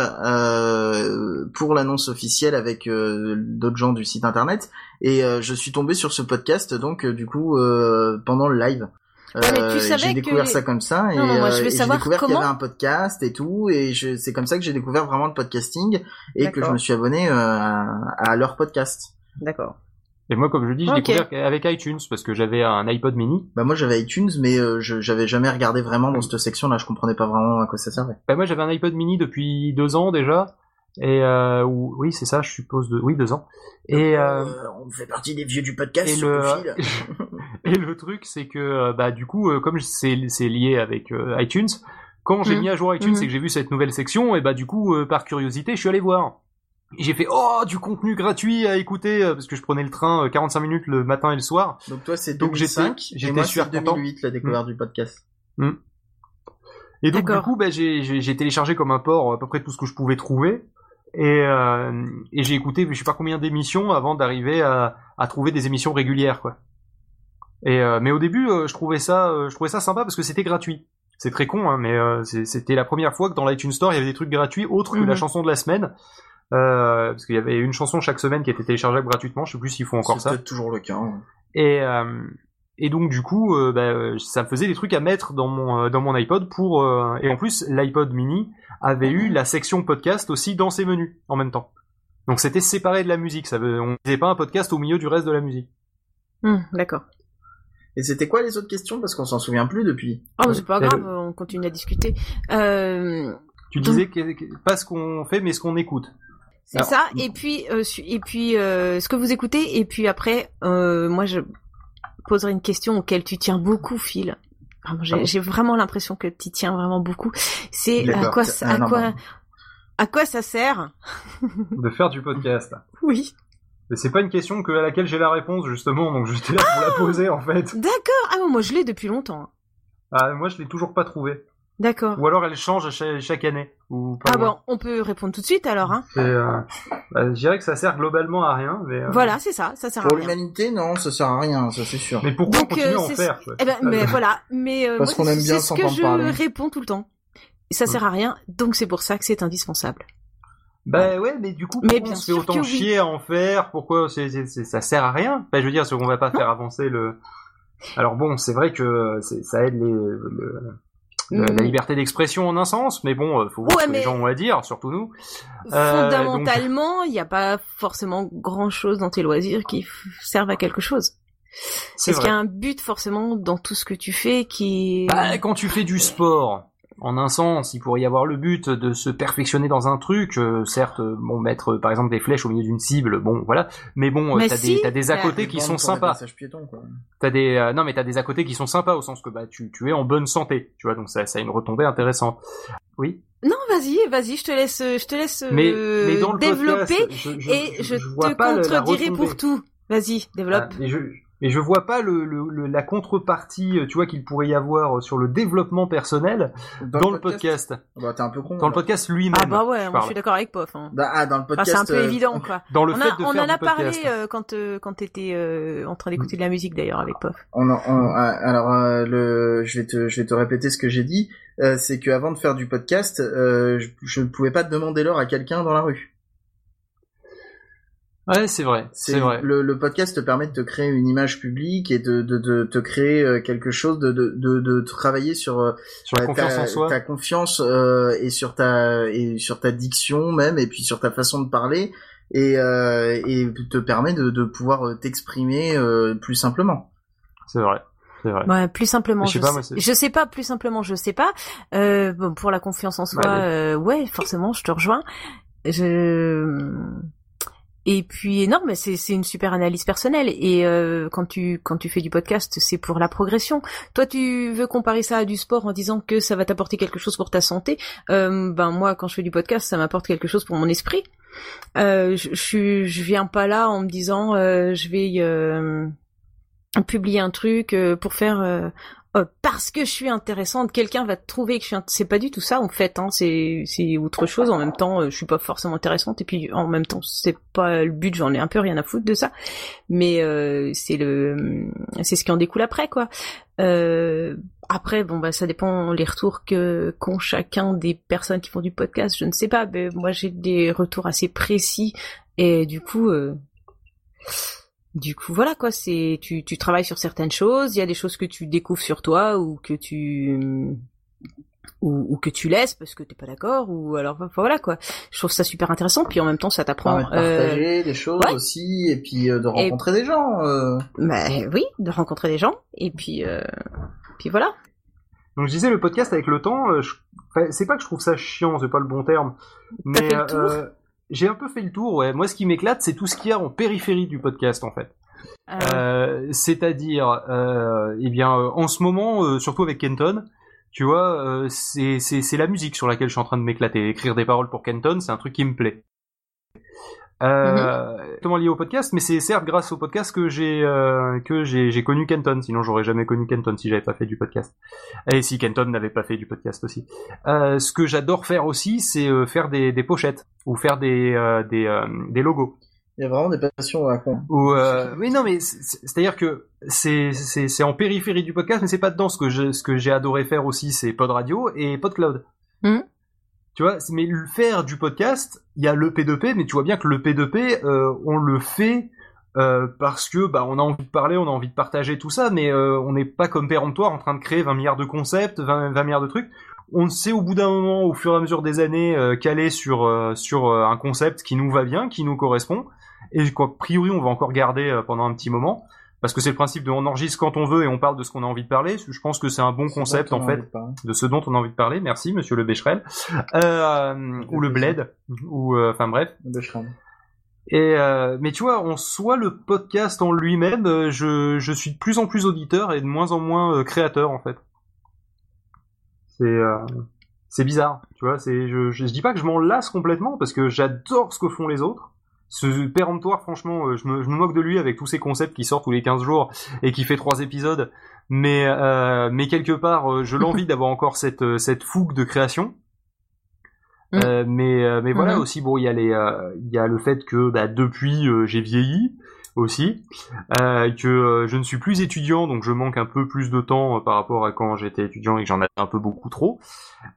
Speaker 3: euh, pour l'annonce officielle avec euh, d'autres gens du site internet et euh, je suis tombé sur ce podcast donc euh, du coup euh, pendant le live.
Speaker 1: Ah, mais tu
Speaker 3: Euh, et
Speaker 1: savais
Speaker 3: j'ai
Speaker 1: que
Speaker 3: découvert
Speaker 1: les-
Speaker 3: ça comme ça et,
Speaker 1: Non, non, moi, je
Speaker 3: euh,
Speaker 1: veux
Speaker 3: et j'ai
Speaker 1: savoir
Speaker 3: découvert qu'il y
Speaker 1: comment-
Speaker 3: avait un podcast et tout et je, c'est comme ça que j'ai découvert vraiment le podcasting et que
Speaker 1: D'accord.
Speaker 3: je me suis abonné euh, à, à leur podcast.
Speaker 1: D'accord.
Speaker 2: Et moi, comme je dis, j'ai
Speaker 1: Ok.
Speaker 2: découvert avec iTunes parce que j'avais un iPod mini.
Speaker 3: Bah moi j'avais iTunes mais euh, je, j'avais jamais regardé vraiment dans cette section là je comprenais pas vraiment à quoi ça servait.
Speaker 2: Bah, moi, j'avais un iPod mini depuis deux ans déjà. Et euh, ou- oui, c'est ça, je suppose. De... Oui, deux ans. Et euh,
Speaker 3: on fait partie des vieux du podcast.
Speaker 2: et le et le truc c'est que euh, bah du coup euh, comme c'est c'est lié avec euh, iTunes quand j'ai
Speaker 1: Mhm.
Speaker 2: mis à jour iTunes
Speaker 1: Mhm.
Speaker 2: et que j'ai vu cette nouvelle section et bah du coup euh, par curiosité je suis allé voir j'ai fait oh du contenu gratuit à écouter euh, parce que je prenais le train euh, 45 minutes le matin et le soir
Speaker 3: Donc toi c'est
Speaker 2: Donc,
Speaker 3: 2005
Speaker 2: j'étais-
Speaker 3: et moi
Speaker 2: j'étais
Speaker 3: c'est
Speaker 2: super content. Mmh.
Speaker 3: 2008 la découverte du podcast.
Speaker 2: et donc du
Speaker 1: D'accord.
Speaker 2: coup bah, j'ai j'ai j'ai téléchargé comme un port euh, à peu près tout ce que je pouvais trouver et euh, et j'ai écouté je sais pas combien d'émissions avant d'arriver à à trouver des émissions régulières quoi et euh, mais au début euh, je trouvais ça euh, je trouvais ça sympa parce que c'était gratuit c'est très con hein, mais euh, c'est- c'était la première fois que dans l'iTunes Store il y avait des trucs gratuits autres que
Speaker 1: Mhm.
Speaker 2: la chanson de la semaine euh, parce qu'il y avait une chanson chaque semaine qui était téléchargeable gratuitement je sais plus s'ils font encore
Speaker 3: C'est
Speaker 2: ça
Speaker 3: peut-être toujours le cas. hein.
Speaker 2: et euh, et donc du coup euh, bah, euh, ça me faisait des trucs à mettre dans mon euh, dans mon iPod pour euh, et en plus l'iPod mini avait eu la section podcast aussi dans ses menus en même temps donc c'était séparé de la musique ça veut, on faisait pas un podcast au milieu du reste de la musique
Speaker 1: Hum, D'accord.
Speaker 3: Et c'était quoi les autres questions Parce qu'on s'en souvient plus depuis.
Speaker 1: Ah, mais c'est pas
Speaker 2: Euh,
Speaker 1: grave, on continue à discuter. Euh,
Speaker 2: Tu disais que- que- pas ce qu'on fait, mais ce qu'on écoute.
Speaker 1: c'est
Speaker 2: Alors,
Speaker 1: ça. Et puis, euh, su- et puis, euh, ce que vous écoutez. Et puis après, euh, moi, je poserai une question auquelle tu tiens beaucoup, Phil. Vraiment,
Speaker 3: Ah
Speaker 1: J'ai
Speaker 3: bon
Speaker 1: j'ai vraiment l'impression que tu tiens vraiment beaucoup. C'est à
Speaker 3: D'accord.
Speaker 1: quoi, ça-
Speaker 3: Ah,
Speaker 1: à
Speaker 3: non,
Speaker 1: quoi,
Speaker 3: pardon.
Speaker 1: à quoi ça sert
Speaker 2: De faire du podcast.
Speaker 1: Oui.
Speaker 2: Mais c'est pas une question que, à laquelle j'ai la réponse, justement, donc j'étais là pour la poser, en fait.
Speaker 1: D'accord. Ah, moi, je l'ai depuis longtemps.
Speaker 2: Ah, moi, je l'ai toujours pas trouvée.
Speaker 1: D'accord.
Speaker 2: Ou alors, elle change à cha- chaque, année. Ou pas
Speaker 1: Ah
Speaker 2: loin.
Speaker 1: bon, on peut répondre tout de suite alors. Hein.
Speaker 2: C'est, euh, bah, je dirais que ça sert globalement à rien, mais... euh,
Speaker 1: Voilà, c'est ça. Ça sert à
Speaker 3: Pour
Speaker 1: rien.
Speaker 3: l'humanité, non, ça sert à rien, ça c'est sûr.
Speaker 2: Mais pourquoi
Speaker 1: Donc,
Speaker 2: continuer
Speaker 1: euh,
Speaker 2: à en
Speaker 1: c'est-
Speaker 2: faire quoi
Speaker 1: Eh ben, mais voilà, mais euh,
Speaker 3: Parce
Speaker 1: moi,
Speaker 3: qu'on aime
Speaker 1: c'est-
Speaker 3: bien
Speaker 1: c'est ce que
Speaker 3: s'entendre
Speaker 1: je
Speaker 3: parler.
Speaker 1: réponds tout le temps. Ça sert à rien, donc c'est pour ça que c'est indispensable.
Speaker 2: Bah ouais, mais du coup,
Speaker 1: Eh ben, Mais
Speaker 2: pourquoi
Speaker 1: bien
Speaker 2: on se fait
Speaker 1: sûr que
Speaker 2: autant
Speaker 1: oui.
Speaker 2: chier à en faire Pourquoi c'est c'est- c'est- ça sert à rien Bah je veux dire, c'est qu'on va pas faire avancer le... Alors bon, c'est vrai que c'est- ça aide les, le- le-
Speaker 1: Mm.
Speaker 2: la liberté d'expression en un sens, mais bon, euh, faut voir
Speaker 1: Ouais,
Speaker 2: ce que
Speaker 1: mais- Mm.
Speaker 2: les gens ont à dire, surtout nous. Euh,
Speaker 1: Fondamentalement, il n'y a pas forcément grand-chose dans tes loisirs qui f- servent à quelque chose.
Speaker 2: C'est
Speaker 1: Parce qu'il y
Speaker 2: vrai.
Speaker 1: a un but forcément dans tout ce que tu fais qui...
Speaker 2: Bah, quand tu fais du sport, en un sens, il pourrait y avoir le but de se perfectionner dans un truc, euh, certes, euh, bon, mettre euh, par exemple des flèches au milieu d'une cible, bon, voilà, mais bon, euh,
Speaker 1: Mais
Speaker 2: t'as
Speaker 1: si,
Speaker 2: des, t'as des à
Speaker 1: bah,
Speaker 2: côté qui
Speaker 3: Pour
Speaker 2: sont
Speaker 3: des
Speaker 2: sympas.
Speaker 3: passages piétons, quoi.
Speaker 2: T'as des euh, non mais t'as des à côté qui sont sympas au sens que bah tu, tu es en bonne santé tu vois donc ça ça a une retombée intéressante oui
Speaker 1: Non, vas-y, vas-y, je te laisse, je te laisse
Speaker 2: mais
Speaker 1: euh,
Speaker 2: mais dans le
Speaker 1: développer
Speaker 2: podcast, je, je-
Speaker 1: et je,
Speaker 2: vois
Speaker 1: te
Speaker 2: pas la- la
Speaker 1: contredirai
Speaker 2: retombée.
Speaker 1: pour tout. Vas-y, développe.
Speaker 2: Ah, et je et je vois pas le, le- le- la contrepartie euh, tu vois qu'il pourrait y avoir euh, sur le développement personnel dans, le podcast,
Speaker 3: Ah Bah, t'es un peu con.
Speaker 2: dans le
Speaker 3: alors.
Speaker 2: podcast
Speaker 1: Ah,
Speaker 2: lui-même
Speaker 1: bah ouais, moi, je
Speaker 2: parle.
Speaker 1: suis d'accord avec Pof. hein.
Speaker 3: Bah, ah, dans le
Speaker 1: Bah,
Speaker 3: podcast.
Speaker 1: c'est un peu
Speaker 3: euh,
Speaker 1: évident, quoi.
Speaker 2: dans le
Speaker 1: on,
Speaker 2: fait
Speaker 1: a,
Speaker 2: de
Speaker 1: on
Speaker 2: faire
Speaker 1: en a
Speaker 2: du
Speaker 1: parlé
Speaker 2: podcast hein. Mm.
Speaker 1: euh, quand euh, quand t'étais euh, en train d'écouter de la musique d'ailleurs avec Pof.
Speaker 3: On, en- on- ah, alors, euh, le, je vais te, je vais te répéter ce que j'ai dit. Euh, c'est que avant de faire du podcast, euh, je- je ne pouvais pas demander l'heure à quelqu'un dans la rue.
Speaker 2: ouais c'est vrai c'est
Speaker 3: C'est-
Speaker 2: vrai
Speaker 3: Le, le podcast te permet de te créer une image publique et de, de, de te créer euh, quelque chose, de, de, de, de travailler sur euh,
Speaker 2: sur la
Speaker 3: ta-
Speaker 2: confiance en soi
Speaker 3: ta confiance euh, et sur ta et sur ta diction même et puis sur ta façon de parler et euh, et te permet de, de pouvoir euh, t'exprimer euh, plus simplement.
Speaker 2: c'est vrai c'est vrai
Speaker 1: Ouais, plus simplement.
Speaker 2: Je sais
Speaker 1: Je,
Speaker 2: pas,
Speaker 1: sais,
Speaker 2: moi, c'est-
Speaker 1: je sais pas, plus simplement, je sais pas. Euh, bon, pour la confiance en soi,
Speaker 2: Ouais, ouais.
Speaker 1: euh, ouais, forcément, je te rejoins. Je et puis non, mais c'est c'est une super analyse personnelle. Et euh, quand tu quand tu fais du podcast, c'est pour la progression. Toi, tu veux comparer ça à du sport en disant que ça va t'apporter quelque chose pour ta santé. Euh, ben moi, quand je fais du podcast, ça m'apporte quelque chose pour mon esprit. Euh, je, je suis- je viens pas là en me disant euh, je vais euh, publier un truc euh, pour faire euh, euh, parce que je suis intéressante, quelqu'un va trouver que je suis int- c'est pas du tout ça en fait hein, c'est c'est autre chose en même temps euh, je suis pas forcément intéressante et puis en même temps c'est pas le but, j'en ai un peu rien à foutre de ça. Mais euh, c'est le c'est ce qui en découle après quoi. Euh, après bon bah ça dépend les retours que qu'ont chacun des personnes qui font du podcast, je ne sais pas, mais moi j'ai des retours assez précis et du coup euh, du coup, voilà quoi, c'est tu, tu travailles sur certaines choses, il y a des choses que tu découvres sur toi ou que tu hum, ou, ou que tu laisses parce que t'es pas d'accord ou alors voilà quoi. Je trouve ça super intéressant puis en même temps ça t'apprend.
Speaker 3: Permet Ah de
Speaker 1: euh,
Speaker 3: partager des choses
Speaker 1: ouais.
Speaker 3: aussi et puis euh, de rencontrer des gens. euh.
Speaker 1: bah, oui, de rencontrer des gens et puis euh, puis voilà.
Speaker 2: Donc je disais le podcast avec le temps, euh, je- enfin, c'est pas que je trouve ça chiant, c'est pas le bon terme, mais
Speaker 1: fait le tour
Speaker 2: euh, j'ai un peu fait le tour. Ouais. Moi, ce qui m'éclate, c'est tout ce qu'il y a en périphérie du podcast, en fait.
Speaker 1: Euh,
Speaker 2: Euh, C'est-à-dire, euh, eh bien, euh, en ce moment, euh, surtout avec Kenton, tu vois, euh, c'est c'est- c'est la musique sur laquelle je suis en train de m'éclater. Écrire des paroles pour Kenton, c'est un truc qui me plaît. Euh, Comment lié au podcast, mais c'est certes grâce au podcast que j'ai euh, que j'ai j'ai connu Kenton. Sinon, j'aurais jamais connu Kenton si j'avais pas fait du podcast. Et si Kenton n'avait pas fait du podcast aussi. Euh, ce que j'adore faire aussi, c'est euh, faire des, des pochettes ou faire des euh, des, euh, des logos.
Speaker 3: Il y a vraiment des passions à con.
Speaker 2: Ou euh, oui non mais c'est- c'est- c'est-à-dire que c'est c'est c'est en périphérie du podcast mais c'est pas dedans ce que je, ce que j'ai adoré faire aussi c'est Pod Radio et PodCloud.
Speaker 1: Mhm.
Speaker 2: Tu vois c'est- mais le faire du podcast il y a le P2P mais tu vois bien que le P2P euh, on le fait euh, parce que bah on a envie de parler on a envie de partager tout ça mais euh, on n'est pas comme péremptoire en train de créer 20 milliards de concepts 20, 20 milliards de trucs on sait au bout d'un moment, au fur et à mesure des années, euh, caler sur euh, sur euh, un concept qui nous va bien, qui nous correspond, et qu'a priori on va encore garder euh, pendant un petit moment. parce que c'est le principe de on enregistre quand on veut et on parle de ce qu'on a envie de parler. Je pense que c'est un bon concept en fait de ce dont on a envie de parler. Merci Monsieur le Becherel euh, ou le Bled ou euh, enfin bref. Et euh, mais tu vois, en soi, le podcast en lui-même, euh, je, je suis de plus en plus auditeur et de moins en moins euh, créateur en fait. C'est euh, c'est bizarre, tu vois. C'est je, je, je dis pas que je m'en lasse complètement parce que j'adore ce que font les autres. Ce péremptoire, franchement, euh, je me, je me moque de lui avec tous ces concepts qui sortent tous les 15 jours et qui fait trois épisodes. Mais euh, mais quelque part, euh, je l'envie d'avoir encore cette euh, cette fougue de création.
Speaker 6: Mm.
Speaker 2: Euh, mais euh, mais voilà
Speaker 6: Mhm.
Speaker 2: aussi bon il y a les euh, il y a le fait que bah, depuis euh, j'ai vieilli aussi euh, que euh, je ne suis plus étudiant donc je manque un peu plus de temps euh, par rapport à quand j'étais étudiant et que j'en avais un peu beaucoup trop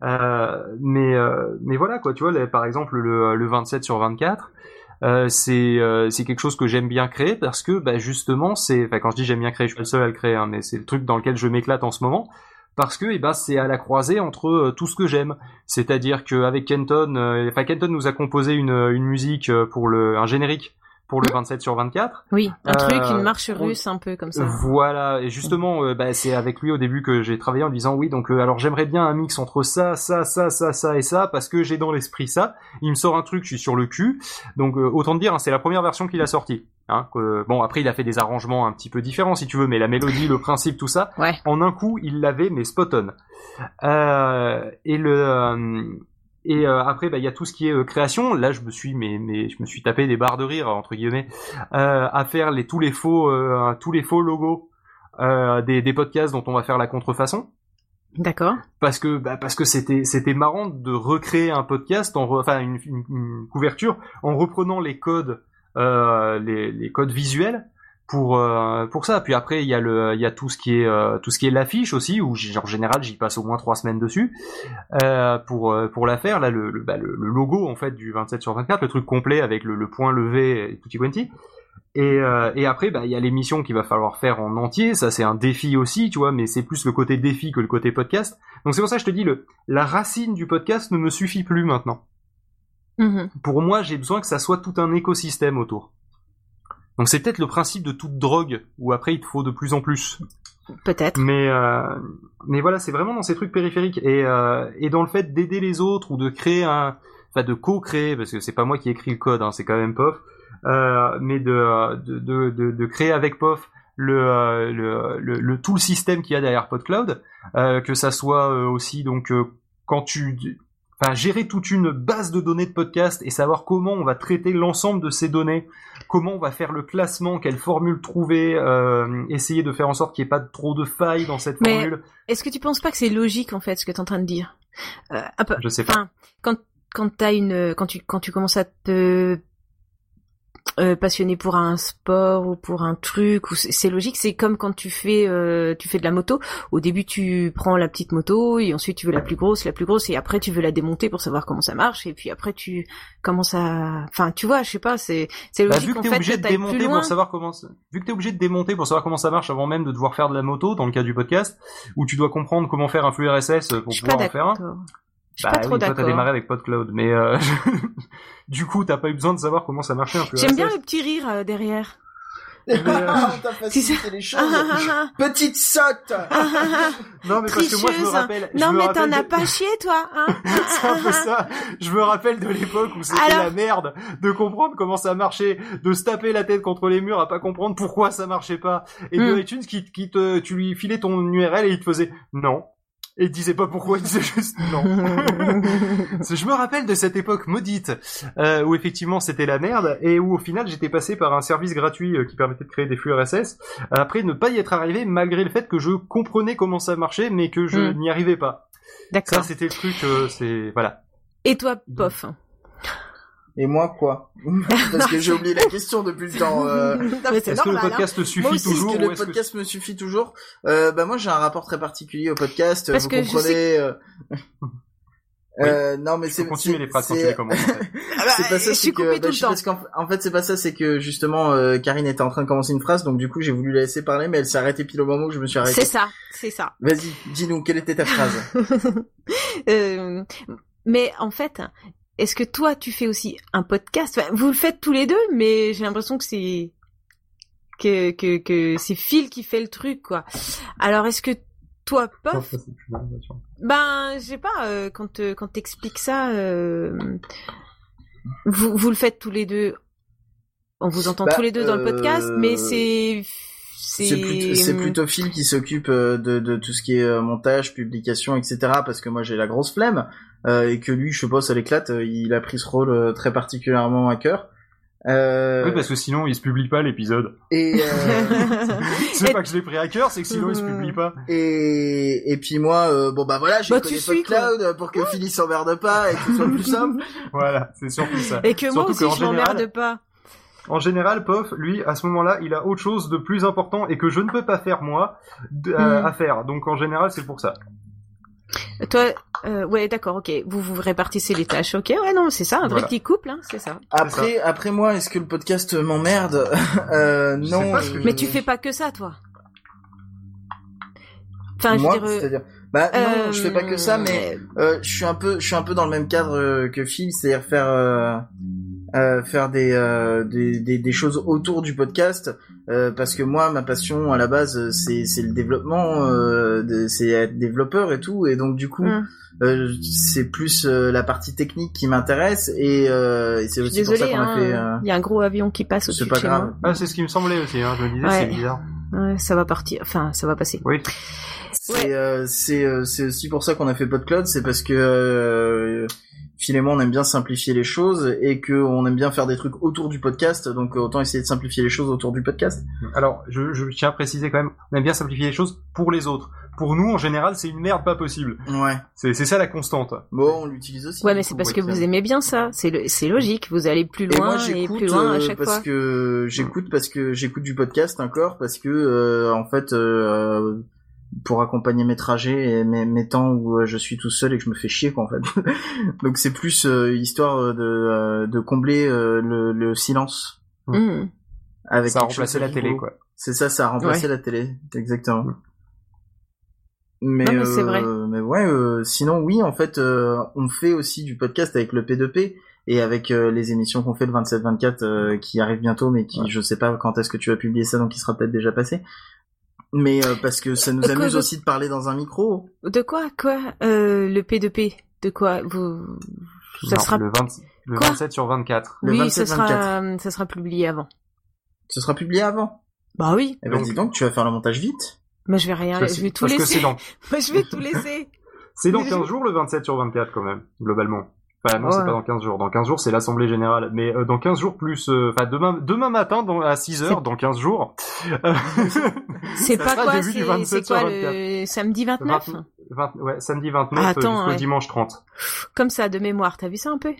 Speaker 2: euh, mais euh, mais voilà quoi tu vois là, par exemple le, le 27 sur 24 euh, c'est euh, c'est quelque chose que j'aime bien créer parce que bah, justement c'est enfin quand je dis j'aime bien créer je suis pas le seul à le créer hein, mais c'est le truc dans lequel je m'éclate en ce moment parce que eh ben c'est à la croisée entre euh, tout ce que j'aime c'est-à-dire qu'avec Kenton, euh, enfin Kenton nous a composé une, une musique euh, pour le, un générique pour le 27 sur 24.
Speaker 1: Oui, un truc,
Speaker 2: Euh,
Speaker 1: une marche
Speaker 2: on-
Speaker 1: russe un peu comme ça.
Speaker 2: Voilà, et justement, euh, bah, c'est avec lui au début que j'ai travaillé en lui disant oui, donc euh, alors j'aimerais bien un mix entre ça, ça, ça, ça, ça et ça, parce que j'ai dans l'esprit ça. Il me sort un truc, je suis sur le cul. Donc euh, autant te dire, hein, c'est la première version qu'il a sortie. Hein, que- bon, après il a fait des arrangements un petit peu différents si tu veux, mais la mélodie, le principe, tout ça,
Speaker 1: Ouais.
Speaker 2: en un coup, il l'avait, mais spot on. Euh, et le euh, et euh, après, bah, il y a tout ce qui est euh, création. Là, je me suis, mais, mais je me suis tapé des barres de rire entre guillemets euh, à faire les tous les faux euh, tous les faux logos euh, des, des podcasts dont on va faire la contrefaçon
Speaker 1: D'accord.
Speaker 2: parce que bah, parce que c'était c'était marrant de recréer un podcast en re- enfin une, une- une couverture en reprenant les codes euh, les, les codes visuels pour euh, pour ça puis après il y a le il y a tout ce qui est euh, tout ce qui est l'affiche aussi où j'ai- en général j'y passe au moins trois semaines dessus euh, pour euh, pour la faire là le le, bah, le le logo en fait du 27 sur 24 le truc complet avec le, le point levé et tutti quanti et, euh, et après, bah, il y a l'émission qu'il va falloir faire en entier. Ça, c'est un défi aussi, tu vois, mais c'est plus le côté défi que le côté podcast. Donc c'est pour ça que je te dis, le, la racine du podcast ne me suffit plus maintenant.
Speaker 1: Mhm.
Speaker 2: Pour moi, j'ai besoin que ça soit tout un écosystème autour. Donc c'est peut-être le principe de toute drogue, où après il te faut de plus en plus.
Speaker 1: Peut-être.
Speaker 2: Mais euh, mais voilà, c'est vraiment dans ces trucs périphériques et euh, et dans le fait d'aider les autres ou de créer un, enfin de co-créer parce que c'est pas moi qui écris le code, hein, c'est quand même Pof, euh, mais de, euh, de de de de créer avec Pof le, euh, le, le, le- tout le système qu'il y a derrière PodCloud, euh, que ça soit euh, aussi donc euh, quand tu Enfin, gérer toute une base de données de podcast et savoir comment on va traiter l'ensemble de ces données, comment on va faire le classement, quelle formule trouver, euh, essayer de faire en sorte qu'il n'y ait pas trop de failles dans cette
Speaker 1: Mais-
Speaker 2: formule.
Speaker 1: Est-ce que tu penses pas que c'est logique en fait ce que t'es en train de dire Euh, un peu-
Speaker 2: Je sais pas.
Speaker 1: Enfin, quand quand t'as une euh, quand tu quand tu commences à te euh, passionner pour un sport ou pour un truc ou c'est c'est logique c'est comme quand tu fais euh, tu fais de la moto au début tu prends la petite moto et ensuite tu veux la plus grosse la plus grosse et après tu veux la démonter pour savoir comment ça marche et puis après tu commences à enfin tu vois je sais pas c'est c'est
Speaker 2: Bah,
Speaker 1: logique
Speaker 2: vu que
Speaker 1: en
Speaker 2: t'es
Speaker 1: fait
Speaker 2: obligé
Speaker 1: que
Speaker 2: de
Speaker 1: t'ailles
Speaker 2: démonter
Speaker 1: plus loin
Speaker 2: pour savoir comment, ça- vu que t'es obligé de démonter pour savoir comment ça marche avant même de devoir faire de la moto, dans le cas du podcast, où tu dois comprendre comment faire un flux RSS pour
Speaker 1: je suis pas
Speaker 2: pouvoir en faire un.
Speaker 1: d'accord je suis
Speaker 2: Bah
Speaker 1: pas trop
Speaker 2: oui, toi t'as
Speaker 1: d'accord
Speaker 2: démarré avec PodCloud, mais euh, du coup t'as pas eu besoin de savoir comment ça marchait un flux
Speaker 1: j'aime
Speaker 2: RSS.
Speaker 1: bien le petit rire euh, derrière
Speaker 2: euh,
Speaker 3: T'as facilité les choses.
Speaker 1: Ah, ah, ah,
Speaker 3: Petite sotte
Speaker 1: ah, ah, ah.
Speaker 2: Non mais parce que moi je me
Speaker 1: Tricheuse.
Speaker 2: rappelle. je
Speaker 1: Non
Speaker 2: me
Speaker 1: mais
Speaker 2: rappelle
Speaker 1: t'en as
Speaker 2: de-
Speaker 1: pas chié toi hein
Speaker 2: C'est un peu ça. Je me rappelle de l'époque où c'était
Speaker 1: Alors-
Speaker 2: la merde de comprendre comment ça marchait, de se taper la tête contre les murs à pas comprendre pourquoi ça marchait pas. Et
Speaker 1: Hmm.
Speaker 2: de iTunes qui, qui te, tu lui filais ton URL et il te faisait non. Et il disait pas pourquoi, il disait juste non. Parce que je me rappelle de cette époque maudite euh, où effectivement c'était la merde et où au final j'étais passé par un service gratuit euh, qui permettait de créer des flux RSS. Après ne pas y être arrivé malgré le fait que je comprenais comment ça marchait mais que je
Speaker 1: Hmm.
Speaker 2: n'y arrivais pas. Ça
Speaker 1: D'accord.
Speaker 2: c'était le truc, euh, c'est voilà.
Speaker 1: Et toi, pof. hein.
Speaker 3: Et moi, quoi Parce que j'ai oublié la question depuis le temps. euh.
Speaker 1: Non, mais c'est
Speaker 2: Est-ce que le
Speaker 1: normal, hein.
Speaker 2: podcast suffit
Speaker 3: Moi aussi, est-ce
Speaker 2: toujours
Speaker 3: que
Speaker 2: ou
Speaker 3: le
Speaker 2: est-ce que-
Speaker 3: podcast me suffit toujours Euh, Bah moi, j'ai un rapport très particulier au podcast.
Speaker 1: Parce
Speaker 3: vous
Speaker 1: que je
Speaker 3: comprenez euh, euh, non mais
Speaker 2: Tu peux
Speaker 3: c'est
Speaker 2: continuer
Speaker 3: c'est-
Speaker 2: les phrases quand tu
Speaker 3: c'est-
Speaker 2: les commences. en fait.
Speaker 1: Ah bah,
Speaker 3: c'est pas ça,
Speaker 1: je suis
Speaker 3: c'est que
Speaker 1: coupée
Speaker 3: bah,
Speaker 1: tout
Speaker 3: je
Speaker 1: le
Speaker 3: sais
Speaker 1: temps.
Speaker 3: pas ce qu'en- en fait c'est pas ça, c'est que justement euh, Karine était en train de commencer une phrase, donc du coup j'ai voulu la laisser parler, mais elle s'est arrêtée pile au moment où je me suis arrêté.
Speaker 1: C'est ça, c'est ça.
Speaker 3: Vas-y, dis-nous quelle était ta phrase.
Speaker 1: Euh, mais en fait, est-ce que toi, tu fais aussi un podcast Enfin, Vous le faites tous les deux, mais j'ai l'impression que c'est que, que, que c'est Phil qui fait le truc, quoi. Alors, est-ce que toi,
Speaker 2: Non,
Speaker 1: Pof,
Speaker 2: ça, c'est- je suis pas sûr.
Speaker 1: ben, je sais pas, euh, quand te- quand t'expliques ça, euh, vous, vous le faites tous les deux. On vous entend
Speaker 3: Bah,
Speaker 1: tous les deux dans le podcast,
Speaker 3: euh,
Speaker 1: mais c'est c'est mm.
Speaker 3: C'est plutôt, c'est plutôt Phil qui s'occupe euh, de, de tout ce qui est euh, montage, publication, etc. Parce que moi j'ai la grosse flemme euh, et que lui, je sais pas, ça l'éclate. euh, Il a pris ce rôle euh, très particulièrement à cœur. Euh,
Speaker 2: Oui, parce que sinon, il se publie pas l'épisode.
Speaker 3: et, euh,
Speaker 2: C'est
Speaker 1: Et-
Speaker 2: pas que je l'ai pris à cœur, c'est que sinon, il se publie pas.
Speaker 3: et et puis moi, euh, bon bah voilà, j'ai
Speaker 1: Bah,
Speaker 3: connu
Speaker 1: tu suis, quoi.
Speaker 3: PodCloud pour que Phil il s'emmerde pas et que ce soit plus simple.
Speaker 2: Voilà, c'est surtout ça.
Speaker 1: Et que moi
Speaker 2: Surtout
Speaker 1: aussi,
Speaker 2: qu'en
Speaker 1: je m'emmerde
Speaker 2: général-
Speaker 1: pas.
Speaker 2: En général, Pof, lui, à ce moment-là, il a autre chose de plus important et que je ne peux pas faire moi d- euh,
Speaker 1: Mm.
Speaker 2: à faire. Donc en général, c'est pour ça.
Speaker 1: Toi, euh, ouais, d'accord, ok. Vous vous répartissez les tâches, ok. Ouais, non, c'est ça, un vrai
Speaker 2: Voilà.
Speaker 1: petit couple, hein, c'est ça.
Speaker 3: Après, après moi, est-ce que le podcast m'emmerde euh,
Speaker 2: Je sais
Speaker 3: Non.
Speaker 2: pas ce que
Speaker 3: euh,
Speaker 1: Mais tu fais pas que ça, toi. Enfin,
Speaker 3: moi,
Speaker 1: je veux dire. euh,
Speaker 3: c'est-à-dire, bah non,
Speaker 1: euh,
Speaker 3: je fais pas que ça, mais Euh, je suis un peu, je suis un peu dans le même cadre euh, que Phil, c'est-à-dire faire euh, euh, faire des, euh, des, des des choses autour du podcast, euh, parce que moi, ma passion à la base, euh, c'est c'est le développement, euh, de- c'est être développeur et tout, et donc du coup,
Speaker 1: Mm.
Speaker 3: euh, c'est plus euh, la partie technique qui m'intéresse, et, euh, et c'est
Speaker 1: Je
Speaker 3: aussi
Speaker 1: suis
Speaker 3: pour
Speaker 1: désolée,
Speaker 3: ça qu'on a
Speaker 1: hein,
Speaker 3: fait.
Speaker 1: il
Speaker 3: euh,
Speaker 1: y a un gros avion qui passe au-dessus
Speaker 3: c'est
Speaker 1: de
Speaker 3: pas
Speaker 1: chez
Speaker 3: grave.
Speaker 2: Ah, c'est ce qui me semblait aussi. Hein. Je me disais,
Speaker 1: Ouais.
Speaker 2: c'est bizarre.
Speaker 1: moi. Ouais, ça va partir, enfin, ça va passer.
Speaker 2: Oui.
Speaker 3: C'est euh, c'est euh, c'est aussi pour ça qu'on a fait PodCloud, c'est parce que euh, Phil et moi on aime bien simplifier les choses et que on aime bien faire des trucs autour du podcast, donc euh, autant essayer de simplifier les choses autour du podcast.
Speaker 2: Alors, je, je tiens à préciser quand même, on aime bien simplifier les choses pour les autres. Pour nous, en général, c'est une merde pas possible.
Speaker 3: Ouais.
Speaker 2: C'est c'est ça la constante.
Speaker 3: Bon, on l'utilise aussi.
Speaker 1: Ouais,
Speaker 3: du
Speaker 1: mais
Speaker 3: coup,
Speaker 1: c'est parce que
Speaker 3: tiens.
Speaker 1: vous aimez bien ça. C'est le- c'est logique. Vous allez plus
Speaker 3: Et moi
Speaker 1: loin et,
Speaker 3: j'écoute
Speaker 1: plus loin à
Speaker 3: euh,
Speaker 1: chaque
Speaker 3: parce
Speaker 1: fois.
Speaker 3: que j'écoute parce que j'écoute du podcast encore parce que euh, en fait euh, pour accompagner mes trajets et mes, mes temps où euh, je suis tout seul et que je me fais chier quoi en fait. Donc c'est plus euh, histoire de, euh, de combler euh, le, le silence.
Speaker 1: Hmm.
Speaker 3: Avec
Speaker 2: Ça a
Speaker 3: quelque chose
Speaker 2: remplacé
Speaker 3: de
Speaker 2: la
Speaker 3: rigolo.
Speaker 2: télé, quoi.
Speaker 3: C'est ça, ça a remplacé la télé, exactement. Mais,
Speaker 1: Non, mais c'est
Speaker 3: euh,
Speaker 1: vrai.
Speaker 3: mais ouais, euh, sinon oui, en fait, euh, on fait aussi du podcast avec le P2P et avec euh, les émissions qu'on fait le 27-24 euh, qui arrive bientôt, mais qui je sais pas quand est-ce que tu vas publier ça, donc il sera peut-être déjà passé. Mais euh, parce que ça nous
Speaker 1: Quoi,
Speaker 3: amuse
Speaker 1: je-
Speaker 3: aussi de parler dans un micro.
Speaker 1: De quoi, quoi, euh, le P2P? De quoi, vous, ça
Speaker 2: Non,
Speaker 1: sera,
Speaker 2: le, 20 le
Speaker 1: Quoi
Speaker 2: 27 sur 24.
Speaker 3: le
Speaker 1: oui, ça
Speaker 3: 27,
Speaker 1: sera, ça sera publié avant.
Speaker 3: Ce sera publié avant.
Speaker 1: Bah oui.
Speaker 3: Et ben
Speaker 2: Donc-
Speaker 3: dis donc, tu vas faire le montage vite.
Speaker 1: Moi, je vais rien,
Speaker 2: Parce-
Speaker 1: je vais tout
Speaker 2: parce que c'est
Speaker 1: laisser.
Speaker 2: dans,
Speaker 1: Moi, je vais tout laisser.
Speaker 2: c'est dans 15 jours le 27 sur 24 quand même, globalement. Enfin non, c'est
Speaker 1: Ouais.
Speaker 2: pas dans 15 jours. Dans 15 jours, c'est l'Assemblée Générale. Mais euh, dans 15 jours plus... euh, Enfin, demain, demain matin dans, à 6 heures, dans 15 jours, euh,
Speaker 1: C'est
Speaker 2: Ça
Speaker 1: pas
Speaker 2: sera
Speaker 1: quoi,
Speaker 2: début du
Speaker 1: c'est,
Speaker 2: 27
Speaker 1: c'est quoi
Speaker 2: sur
Speaker 1: le samedi 29?
Speaker 2: 20 ouais, samedi 29
Speaker 1: Ah, attends,
Speaker 2: jusqu'au
Speaker 1: ouais.
Speaker 2: dimanche 30.
Speaker 1: Comme ça, de mémoire, t'as vu ça un peu?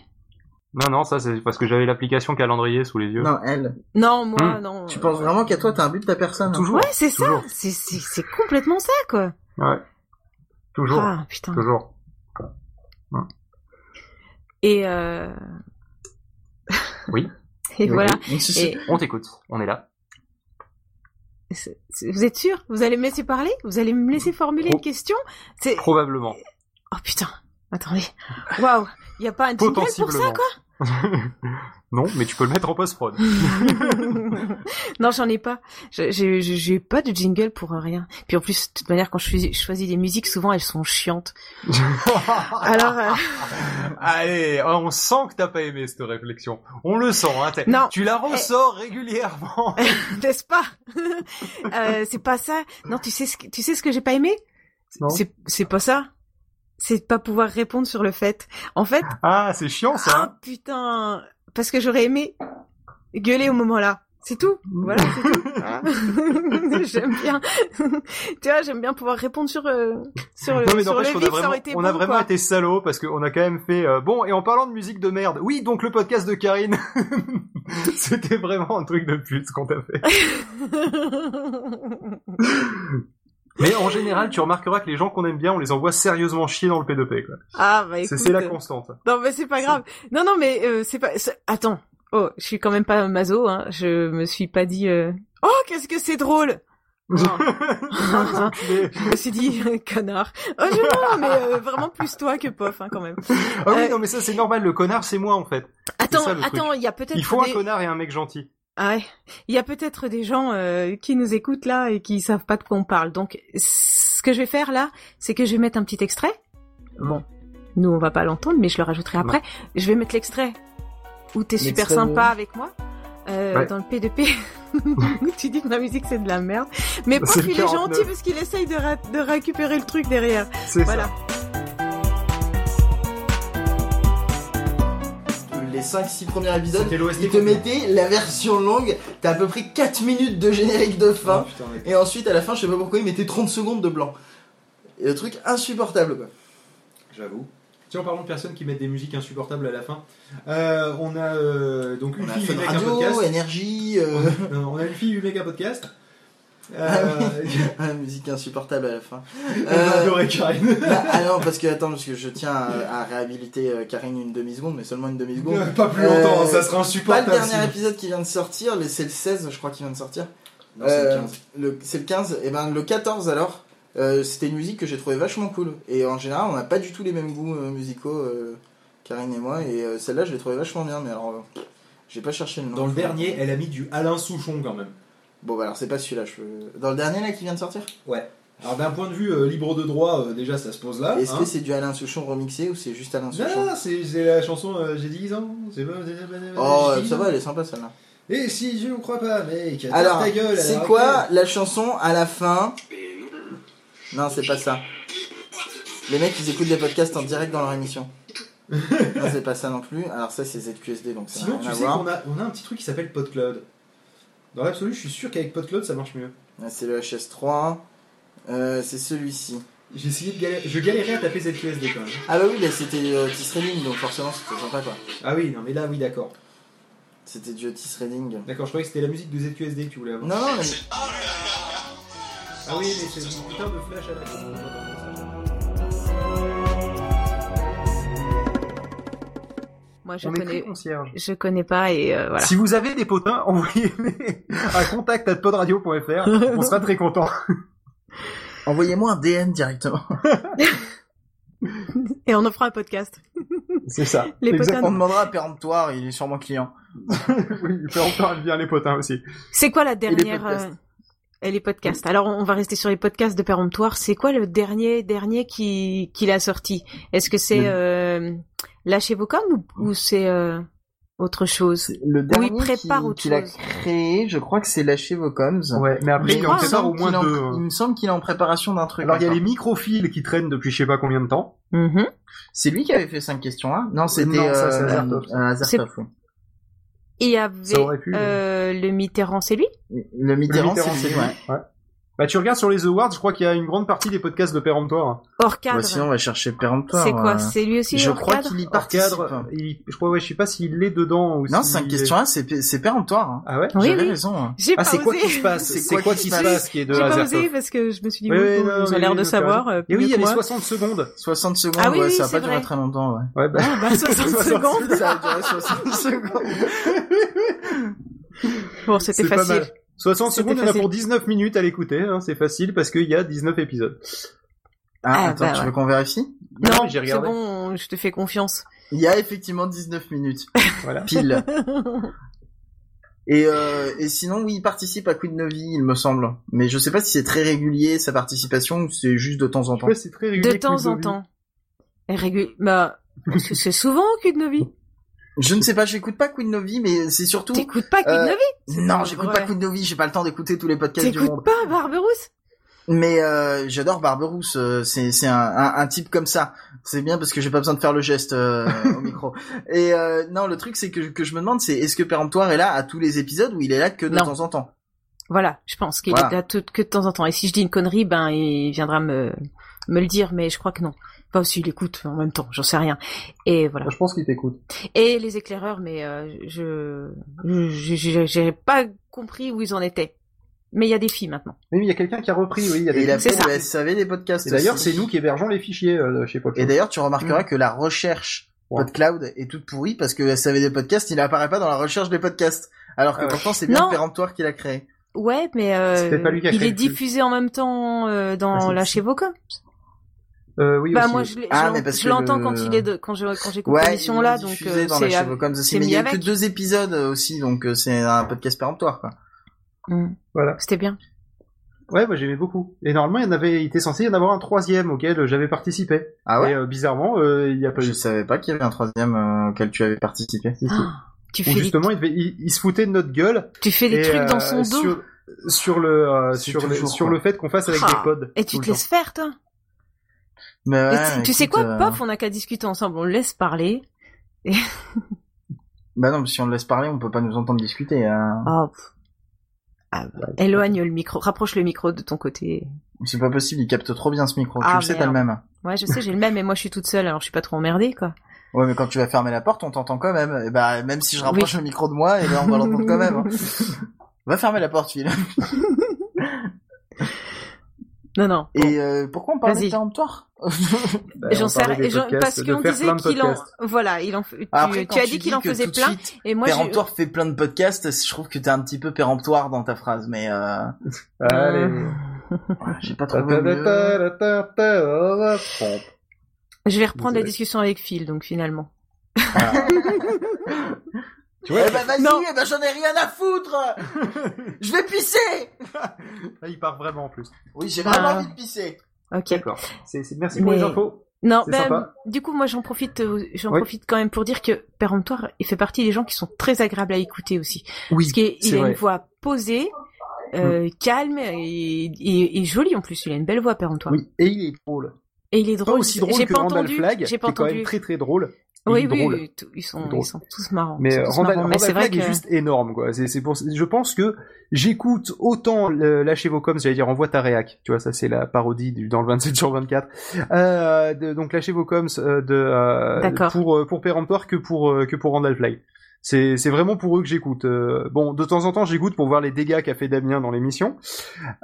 Speaker 2: Non, non, ça c'est parce que j'avais l'application calendrier sous les yeux.
Speaker 3: Non, elle.
Speaker 1: Non, moi,
Speaker 2: Hmm.
Speaker 1: non.
Speaker 3: Tu penses vraiment qu'à toi, t'as un but de ta personne. hein
Speaker 2: Toujours,
Speaker 1: Ouais, c'est ça.
Speaker 2: Toujours.
Speaker 1: C'est, c'est, c'est complètement ça, quoi.
Speaker 2: toujours,
Speaker 1: Ah, putain.
Speaker 2: toujours.
Speaker 1: Et, euh...
Speaker 2: Oui.
Speaker 1: Et voilà.
Speaker 3: Oui, si, si.
Speaker 1: Et
Speaker 2: On t'écoute, on est là.
Speaker 1: c'est- c'est- vous êtes sûr Vous allez me laisser parler Vous allez me laisser formuler
Speaker 2: Pro-
Speaker 1: une question C'est
Speaker 2: Probablement.
Speaker 1: oh putain. Attendez. Waouh, il y a pas un jingle pour ça
Speaker 2: Potentiellement. non, mais tu peux le mettre en post-prod.
Speaker 1: non, j'en ai pas. Je- J'ai j'ai- j'ai pas de jingle pour rien. Puis en plus, de toute manière, quand je choisis, je choisis des musiques, souvent elles sont chiantes. Alors, euh,
Speaker 2: Allez, on sent que t'as pas aimé cette réflexion. On le sent, hein. t'es-
Speaker 1: Non. Eh.
Speaker 2: Tu la ressors régulièrement.
Speaker 1: n'est-ce pas Euh, C'est pas ça. Non, tu sais ce que, tu sais ce que j'ai pas aimé
Speaker 2: Non.
Speaker 1: C'est c'est pas ça. C'est de pas pouvoir répondre sur le fait. En fait,
Speaker 2: Ah, c'est chiant ça.
Speaker 1: ah putain, parce que j'aurais aimé gueuler au moment-là. C'est tout.
Speaker 2: Mm.
Speaker 1: Voilà, c'est tout.
Speaker 2: Ah.
Speaker 1: j'aime bien. tu vois, j'aime bien pouvoir répondre sur euh, sur le
Speaker 2: non mais
Speaker 1: sur le
Speaker 2: n'empêche
Speaker 1: vif,
Speaker 2: qu'on
Speaker 1: ça
Speaker 2: a vraiment,
Speaker 1: aurait été
Speaker 2: on a
Speaker 1: bon,
Speaker 2: vraiment
Speaker 1: quoi.
Speaker 2: été salauds parce qu'on a quand même fait euh, bon et en parlant de musique de merde oui donc le podcast de Karine c'était vraiment un truc de pute ce qu'on t'a fait mais en général tu remarqueras que les gens qu'on aime bien on les envoie sérieusement chier dans le P2P quoi.
Speaker 1: ah bah
Speaker 2: C'est-
Speaker 1: écoute.
Speaker 2: c'est la constante
Speaker 1: Non mais c'est pas grave. Non non mais euh, c'est pas. c'est- Attends. Oh, je suis quand même pas maso. Hein. Je me suis pas dit. euh, Oh qu'est-ce que c'est drôle. Non.
Speaker 2: Enculé.
Speaker 1: je me suis dit connard. Oh je- non mais euh, vraiment plus toi que pof hein, quand même.
Speaker 2: ah oui
Speaker 1: Euh,
Speaker 2: non mais ça c'est normal le connard c'est moi en fait
Speaker 1: Attends
Speaker 2: ça, le truc.
Speaker 1: attends il y a peut-être
Speaker 2: il faut un
Speaker 1: des-
Speaker 2: connard et un mec gentil
Speaker 1: Ah ouais. Il y a peut-être des gens euh, qui nous écoutent là et qui savent pas de quoi on parle. Donc, ce que je vais faire là, c'est que je vais mettre un petit extrait. Bon, nous on va pas l'entendre, mais je le rajouterai après. Je vais mettre l'extrait où t'es super
Speaker 3: L'extrait,
Speaker 1: sympa
Speaker 3: ouais.
Speaker 1: avec moi euh,
Speaker 2: Ouais.
Speaker 1: dans le P2P. où tu dis que ma musique c'est de la merde, mais
Speaker 2: Bah,
Speaker 1: pas
Speaker 2: c'est
Speaker 1: qu'il
Speaker 2: le
Speaker 1: est
Speaker 2: 49.
Speaker 1: gentil parce qu'il essaye de, ra- de récupérer le truc derrière.
Speaker 2: C'est
Speaker 1: Voilà.
Speaker 3: Les 5-6 premiers épisodes,
Speaker 2: C'était l'OST
Speaker 3: ils te mettaient la version longue, t'as à peu près 4 minutes de générique de fin, et ensuite à la fin, je sais pas pourquoi, ils mettaient 30 secondes de blanc. Et le truc insupportable quoi.
Speaker 2: J'avoue. Tiens, en parlant de personnes qui mettent des musiques insupportables à la fin, euh, on a euh, donc une
Speaker 3: On a
Speaker 2: fille,
Speaker 3: Fun
Speaker 2: une mec, un
Speaker 3: Radio,
Speaker 2: podcast.
Speaker 3: énergie, euh,
Speaker 2: On, non, on a une fille, une mec, un podcast.
Speaker 3: Ah
Speaker 2: Euh,
Speaker 3: ah, musique insupportable à la fin.
Speaker 2: on a
Speaker 3: Euh,
Speaker 2: adoré Karine.
Speaker 3: Ah ah non, parce que attends, parce que je tiens à, à réhabiliter euh, Karine une demi-seconde, mais seulement une demi-seconde.
Speaker 2: Pas plus longtemps,
Speaker 3: Euh,
Speaker 2: ça serait
Speaker 3: Pas le
Speaker 2: insupportable.
Speaker 3: dernier épisode qui vient de sortir, le- c'est le 16, je crois, qui vient de sortir.
Speaker 7: Non, c'est
Speaker 3: Euh,
Speaker 7: le 15.
Speaker 3: le- C'est le 15. Et ben le 14 alors, euh, c'était une musique que j'ai trouvé vachement cool. Et en général, on n'a pas du tout les mêmes goûts euh, musicaux, euh, Karine et moi. Et euh, celle-là, je l'ai trouvée vachement bien. Mais alors, euh, j'ai pas cherché le nom.
Speaker 2: Dans le dernier, elle a mis du Alain Souchon quand même.
Speaker 3: Bon, bah alors c'est pas celui-là. Je... peux- Dans le dernier là qui vient de sortir.
Speaker 2: Alors d'un point de vue euh, libre de droit, euh, déjà ça se pose là.
Speaker 3: Est-ce
Speaker 2: hein.
Speaker 3: que c'est du Alain Souchon remixé ou c'est juste Alain Souchon
Speaker 2: Non, c'est c'est la chanson euh, J'ai 10 ans. C'est pas. c'est pas-
Speaker 3: Oh,
Speaker 2: j'ai 10
Speaker 3: ça
Speaker 2: ans.
Speaker 3: va, elle est sympa celle-là.
Speaker 2: Et si je ne crois pas, mec, t'as
Speaker 3: Alors,
Speaker 2: ta gueule.
Speaker 3: c'est
Speaker 2: alors,
Speaker 3: quoi la chanson à la fin Non, c'est pas ça. Les mecs, ils écoutent des podcasts en direct dans leur émission. non, c'est pas ça non plus. Alors ça, c'est ZQSD, donc ça n'a
Speaker 2: Sinon,
Speaker 3: rien
Speaker 2: tu
Speaker 3: à
Speaker 2: sais
Speaker 3: voir.
Speaker 2: qu'on a, on a un petit truc qui s'appelle PodCloud. Dans l'absolu, je suis sûr qu'avec PodCloud, ça marche mieux.
Speaker 3: Là, C'est le HS3. Euh, c'est celui-ci.
Speaker 2: J'ai essayé de galérer. Je galérais à taper ZQSD quand même.
Speaker 3: Ah bah oui, là, c'était euh, Otis Redding, donc forcément, c'était sympa, quoi.
Speaker 2: Ah oui, non, mais là, oui, d'accord.
Speaker 3: C'était du Otis Redding.
Speaker 2: D'accord, je croyais que c'était la musique de ZQSD que tu voulais avoir.
Speaker 3: Non, non, mais...
Speaker 2: Ah oui, mais c'est une putain de flash à la
Speaker 1: Moi je connais,
Speaker 2: concierge.
Speaker 1: je connais pas et euh, voilà.
Speaker 2: Si vous avez des potins, envoyez-les à contact.podradio.fr. On sera très content.
Speaker 3: Envoyez-moi un DM directement.
Speaker 1: Et on en fera un podcast.
Speaker 2: C'est ça.
Speaker 1: Les potins,
Speaker 3: On demandera à Péremptoire, il est sûrement client.
Speaker 2: oui, faire encore bien les potins aussi.
Speaker 1: C'est quoi la
Speaker 3: les
Speaker 1: dernière
Speaker 3: podcasts.
Speaker 1: euh, et les podcasts. Alors on va rester sur les podcasts de péremptoire. C'est quoi le dernier dernier qui qui l'a sorti Est-ce que c'est
Speaker 3: Le-
Speaker 1: euh, lâchez vos cornes ou, ou c'est euh, autre chose
Speaker 3: Le dernier
Speaker 1: prépare
Speaker 3: qui-
Speaker 1: autre
Speaker 3: qu'il a
Speaker 1: chose.
Speaker 3: créé, je crois que c'est Lâcher vos coms.
Speaker 2: Ouais, mais après,
Speaker 1: Je
Speaker 2: il
Speaker 1: crois,
Speaker 2: en
Speaker 1: hein.
Speaker 2: prépare au
Speaker 3: Il
Speaker 2: moins
Speaker 3: en-
Speaker 2: deux.
Speaker 3: Il
Speaker 2: euh.
Speaker 3: me semble qu'il est en préparation d'un truc.
Speaker 2: Alors, il y a
Speaker 3: encore.
Speaker 2: les microphiles qui traînent depuis je sais pas combien de temps.
Speaker 1: Mhm.
Speaker 3: C'est lui qui avait fait 5 questions, hein Non, c'était
Speaker 2: Non, ça, c'est
Speaker 3: euh,
Speaker 2: Azertov.
Speaker 3: euh, Azertov, oui.
Speaker 1: Il y avait
Speaker 2: Ça aurait pu,
Speaker 1: euh, le Mitterrand, c'est lui
Speaker 3: Le
Speaker 2: Le
Speaker 3: Mitterrand,
Speaker 2: Mitterrand,
Speaker 3: c'est
Speaker 2: c'est
Speaker 3: lui,
Speaker 2: lui.
Speaker 3: ouais.
Speaker 2: Bah, tu regardes sur les awards, je crois qu'il y a une grande partie des podcasts de péremptoire.
Speaker 1: hors cadre.
Speaker 3: Bah, sinon, on va chercher Péremptoire.
Speaker 1: c'est quoi
Speaker 3: euh,
Speaker 1: C'est lui aussi
Speaker 3: Je
Speaker 1: hors
Speaker 3: crois
Speaker 1: cadre
Speaker 3: qu'il y
Speaker 2: Par
Speaker 3: participe.
Speaker 2: cadre, il- je crois, ouais, je sais pas s'il est dedans ou
Speaker 3: Non,
Speaker 2: s'il
Speaker 3: 5
Speaker 2: est-
Speaker 3: questions, hein, c'est c'est Péremptoire. hein.
Speaker 2: Ah ouais?
Speaker 1: Oui,
Speaker 3: J'avais
Speaker 1: oui.
Speaker 3: raison. hein.
Speaker 1: J'ai pas
Speaker 2: Ah, c'est quoi
Speaker 1: osé.
Speaker 2: qui se passe?
Speaker 3: C'est
Speaker 2: C'est
Speaker 3: quoi
Speaker 2: quoi
Speaker 3: qui
Speaker 2: qui
Speaker 3: se
Speaker 2: se passe qui est de
Speaker 1: J'ai pas
Speaker 2: Azertov?
Speaker 1: osé parce que je me suis dit
Speaker 2: Oui,
Speaker 1: oui,
Speaker 2: oui,
Speaker 1: bon,
Speaker 2: non,
Speaker 1: ils ont
Speaker 2: mais
Speaker 1: l'air
Speaker 2: oui,
Speaker 1: de
Speaker 2: non, t'as
Speaker 1: savoir. euh,
Speaker 2: Et Eh oui,
Speaker 1: mieux
Speaker 2: il y a
Speaker 1: que
Speaker 2: les
Speaker 1: moi.
Speaker 2: 60 secondes.
Speaker 3: 60 secondes,
Speaker 1: Ah oui,
Speaker 3: ouais,
Speaker 1: oui,
Speaker 3: ça va
Speaker 1: c'est
Speaker 3: pas
Speaker 1: vrai.
Speaker 3: durer très longtemps, ouais.
Speaker 2: Ouais, bah.
Speaker 1: Ah, bah, 60 secondes.
Speaker 3: ça va durer 60 secondes.
Speaker 1: Bon, c'était
Speaker 2: C'est pas
Speaker 1: facile.
Speaker 2: mal. 60
Speaker 1: C'était
Speaker 2: secondes, il y en a
Speaker 1: facile.
Speaker 2: pour 19 minutes à l'écouter, hein, c'est facile parce qu'il y a 19 épisodes.
Speaker 3: Ah,
Speaker 1: Ah,
Speaker 3: attends,
Speaker 1: bah
Speaker 3: tu
Speaker 1: ouais.
Speaker 3: veux qu'on vérifie
Speaker 1: Non,
Speaker 2: j'ai
Speaker 1: c'est
Speaker 2: regardé.
Speaker 1: bon, je te fais confiance.
Speaker 3: Il y a effectivement 19 minutes.
Speaker 2: Voilà.
Speaker 3: Pile. Et, euh, et sinon, oui, il participe à Queen Novi, il me semble. Mais je sais pas si c'est très régulier sa participation ou c'est juste de temps en
Speaker 2: Je
Speaker 3: temps.
Speaker 2: sais pas, c'est très régulier.
Speaker 1: De temps en
Speaker 2: Kuzovi.
Speaker 1: temps. Et régul... Bah, parce que c'est souvent Cul de Novi.
Speaker 3: Je ne sais pas, j'écoute pas Queen Novi, mais c'est surtout.
Speaker 1: T'écoutes pas Cul de
Speaker 3: Euh,
Speaker 1: Novi
Speaker 3: Non, j'écoute
Speaker 1: Ouais.
Speaker 3: pas Queen Novi, j'ai pas le temps d'écouter tous les podcasts du
Speaker 1: T'écoutes
Speaker 3: monde.
Speaker 1: pas Barberousse
Speaker 3: Mais euh, j'adore Barberousse, euh, c'est c'est un, un, un type comme ça. C'est bien parce que j'ai pas besoin de faire le geste euh, au micro. Et euh, non, le truc c'est que, que je me demande, c'est est-ce que Péremptoire est là à tous les épisodes ou il est là que de
Speaker 1: Non.
Speaker 3: temps en temps
Speaker 1: Voilà, je pense qu'il
Speaker 3: Voilà.
Speaker 1: est là tout- que de temps en temps. Et si je dis une connerie, ben il viendra me, me le dire, mais je crois que non. Enfin, s'il écoute en même temps, j'en sais rien. Et voilà.
Speaker 2: Je pense qu'il t'écoute.
Speaker 1: Et les éclaireurs, mais euh, je je- je- j'ai pas compris où ils en étaient. Mais il y a des filles maintenant.
Speaker 2: Oui, mais il y a quelqu'un qui a repris, oui. Il y a
Speaker 3: Et
Speaker 2: des-
Speaker 3: il a
Speaker 1: C'est
Speaker 3: fait
Speaker 1: ça.
Speaker 3: le SAV des podcasts.
Speaker 2: Et d'ailleurs,
Speaker 3: aussi.
Speaker 2: c'est nous qui hébergeons les fichiers euh, chez Pop.
Speaker 3: Et d'ailleurs, tu
Speaker 1: Mmh.
Speaker 3: remarqueras que la recherche
Speaker 2: Ouais.
Speaker 3: PodCloud est toute pourrie parce que SAV des podcasts, il apparaît pas dans la recherche des podcasts. Alors que
Speaker 2: Ah ouais.
Speaker 3: pourtant, c'est bien
Speaker 1: Non.
Speaker 3: le Péremptoire qui l'a créé.
Speaker 1: Ouais, mais euh,
Speaker 2: C'était pas lui qui a
Speaker 1: il
Speaker 2: créé
Speaker 1: est
Speaker 2: le truc.
Speaker 1: diffusé en même temps euh,
Speaker 2: Ah,
Speaker 1: dans
Speaker 2: c'est-
Speaker 1: la chez Voca.
Speaker 2: Euh, oui,
Speaker 1: bah
Speaker 2: aussi.
Speaker 1: moi je l'ai-
Speaker 3: Ah,
Speaker 1: je
Speaker 3: mais
Speaker 1: l'en-
Speaker 3: parce
Speaker 1: je
Speaker 3: que
Speaker 1: l'entends
Speaker 3: le-
Speaker 1: quand il est de, quand je quand j'écoute
Speaker 3: Ouais,
Speaker 1: l'émission là
Speaker 3: ils l'ont
Speaker 1: donc
Speaker 3: diffusé
Speaker 1: euh,
Speaker 3: dans la
Speaker 1: c'est à-
Speaker 3: cheveux comme ça.
Speaker 1: c'est
Speaker 3: Mais il y
Speaker 1: mis
Speaker 3: a que
Speaker 1: avec.
Speaker 3: deux épisodes euh, aussi, donc euh, c'est un podcast péremptoire, quoi.
Speaker 1: Mm.
Speaker 2: Voilà.
Speaker 1: c'était bien.
Speaker 2: Ouais, bah, j'aimais beaucoup. Et normalement, il y en avait, il était censé y en avoir un troisième auquel euh, j'avais participé.
Speaker 3: Ah ouais
Speaker 2: Et euh, bizarrement, euh, il y a pas
Speaker 3: Je
Speaker 2: eu.
Speaker 3: savais pas qu'il y avait un troisième euh, auquel tu avais participé.
Speaker 2: Si, si.
Speaker 1: Ah, tu
Speaker 2: Où
Speaker 1: fais des,
Speaker 2: justement, il, devait- il- il se foutait de notre gueule.
Speaker 1: tu fais des
Speaker 2: et,
Speaker 1: trucs
Speaker 2: euh,
Speaker 1: dans son dos
Speaker 2: Sur, sur le, euh,
Speaker 3: C'est
Speaker 2: sur, le,
Speaker 3: toujours,
Speaker 2: sur
Speaker 3: quoi.
Speaker 2: le fait qu'on fasse avec
Speaker 1: Ah.
Speaker 2: des pods.
Speaker 1: et tu
Speaker 2: tout
Speaker 1: te
Speaker 2: le
Speaker 1: laisses faire toi.
Speaker 3: Mais
Speaker 1: Et
Speaker 3: ouais,
Speaker 1: tu- tu sais
Speaker 3: écoute,
Speaker 1: quoi,
Speaker 3: euh,
Speaker 1: pof, on n'a qu'à discuter ensemble, on le laisse parler.
Speaker 3: Bah non, mais si on le laisse parler, on peut pas nous entendre discuter. euh.
Speaker 1: Ah, pff. Ah, bah, éloigne le micro, rapproche le micro de ton côté.
Speaker 3: C'est pas possible, il capte trop bien ce micro. tu
Speaker 1: Ah,
Speaker 3: le sais, t'as le
Speaker 1: merde.
Speaker 3: même.
Speaker 1: Ouais, je sais, j'ai le même, mais moi je suis toute seule, alors je suis pas trop emmerdée, quoi.
Speaker 3: Ouais, mais quand tu vas fermer la porte, on t'entend quand même. Et bah, même si je rapproche le micro de moi, et ben on va l'entendre quand même. hein. Va fermer la porte, Phil.
Speaker 1: Non, non.
Speaker 3: Et euh, pourquoi on parle
Speaker 1: Vas-y.
Speaker 3: de péremptoire
Speaker 2: temps.
Speaker 1: J'en sais rien. j'en- Parce qu'on
Speaker 2: qu'on
Speaker 1: disait qu'il en, voilà, il en, f- tu,
Speaker 3: Après,
Speaker 1: tu
Speaker 3: quand
Speaker 1: as dit qu'il en
Speaker 3: que
Speaker 1: faisait
Speaker 3: tout de
Speaker 1: plein,
Speaker 3: suite,
Speaker 1: et moi je,
Speaker 3: péremptoire fait plein de podcasts, je trouve que t'es un petit peu péremptoire dans ta phrase, mais euh,
Speaker 2: Allez.
Speaker 3: ouais, j'ai pas trouvé mieux.
Speaker 2: Ta-ta-ta-ta-ta-ta-ta.
Speaker 1: je vais reprendre la
Speaker 2: Désolé.
Speaker 1: discussion avec Phil, donc finalement.
Speaker 3: Voilà.
Speaker 2: Tu vois,
Speaker 3: Eh ben vas-y,
Speaker 1: Non.
Speaker 3: eh ben j'en ai rien à foutre Je vais pisser
Speaker 2: là, il part vraiment en plus.
Speaker 3: Oui, j'ai
Speaker 1: Ah.
Speaker 3: vraiment envie de pisser.
Speaker 1: Ok.
Speaker 2: D'accord. C'est- c'est- Merci pour
Speaker 1: Mais-
Speaker 2: les infos.
Speaker 1: Non,
Speaker 2: C'est
Speaker 1: ben,
Speaker 2: sympa.
Speaker 1: du coup, moi, j'en profite, euh, j'en
Speaker 2: Oui.
Speaker 1: profite quand même pour dire que Péremptoire, il fait partie des gens qui sont très agréables à écouter aussi.
Speaker 2: Oui,
Speaker 1: Parce qu'il
Speaker 2: c'est
Speaker 1: il a
Speaker 2: vrai. Mm.
Speaker 1: une voix posée, euh, calme et, et, et jolie en plus. Il a une belle voix, Péremptoire.
Speaker 2: Oui, et il est drôle.
Speaker 1: Et il est
Speaker 2: Pas
Speaker 1: drôle.
Speaker 2: aussi drôle
Speaker 1: J'ai
Speaker 2: que
Speaker 1: pas
Speaker 2: Randall
Speaker 1: entendu-
Speaker 2: Flagg, qui
Speaker 1: J'ai
Speaker 2: est
Speaker 1: pas
Speaker 2: quand
Speaker 1: entendu.
Speaker 2: même très très drôle. Il
Speaker 1: oui,
Speaker 2: est
Speaker 1: oui,
Speaker 2: drôle.
Speaker 1: oui, tout- ils sont,
Speaker 2: Il est drôle.
Speaker 1: ils sont tous marrants. ils
Speaker 2: Mais
Speaker 1: sont
Speaker 2: euh,
Speaker 1: tous
Speaker 2: Randall,
Speaker 1: marrants. Mais
Speaker 2: Randall
Speaker 1: c'est vrai
Speaker 2: Flagg
Speaker 1: que
Speaker 2: est juste énorme, quoi. C'est, c'est pour, je pense que j'écoute autant le, lâchez vos coms, j'allais dire envoie ta réac. Tu vois, ça c'est la parodie du, dans le 27 sur 24. Euh, de- donc lâchez vos coms euh, de, euh,
Speaker 1: D'accord.
Speaker 2: pour, euh, pour Péremptoire que pour, euh, que pour Randall Flagg. C'est, c'est vraiment pour eux que j'écoute. Euh, bon, de temps en temps, j'écoute pour voir les dégâts qu'a fait Damien dans l'émission.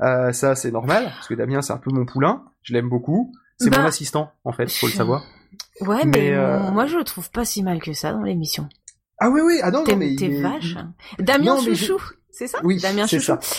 Speaker 2: Euh, ça, c'est normal, parce que Damien, c'est un peu mon poulain. Je l'aime beaucoup. C'est
Speaker 1: Bah,
Speaker 2: mon assistant, en fait, faut le savoir.
Speaker 1: ouais, mais,
Speaker 2: mais, euh,
Speaker 1: moi, je le trouve pas si mal que ça dans l'émission.
Speaker 2: Ah oui, oui, ah non,
Speaker 1: T'es
Speaker 2: non, mais il
Speaker 1: t'es
Speaker 2: est-
Speaker 1: vache. Damien
Speaker 2: Non, mais je-
Speaker 1: Chouchou, c'est ça
Speaker 2: Oui,
Speaker 1: Damien
Speaker 2: c'est
Speaker 1: Chouchou.
Speaker 2: ça.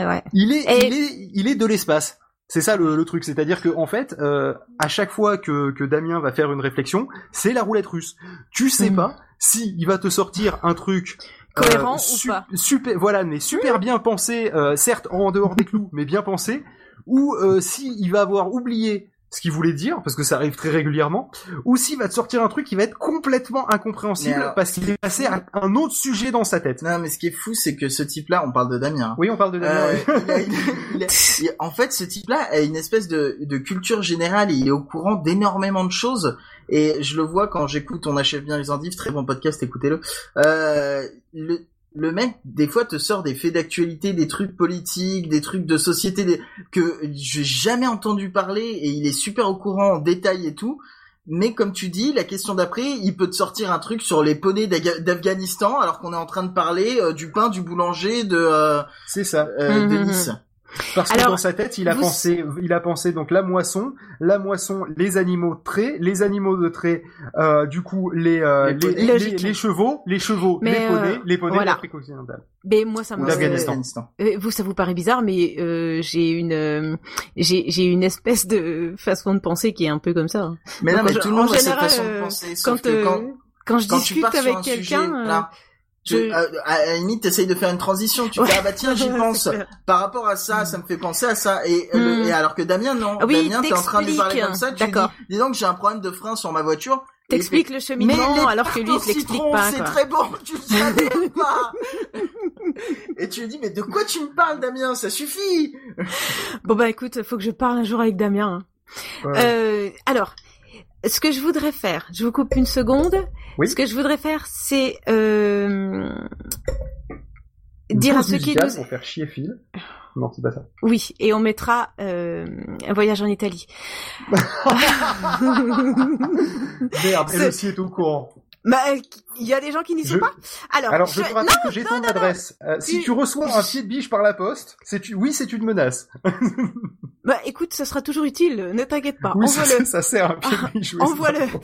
Speaker 1: Euh, ouais.
Speaker 2: Il est,
Speaker 1: Et-
Speaker 2: il est, il est de l'espace. C'est ça le, le truc, c'est-à-dire que en fait, euh, à chaque fois que, que Damien va faire une réflexion, c'est la roulette russe. Tu sais
Speaker 1: Mhm.
Speaker 2: pas si il va te sortir un truc euh,
Speaker 1: Cohérent ou
Speaker 2: su-
Speaker 1: pas. Mm.
Speaker 2: Super, voilà, mais super bien pensé, euh, certes en dehors des clous, mais bien pensé, ou euh, si il va avoir oublié ce qu'il voulait dire, parce que ça arrive très régulièrement, ou s'il va te sortir un truc qui va être complètement incompréhensible
Speaker 3: Mais alors-
Speaker 2: parce qu'il est passé à un autre sujet dans sa tête.
Speaker 3: Non, mais ce qui est fou, c'est que ce type-là, on parle de Damien.
Speaker 2: Oui, on parle de Damien.
Speaker 3: Euh,
Speaker 2: oui.
Speaker 3: il a- il a- il a- il- en fait, ce type-là a une espèce de, de culture générale. Il est au courant d'énormément de choses. Et je le vois quand j'écoute On achève bien les endives. Très bon podcast, écoutez-le. Euh, le, le mec, des fois, te sort des faits d'actualité, des trucs politiques, des trucs de société des, que j'ai jamais entendu parler. Et il est super au courant en détail et tout. Mais comme tu dis, la question d'après, il peut te sortir un truc sur les poneys d'Aga- d'Afghanistan alors qu'on est en train de parler euh, du pain, du boulanger, de... euh,
Speaker 2: C'est ça.
Speaker 3: euh, de
Speaker 1: Mhm.
Speaker 3: Nice.
Speaker 2: Parce
Speaker 1: Alors,
Speaker 2: que dans sa tête, il a
Speaker 1: vous-
Speaker 2: pensé, il a pensé donc la moisson, la moisson, les animaux de trait, les animaux de trait, euh, du coup les euh,
Speaker 3: Les
Speaker 2: les,
Speaker 3: poneys.
Speaker 2: les-
Speaker 1: Logique.
Speaker 2: les chevaux, les chevaux,
Speaker 1: Mais,
Speaker 2: les poneys,
Speaker 1: euh,
Speaker 2: les poneys
Speaker 1: voilà.
Speaker 2: d'Afrique occidentale.
Speaker 1: Mais moi, ça
Speaker 2: Ou
Speaker 1: me.
Speaker 2: d'Afghanistan.
Speaker 1: Euh, vous, ça vous paraît bizarre, mais euh, j'ai une, euh, j'ai j'ai une espèce de façon de penser qui est un peu comme ça. hein.
Speaker 3: Mais non,
Speaker 1: Donc,
Speaker 3: mais
Speaker 1: en
Speaker 3: tout le monde a cette
Speaker 1: général,
Speaker 3: façon de
Speaker 1: euh,
Speaker 3: penser. sauf
Speaker 1: Quand,
Speaker 3: que
Speaker 1: euh,
Speaker 3: quand,
Speaker 1: quand, je
Speaker 3: quand tu
Speaker 1: discute
Speaker 3: pars sur
Speaker 1: avec
Speaker 3: un sujet,
Speaker 1: quelqu'un, euh,
Speaker 3: là,
Speaker 1: je-
Speaker 3: tu- à, à- à la limite, t'essayes de faire une transition. Tu
Speaker 1: Ouais.
Speaker 3: fais, ah bah tiens, j'y pense. Par rapport à ça, ça me fait penser à ça. Et, euh, le-
Speaker 1: Hmm.
Speaker 3: et alors que Damien, non.
Speaker 1: Ah oui,
Speaker 3: Damien, t'es en train de lui parler
Speaker 1: t'expliques,
Speaker 3: comme ça. Tu lui dis,
Speaker 1: d'accord.
Speaker 3: dis donc, j'ai un problème de frein sur ma voiture.
Speaker 1: t'expliques le
Speaker 3: Mais les
Speaker 1: cheminement alors que lui il te
Speaker 3: tartes au
Speaker 1: l'explique
Speaker 3: citron,
Speaker 1: pas.
Speaker 3: C'est
Speaker 1: quoi.
Speaker 3: très bon, tu le savais ou pas. Et tu lui dis, mais de quoi tu me parles, Damien? Ça suffit.
Speaker 1: Bon bah écoute, faut que je parle un jour avec Damien. hein.
Speaker 2: Ouais.
Speaker 1: Euh, alors, ce que je voudrais faire, je vous coupe une seconde.
Speaker 2: Oui.
Speaker 1: Ce que je voudrais faire, c'est euh, dire à
Speaker 2: Pause
Speaker 1: ceux qui
Speaker 2: musicale
Speaker 1: nous
Speaker 2: pour faire chier Phil. Non, c'est pas ça.
Speaker 1: Oui, et on mettra euh, un voyage en Italie. Bah,
Speaker 2: Merde,
Speaker 1: Ce-
Speaker 2: elle aussi est au courant.
Speaker 1: Bah, euh, il y a des gens qui n'y sont
Speaker 2: Je-
Speaker 1: pas. Alors,
Speaker 2: Alors, je
Speaker 1: je-
Speaker 2: te rappelle que j'ai ton adresse. Euh, si
Speaker 1: Tu-
Speaker 2: tu reçois un pied de biche par la poste, c'est une- oui, c'est une menace.
Speaker 1: bah, écoute, ce sera toujours utile. Ne t'inquiète pas.
Speaker 2: Oui, ça,
Speaker 1: Envoie-le.
Speaker 2: ça sert un pied de biche. oui, c'est
Speaker 1: Envoie-le.
Speaker 2: pas faux.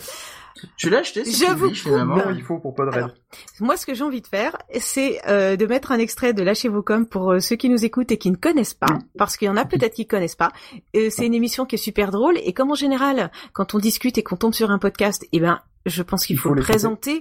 Speaker 3: Tu l'as acheté cette
Speaker 1: Je
Speaker 3: petite
Speaker 1: vous
Speaker 3: biche, finalement
Speaker 1: coupe.
Speaker 2: Comment il faut pour pas de raid
Speaker 1: Alors, Moi, ce que j'ai envie de faire, c'est euh, de mettre un extrait de Lâchez vos coms pour euh, ceux qui nous écoutent et qui ne connaissent pas,
Speaker 2: Mm.
Speaker 1: parce qu'il y en a peut-être qui connaissent pas. Euh, c'est une émission qui est super drôle et comme en général, quand on discute et qu'on tombe sur un podcast, eh ben, je pense qu'il
Speaker 2: Il
Speaker 1: faut,
Speaker 2: faut
Speaker 1: le
Speaker 2: l'écouter.
Speaker 1: présenter.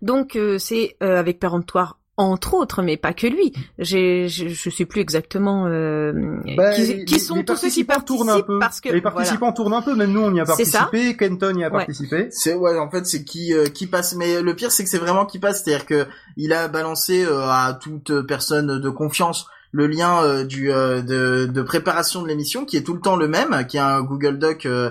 Speaker 1: Donc, euh, c'est euh, avec péremptoire entre autres, mais pas que lui. J'ai, je, je sais plus exactement euh,
Speaker 2: Bah,
Speaker 1: qui,
Speaker 2: les-
Speaker 1: qui
Speaker 2: les-
Speaker 1: sont
Speaker 2: les
Speaker 1: tous ceux qui
Speaker 2: participants tournent un
Speaker 1: participent,
Speaker 2: peu.
Speaker 1: parce que
Speaker 2: les
Speaker 1: voilà.
Speaker 2: participants tournent un peu. Même nous, on y a
Speaker 1: C'est ça.
Speaker 2: participé. Kenton y a
Speaker 1: Ouais.
Speaker 2: participé.
Speaker 3: C'est ouais, en fait, c'est qui euh, qui passe. Mais le pire, c'est que c'est vraiment qui passe, c'est-à-dire que il a balancé euh, à toute personne de confiance le lien euh, du euh, de, de préparation de l'émission, qui est tout le temps le même, qui est un Google Doc. euh,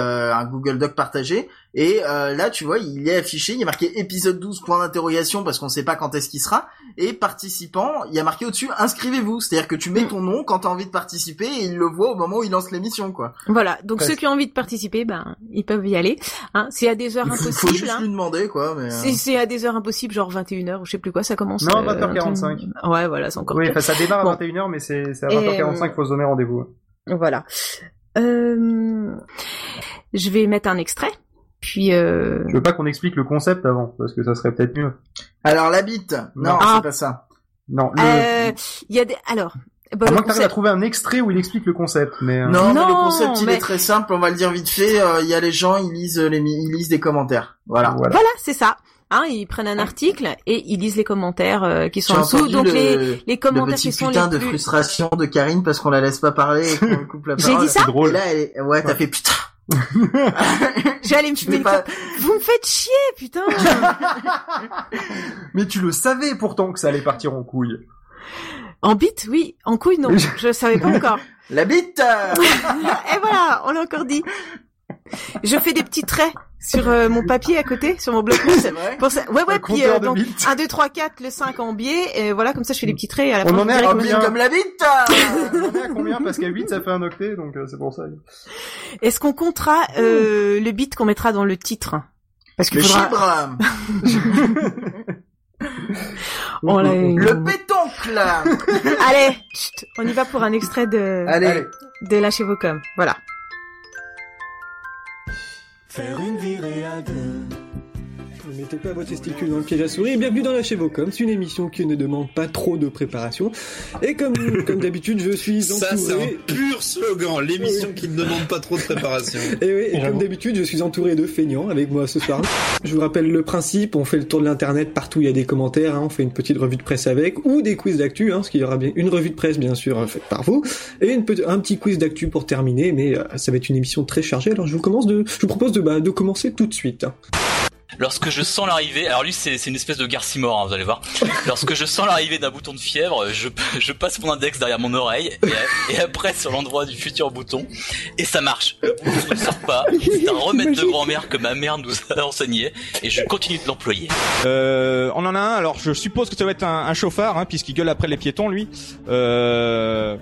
Speaker 3: euh, un Google Doc partagé et euh, là tu vois il est affiché il y a marqué épisode 12 point d'interrogation parce qu'on sait pas quand est-ce qu'il sera et participant il y a marqué au-dessus inscrivez-vous c'est-à-dire que tu
Speaker 1: Mm.
Speaker 3: mets ton nom quand t'as envie de participer et il le voit au moment où il lance l'émission quoi
Speaker 1: Voilà, donc
Speaker 2: Presque.
Speaker 1: ceux qui ont envie de participer, ben ils peuvent y aller. Hein. C'est à des heures
Speaker 3: il faut, faut
Speaker 1: impossibles.
Speaker 3: juste
Speaker 1: hein.
Speaker 3: lui demander quoi mais euh,
Speaker 1: C'est c'est à des heures impossibles, genre 21h ou je sais plus quoi, ça commence.
Speaker 2: Non,
Speaker 1: euh,
Speaker 2: 20h45.
Speaker 1: un truc- Ouais, voilà, c'est encore
Speaker 2: Oui,
Speaker 1: pire.
Speaker 2: enfin, ça démarre
Speaker 1: Bon.
Speaker 2: à 21h, mais c'est c'est à
Speaker 1: Et,
Speaker 2: 20h45
Speaker 1: euh,
Speaker 2: faut se donner rendez-vous.
Speaker 1: Voilà. Euh, Je vais mettre un extrait, puis... Euh...
Speaker 2: Je veux pas qu'on explique le concept avant, parce que ça serait peut-être mieux.
Speaker 3: Alors la bite Non,
Speaker 1: Ah.
Speaker 3: c'est pas ça.
Speaker 2: Non, le...
Speaker 1: euh, Il y a des... Alors... bah,
Speaker 2: à
Speaker 1: le
Speaker 2: moins que t'arrives à
Speaker 1: concept-
Speaker 2: trouver un extrait où il explique le concept, mais... euh,
Speaker 3: Non, mais
Speaker 1: Non,
Speaker 3: le concept il
Speaker 1: mais-
Speaker 3: est très simple, on va le dire vite fait. euh, Il y a les gens, ils lisent les, mi- ils lisent des commentaires. Voilà.
Speaker 2: voilà.
Speaker 1: Voilà, c'est ça. Hein, ils prennent un article et ils lisent les commentaires euh, qui sont
Speaker 3: J'ai
Speaker 1: en dessous.
Speaker 3: entendu
Speaker 1: Donc
Speaker 3: le,
Speaker 1: les, les
Speaker 3: le
Speaker 1: commentaires
Speaker 3: petit
Speaker 1: qui sont
Speaker 3: putain
Speaker 1: les
Speaker 3: de
Speaker 1: plus...
Speaker 3: frustration de Karine parce qu'on la laisse pas parler et qu'on lui coupe la
Speaker 1: J'ai
Speaker 3: parole.
Speaker 1: dit ça
Speaker 2: C'est
Speaker 3: Et
Speaker 2: drôle.
Speaker 3: là, elle est- ouais, t'as
Speaker 2: Ouais.
Speaker 3: fait putain.
Speaker 1: J'allais me
Speaker 3: Je
Speaker 1: fumer
Speaker 3: l'ai
Speaker 1: une
Speaker 3: pas-
Speaker 1: clope. Vous me faites chier, putain
Speaker 2: Mais tu le savais pourtant que ça allait partir en couille.
Speaker 1: En bite, oui. En couille, non. Je savais pas encore.
Speaker 3: La bite. euh,
Speaker 1: Et voilà, on l'a encore dit. Je fais des petits traits sur euh, mon papier à côté, sur mon bloc-notes.
Speaker 3: C'est vrai.
Speaker 1: Pour ça- Ouais, ouais,
Speaker 2: Un
Speaker 1: puis
Speaker 2: compteur
Speaker 1: euh,
Speaker 2: de
Speaker 1: donc
Speaker 2: bites.
Speaker 1: 1, 2, 3, 4, le 5 en biais, et voilà, comme ça je fais des petits traits et à la
Speaker 2: On
Speaker 1: fin. je
Speaker 2: en est
Speaker 1: dirai
Speaker 2: à
Speaker 1: combien-
Speaker 3: Bite comme la bite. euh.
Speaker 2: On est à combien Parce qu'à 8, ça fait un octet, donc euh, c'est pour ça.
Speaker 1: Est-ce qu'on comptera euh, le bit qu'on mettra dans le titre Parce
Speaker 3: Le
Speaker 1: qu'il faudra...
Speaker 3: chibre.
Speaker 1: Oh là, euh,
Speaker 3: Le pétoncle.
Speaker 1: Allez, chut, on y va pour un extrait de,
Speaker 3: Allez.
Speaker 1: de Lâchez vos coms. Voilà.
Speaker 7: Faire une virée à deux. Ne mettez pas vos testicules dans le piège à souris. Bienvenue dans la chez vos coms, une émission qui ne demande pas trop de préparation. Et comme, comme d'habitude, je suis
Speaker 8: Ça, c'est un
Speaker 7: entouré.
Speaker 8: pur slogan, l'émission qui ne demande pas trop de préparation.
Speaker 7: Et oui, et comme d'habitude, je suis entouré de feignants avec moi ce soir. Je vous rappelle le principe, on fait le tour de l'internet, partout il y a des commentaires, hein, on fait une petite revue de presse avec, ou des quiz d'actu, hein, parce qu'il y aura bien une revue de presse bien sûr euh, faite par vous, et une petite- un petit quiz d'actu pour terminer, mais euh, ça va être une émission très chargée, alors je vous, commence de, je vous propose de, bah, de commencer tout de suite. hein.
Speaker 9: Lorsque je sens l'arrivée, alors lui c'est c'est une espèce de garcimore, hein, vous allez voir. Lorsque je sens l'arrivée d'un bouton de fièvre, je, je passe mon index derrière mon oreille et, et après sur l'endroit du futur bouton et ça marche. Le bouton ne sort pas. C'est un remède de grand-mère que ma mère nous a enseigné et je continue de l'employer.
Speaker 10: Euh, on en a un, alors je suppose que ça va être un, un chauffard, hein, puisqu'il gueule après les piétons, lui. Euh,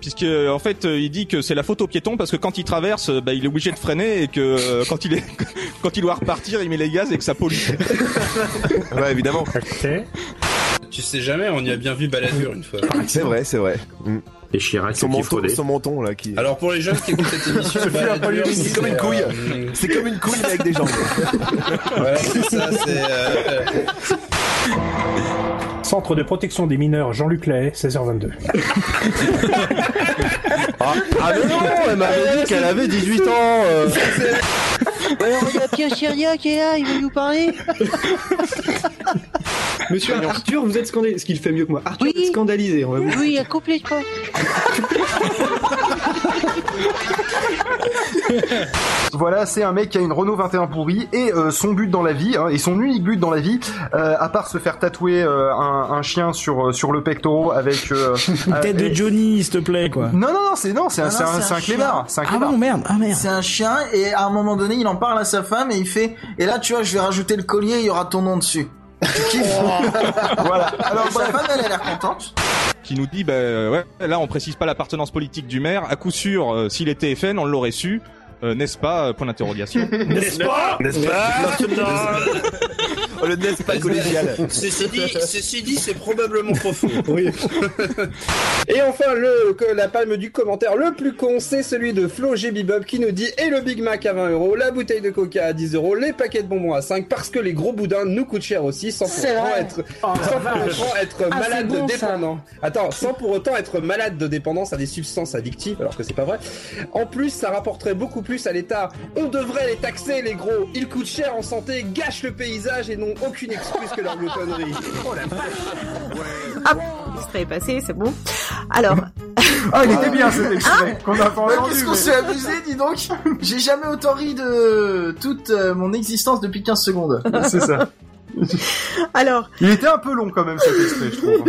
Speaker 10: puisque en fait, euh, il dit que c'est la faute aux piétons parce que quand il traverse, euh, bah, il est obligé de freiner et que euh, quand il est, quand il doit repartir, il met les gaz et que ça pollue.
Speaker 11: Ouais, évidemment.
Speaker 8: tu sais jamais, on y a bien vu Balladur une fois.
Speaker 11: C'est vrai, c'est vrai. Mm.
Speaker 12: Et Chirac
Speaker 11: Son
Speaker 12: qui
Speaker 11: menton,
Speaker 12: fraudait.
Speaker 11: son menton là qui.
Speaker 8: Alors pour les jeunes qui écoutent cette émission,
Speaker 11: Je fais un
Speaker 8: Balladur,
Speaker 11: polyvinyl, c'est comme une couille.
Speaker 8: euh,
Speaker 11: C'est comme une couille mais avec des jambes.
Speaker 8: voilà, c'est ça, c'est. euh, euh,
Speaker 12: Centre de protection des mineurs Jean-Luc Lahaye, 16h22.
Speaker 11: Ah, ah, mais non, elle m'avait dit qu'elle avait 18
Speaker 8: Oh,
Speaker 11: ans. euh.
Speaker 13: Alors, il y a Pierre Chiria qui est là, il veut nous parler.
Speaker 7: Monsieur Arthur, vous êtes scandalisé, ce qu'il fait mieux que moi. Arthur,
Speaker 13: Oui.
Speaker 7: vous êtes scandalisé, on va vous...
Speaker 13: Oui, il a complètement.
Speaker 2: Voilà, c'est un mec qui a une Renault 21 pourrie et euh, son but dans la vie, hein, et son unique but dans la vie, euh, à part se faire tatouer euh, un, un chien sur euh, sur le pectoral avec euh, euh, et-
Speaker 12: Johnny, s'il te plaît, quoi.
Speaker 2: Non non non, c'est non, c'est un
Speaker 1: Ah
Speaker 3: Non, non,
Speaker 2: c'est un c'est
Speaker 3: c'est un
Speaker 2: un clébard, c'est un clébard.
Speaker 12: merde, ah merde.
Speaker 3: C'est un chien et à un moment donné, il en parle à sa femme et il fait. Et là, tu vois, je vais rajouter le collier, il y aura ton nom dessus. Tu kiffes
Speaker 2: Voilà. Alors
Speaker 3: Alors sa
Speaker 2: bref,
Speaker 3: femme, elle a l'air contente.
Speaker 10: qui nous dit, bah, euh, ouais, là, on précise pas l'appartenance politique du maire. À coup sûr, euh, s'il était FN, on l'aurait su. Euh, N'est-ce pas euh, Point d'interrogation.
Speaker 11: N'est-ce pas
Speaker 8: Le nez pas
Speaker 11: collégial.
Speaker 8: Ceci dit, ceci dit, c'est probablement trop faux.
Speaker 11: Oui. Et enfin, le, que- la palme du commentaire le plus con, c'est celui de Flo G. Bebop qui nous dit Et le Big Mac à 20 euros, la bouteille de coca à 10 euros, les paquets de bonbons à 5 parce que les gros boudins nous coûtent cher aussi, sans pour
Speaker 13: C'est
Speaker 11: autant
Speaker 13: vrai.
Speaker 11: être,
Speaker 13: Oh,
Speaker 11: sans
Speaker 13: la
Speaker 11: pour
Speaker 13: vache.
Speaker 11: autant être
Speaker 13: Ah,
Speaker 11: malade
Speaker 13: c'est bon,
Speaker 11: de
Speaker 13: ça.
Speaker 11: dépendant. Attends, sans pour autant être malade de dépendance à des substances addictives, alors que c'est pas vrai. En plus, ça rapporterait beaucoup plus à l'État. On devrait les taxer, les gros. Ils coûtent cher en santé, gâchent le paysage et n'ont aucune excuse que leur gloutonnerie. Oh la vache.
Speaker 1: Hop, serait passé, c'est bon. Alors,
Speaker 3: Ah, il était bien cet extrait qu'on a pas
Speaker 1: entendu,
Speaker 3: Qu'est-ce qu'on
Speaker 1: mais-
Speaker 3: s'est abusé, dis donc J'ai jamais autant ri de toute euh, mon existence depuis 15 secondes.
Speaker 2: C'est ça.
Speaker 1: Alors.
Speaker 2: Il était un peu long quand même cet extrait, je trouve.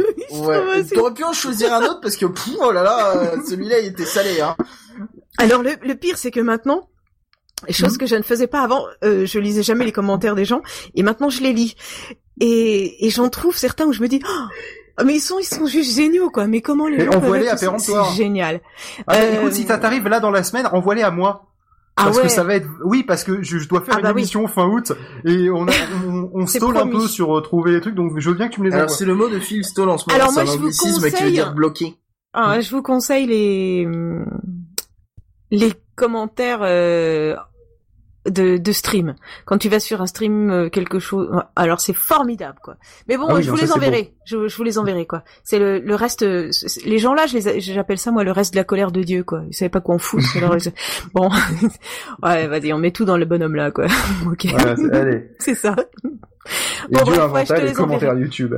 Speaker 3: Ouais. T'aurais pu en choisir un autre parce que, pff, oh là là, euh, celui-là il était salé, hein.
Speaker 1: alors le, le pire, c'est que maintenant, chose que je ne faisais pas avant, euh, je lisais jamais les commentaires des gens, et maintenant je les lis. Et, et j'en trouve certains où je me dis, Oh, mais ils sont, ils sont juste géniaux, quoi. Mais comment les
Speaker 2: Et
Speaker 1: gens peuvent
Speaker 2: envoie-les
Speaker 1: être
Speaker 2: à
Speaker 1: aussi-
Speaker 2: péremptoire.
Speaker 1: C'est génial.
Speaker 2: Ah, mais
Speaker 1: Euh,
Speaker 2: Écoute, si ça t'arrive là dans la semaine, envoie-les à moi.
Speaker 1: Ah
Speaker 2: Parce
Speaker 1: ouais.
Speaker 2: que ça va être, oui, parce que je, je dois faire
Speaker 1: Ah bah
Speaker 2: une
Speaker 1: oui.
Speaker 2: émission fin août et on, a, on, on
Speaker 1: C'est
Speaker 2: stole un
Speaker 1: promis.
Speaker 2: peu sur euh, trouver les trucs, donc je veux bien que tu me les envoies.
Speaker 3: Alors, c'est le mot de Phil Stoll en ce
Speaker 1: moment, Alors, c'est moi, un je vous anglicisme qui veut conseille- dire
Speaker 3: bloqué.
Speaker 6: Mm.
Speaker 1: Ah, je vous conseille les hum, les commentaires euh, de, de stream. Quand tu vas sur un stream euh, quelque chose, alors c'est formidable quoi. Mais bon,
Speaker 6: Ah oui,
Speaker 1: je
Speaker 6: non,
Speaker 1: vous
Speaker 6: ça,
Speaker 1: les
Speaker 6: c'est
Speaker 1: enverrai. Je, je vous les enverrai quoi. C'est le, le reste. euh, c'est- c'est- Les gens là, je les a- j'appelle ça moi le reste de la colère de Dieu quoi. Ils savaient pas quoi en foutre. alors ils- bon, ouais, vas-y, on met tout dans le bonhomme là quoi. ok.
Speaker 2: Voilà, c'est- allez.
Speaker 1: C'est ça.
Speaker 11: Et
Speaker 1: Bon,
Speaker 11: Dieu
Speaker 1: bref, ouais, je
Speaker 11: inventa
Speaker 1: te
Speaker 11: les
Speaker 1: les enverrai.
Speaker 11: commentaires YouTube.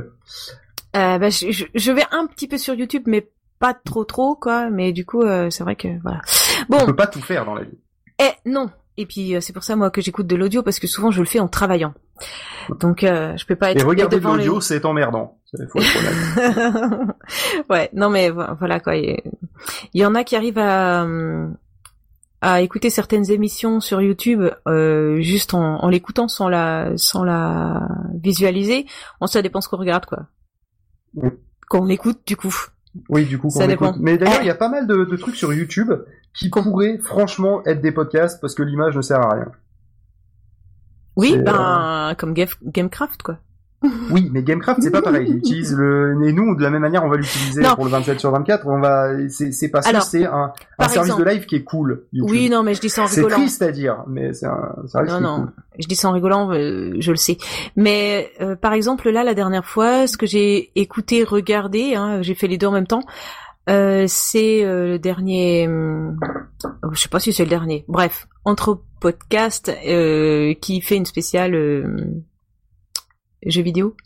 Speaker 1: Euh, bah, je, je- je vais un petit peu sur YouTube, mais pas trop trop, quoi. Mais du coup, euh, c'est vrai que voilà. Bon,
Speaker 2: On peut pas tout faire dans la vie.
Speaker 1: eh non. Et puis euh, c'est pour ça moi que j'écoute de l'audio parce que souvent je le fais en travaillant. Donc euh, je peux pas être
Speaker 2: Et regarder de
Speaker 1: devant les-
Speaker 2: l'audio, c'est emmerdant. C'est- faut être honnête.
Speaker 1: ouais, non mais vo- voilà quoi. Il il y en a qui arrivent à, euh, à écouter certaines émissions sur YouTube euh, juste en, en l'écoutant sans la sans la visualiser. On ça dépend ce qu'on regarde quoi.
Speaker 2: Oui.
Speaker 1: Qu'on écoute du coup.
Speaker 2: Oui, du coup,
Speaker 1: Ça
Speaker 2: qu'on
Speaker 1: dépend. Eh.
Speaker 2: écoute. Mais d'ailleurs, il y a pas mal de, de trucs sur YouTube qui pourraient franchement être des podcasts parce que l'image ne sert à rien.
Speaker 1: Oui,
Speaker 2: C'est, euh,
Speaker 1: ben comme Gaf- Gamecraft quoi.
Speaker 2: Oui, mais Gamecraft, c'est pas pareil. Ils utilisent le, et nous, de la même manière, on va l'utiliser
Speaker 1: Non.
Speaker 2: pour le 27 sur 24. On va, c'est, c'est parce
Speaker 1: Alors,
Speaker 2: que c'est un, un
Speaker 1: par
Speaker 2: service
Speaker 1: exemple-
Speaker 2: de live qui est cool. YouTube.
Speaker 1: Oui, non mais je dis ça en
Speaker 2: C'est
Speaker 1: rigolant.
Speaker 2: triste à dire, mais c'est un service
Speaker 1: Non,
Speaker 2: qui est
Speaker 1: non,
Speaker 2: cool.
Speaker 1: je dis ça en rigolant, euh, je le sais. Mais euh, par exemple, là, la dernière fois, ce que j'ai écouté, regardé, hein, j'ai fait les deux en même temps, euh, c'est euh, le dernier... hum, oh, je sais pas si c'est le dernier. Bref, entre podcast euh, qui fait une spéciale euh, jeux vidéo.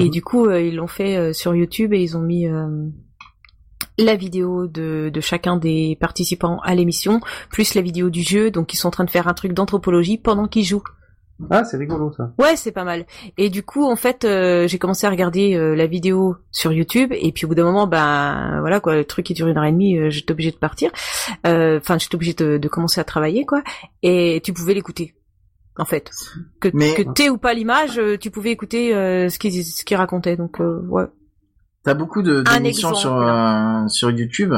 Speaker 1: Et
Speaker 6: Mhm.
Speaker 1: du coup, euh, ils l'ont fait euh, sur YouTube et ils ont mis... euh, la vidéo de, de chacun des participants à l'émission, plus la vidéo du jeu, donc ils sont en train de faire un truc d'anthropologie pendant qu'ils jouent.
Speaker 2: Ah, c'est rigolo, ça.
Speaker 1: Ouais, c'est pas mal. Et du coup, en fait, euh, j'ai commencé à regarder euh, la vidéo sur YouTube, et puis au bout d'un moment, ben voilà quoi, le truc qui dure une heure et demie, euh, j'étais obligée de partir. Euh, Enfin, j'étais obligée de, de commencer à travailler quoi. Et tu pouvais l'écouter, en fait. Que,
Speaker 3: Mais-
Speaker 1: que t'aies ou pas l'image, euh, tu pouvais écouter euh, ce qu'ils ce qu'ils racontaient. Donc euh, ouais.
Speaker 3: T'as beaucoup de
Speaker 1: Un
Speaker 3: d'émissions
Speaker 1: exemple.
Speaker 3: sur euh, sur YouTube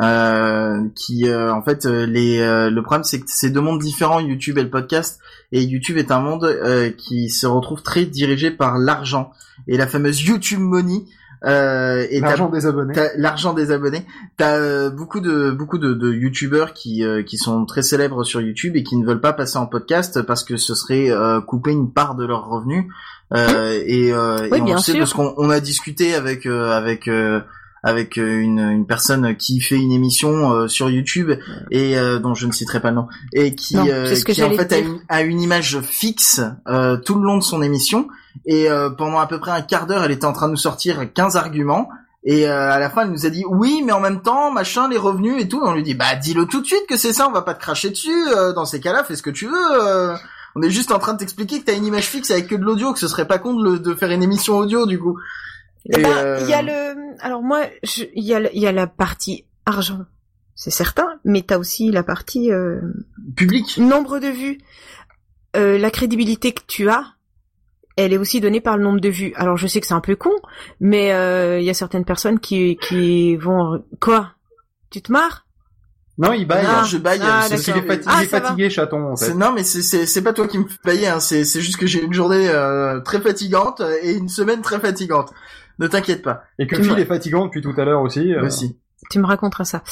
Speaker 3: euh, qui euh, en fait euh, les euh, le problème c'est que c'est deux mondes différents YouTube et le podcast et YouTube est un monde euh, qui se retrouve très dirigé par l'argent et la fameuse YouTube Money euh, et t'as-
Speaker 2: L'argent des abonnés.
Speaker 3: t'as- l'argent des abonnés t'as euh, beaucoup de beaucoup de, de youtubeurs qui euh, qui sont très célèbres sur YouTube et qui ne veulent pas passer en podcast parce que ce serait euh, couper une part de leurs revenus euh, et, euh,
Speaker 1: Oui,
Speaker 3: et on
Speaker 1: bien
Speaker 3: le sait
Speaker 1: sûr.
Speaker 3: parce qu'on on a discuté avec euh, avec euh, avec euh, une, une personne qui fait une émission euh, sur YouTube et euh, dont je ne citerai pas le nom et qui,
Speaker 1: Non,
Speaker 3: euh,
Speaker 1: c'est ce que
Speaker 3: qui en
Speaker 1: j'allais
Speaker 3: fait a
Speaker 1: dire.
Speaker 3: une, a une image fixe euh, tout le long de son émission et euh, pendant à peu près un quart d'heure elle était en train de nous sortir 15 arguments et euh, à la fin elle nous a dit oui mais en même temps machin les revenus et tout on lui dit bah dis-le tout de suite que c'est ça on va pas te cracher dessus euh, dans ces cas-là fais ce que tu veux euh, on est juste en train de t'expliquer que t'as une image fixe avec que de l'audio que ce serait pas con de, le- de faire une émission audio du coup
Speaker 1: Eh
Speaker 3: Et,
Speaker 1: ben,
Speaker 3: euh,
Speaker 1: il y a le, alors moi, je- il y a le- il y a la partie argent, c'est certain, mais t'as aussi la partie euh,
Speaker 3: public,
Speaker 1: nombre de vues, Euh, la crédibilité que tu as, elle est aussi donnée par le nombre de vues. Alors je sais que c'est un peu con, mais euh, il y a certaines personnes qui qui vont quoi, tu te marres
Speaker 2: Non, il baille.
Speaker 3: Non, je baille.
Speaker 2: Ah,
Speaker 3: c'est-
Speaker 2: d'accord.
Speaker 3: c'est-
Speaker 2: Ah, ça va. chaton. en fait.
Speaker 3: C'est- Non, mais c'est- c'est c'est pas toi qui me fais bailler. Hein. C'est c'est juste que j'ai une journée euh, très fatigante et une semaine très fatigante. Ne t'inquiète pas.
Speaker 2: Et que
Speaker 3: Tu
Speaker 2: Phil
Speaker 3: me-
Speaker 2: est fatigant depuis tout à l'heure aussi. euh.
Speaker 3: Aussi.
Speaker 1: Tu me raconteras ça.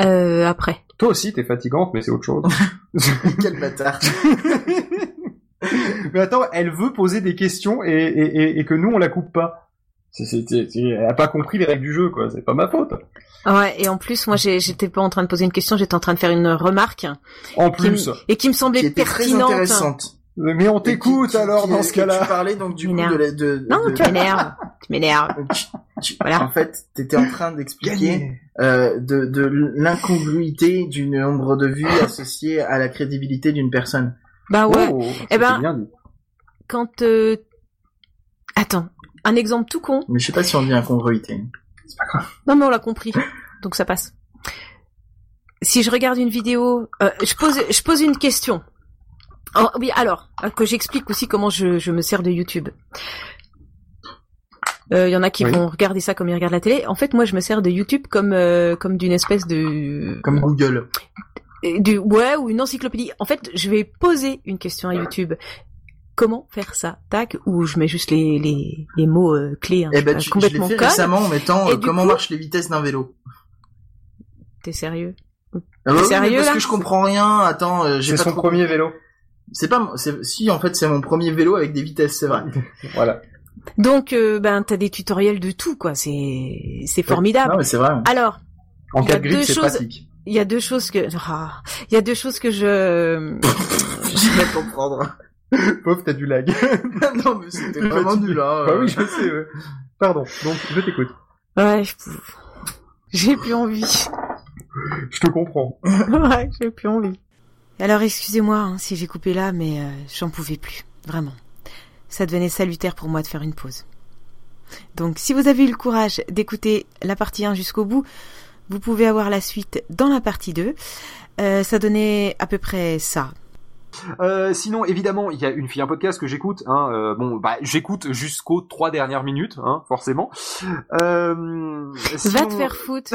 Speaker 1: Euh, après.
Speaker 2: Toi aussi, t'es fatigante, mais c'est autre chose.
Speaker 3: Quel bâtard.
Speaker 2: mais attends, elle veut poser des questions et, et, et, et que nous, on la coupe pas. C'est- c'est- c'est- c'est- elle a pas compris les règles du jeu, quoi. C'est pas ma faute.
Speaker 1: Ouais, et en plus, moi, j'ai- j'étais pas en train de poser une question, j'étais en train de faire une remarque.
Speaker 2: En
Speaker 1: Qui me-
Speaker 2: plus.
Speaker 1: et qui me semblait
Speaker 3: Qui était très
Speaker 1: pertinente. hein.
Speaker 3: intéressante.
Speaker 2: Mais on t'écoute alors
Speaker 3: Qui-
Speaker 2: dans ce
Speaker 3: qui-
Speaker 2: cas-là.
Speaker 3: Tu parlais donc du coup
Speaker 1: M'énerve.
Speaker 3: de, la- de,
Speaker 1: Non,
Speaker 3: de-
Speaker 1: tu m'énerves. tu m'énerves. Voilà.
Speaker 3: En fait, t'étais en train d'expliquer euh, de, de l'incongruité du nombre de vues associé à la crédibilité d'une personne.
Speaker 1: Bah ouais.
Speaker 3: Oh,
Speaker 1: eh ben,
Speaker 3: c'était bien dit.
Speaker 1: quand. euh, Attends, un exemple tout con.
Speaker 3: Mais je sais pas si on dit incongruité.
Speaker 1: Non, mais on l'a compris. Donc ça passe. Si je regarde une vidéo, euh, je pose, je pose une question. Oh, oui, alors euh, que j'explique aussi comment je, je me sers de YouTube. Euh, Il y en a qui
Speaker 3: Oui.
Speaker 1: vont regarder ça comme ils regardent la télé. En fait, moi, je me sers de YouTube comme euh, comme d'une espèce de
Speaker 3: Comme Google.
Speaker 1: et du ouais ou une encyclopédie. En fait, je vais poser une question à YouTube. Comment faire ça Tac, ou je mets juste les, les, les mots euh, clés hein,
Speaker 3: Eh ben,
Speaker 1: pas,
Speaker 3: tu, je l'ai fait
Speaker 1: connes.
Speaker 3: récemment en mettant
Speaker 1: Et
Speaker 3: euh,
Speaker 1: du
Speaker 3: comment
Speaker 1: coup-
Speaker 3: marchent les vitesses d'un vélo.
Speaker 1: T'es sérieux
Speaker 3: Ah bah oui, mais
Speaker 1: sérieux,
Speaker 3: Parce
Speaker 1: là
Speaker 3: que je comprends rien. Attends, euh, j'ai
Speaker 2: C'est
Speaker 3: pas
Speaker 2: son
Speaker 3: trop-
Speaker 2: premier vélo.
Speaker 3: C'est pas, mon- c'est- si en fait c'est mon premier vélo avec des vitesses, c'est vrai.
Speaker 2: voilà.
Speaker 1: Donc, euh, ben, t'as des tutoriels de tout, quoi. C'est, c'est formidable.
Speaker 3: Non, mais c'est vrai.
Speaker 2: hein.
Speaker 1: Alors,
Speaker 2: En
Speaker 1: il y a
Speaker 2: cas de grippe,
Speaker 1: deux
Speaker 2: c'est
Speaker 1: choses.
Speaker 2: pratique.
Speaker 1: Il y a deux choses que, ah, il y a deux choses que je,
Speaker 3: Je vais comprendre.
Speaker 2: Pauvre, t'as du lag.
Speaker 3: non, mais c'était vraiment nul, hein.
Speaker 2: Bah oui, je sais. ouais. Pardon. Donc, je t'écoute.
Speaker 1: ouais, je- j'ai plus envie.
Speaker 2: Je te comprends.
Speaker 1: ouais, j'ai plus envie.
Speaker 6: Alors excusez-moi hein, si j'ai coupé là, mais euh, j'en pouvais plus, vraiment. Ça devenait salutaire pour moi de faire une pause. Donc si vous avez eu le courage d'écouter la partie 1 jusqu'au bout, vous pouvez avoir la suite dans la partie 2. Euh, ça donnait à peu près ça.
Speaker 2: Euh, sinon, évidemment, il y a une fille un podcast que j'écoute. Hein, euh, bon, bah, j'écoute jusqu'aux trois dernières minutes, hein, forcément. Euh,
Speaker 1: Va
Speaker 2: sinon-
Speaker 1: te faire foutre.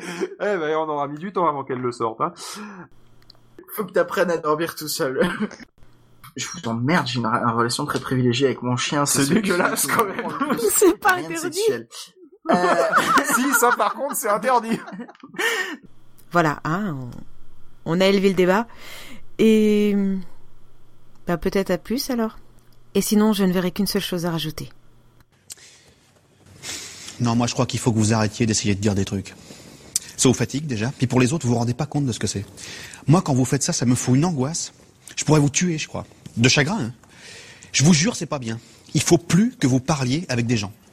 Speaker 2: Eh ben, on aura mis du temps avant qu'elle le sorte. Hein.
Speaker 3: Faut que t'apprennes à dormir tout seul. je vous emmerde, j'ai une, ra- une relation très privilégiée avec mon chien. ça
Speaker 2: C'est
Speaker 3: se-
Speaker 2: dégueulasse, quand même.
Speaker 1: c'est pas
Speaker 3: Rien de
Speaker 1: interdit.
Speaker 3: sexuel. Euh,
Speaker 2: si, ça, par contre, c'est interdit.
Speaker 6: Voilà, hein, on, on a élevé le débat. Et bah, peut-être à plus alors. Et sinon, je ne verrai qu'une seule chose à rajouter.
Speaker 14: Non, moi je crois qu'il faut que vous arrêtiez d'essayer de dire des trucs. Ça vous fatigue déjà, puis pour les autres, vous vous rendez pas compte de ce que c'est. Moi, quand vous faites ça, ça me fout une angoisse. Je pourrais vous tuer, je crois. De chagrin, hein. Je vous jure, c'est pas bien. Il faut plus que vous parliez avec des gens.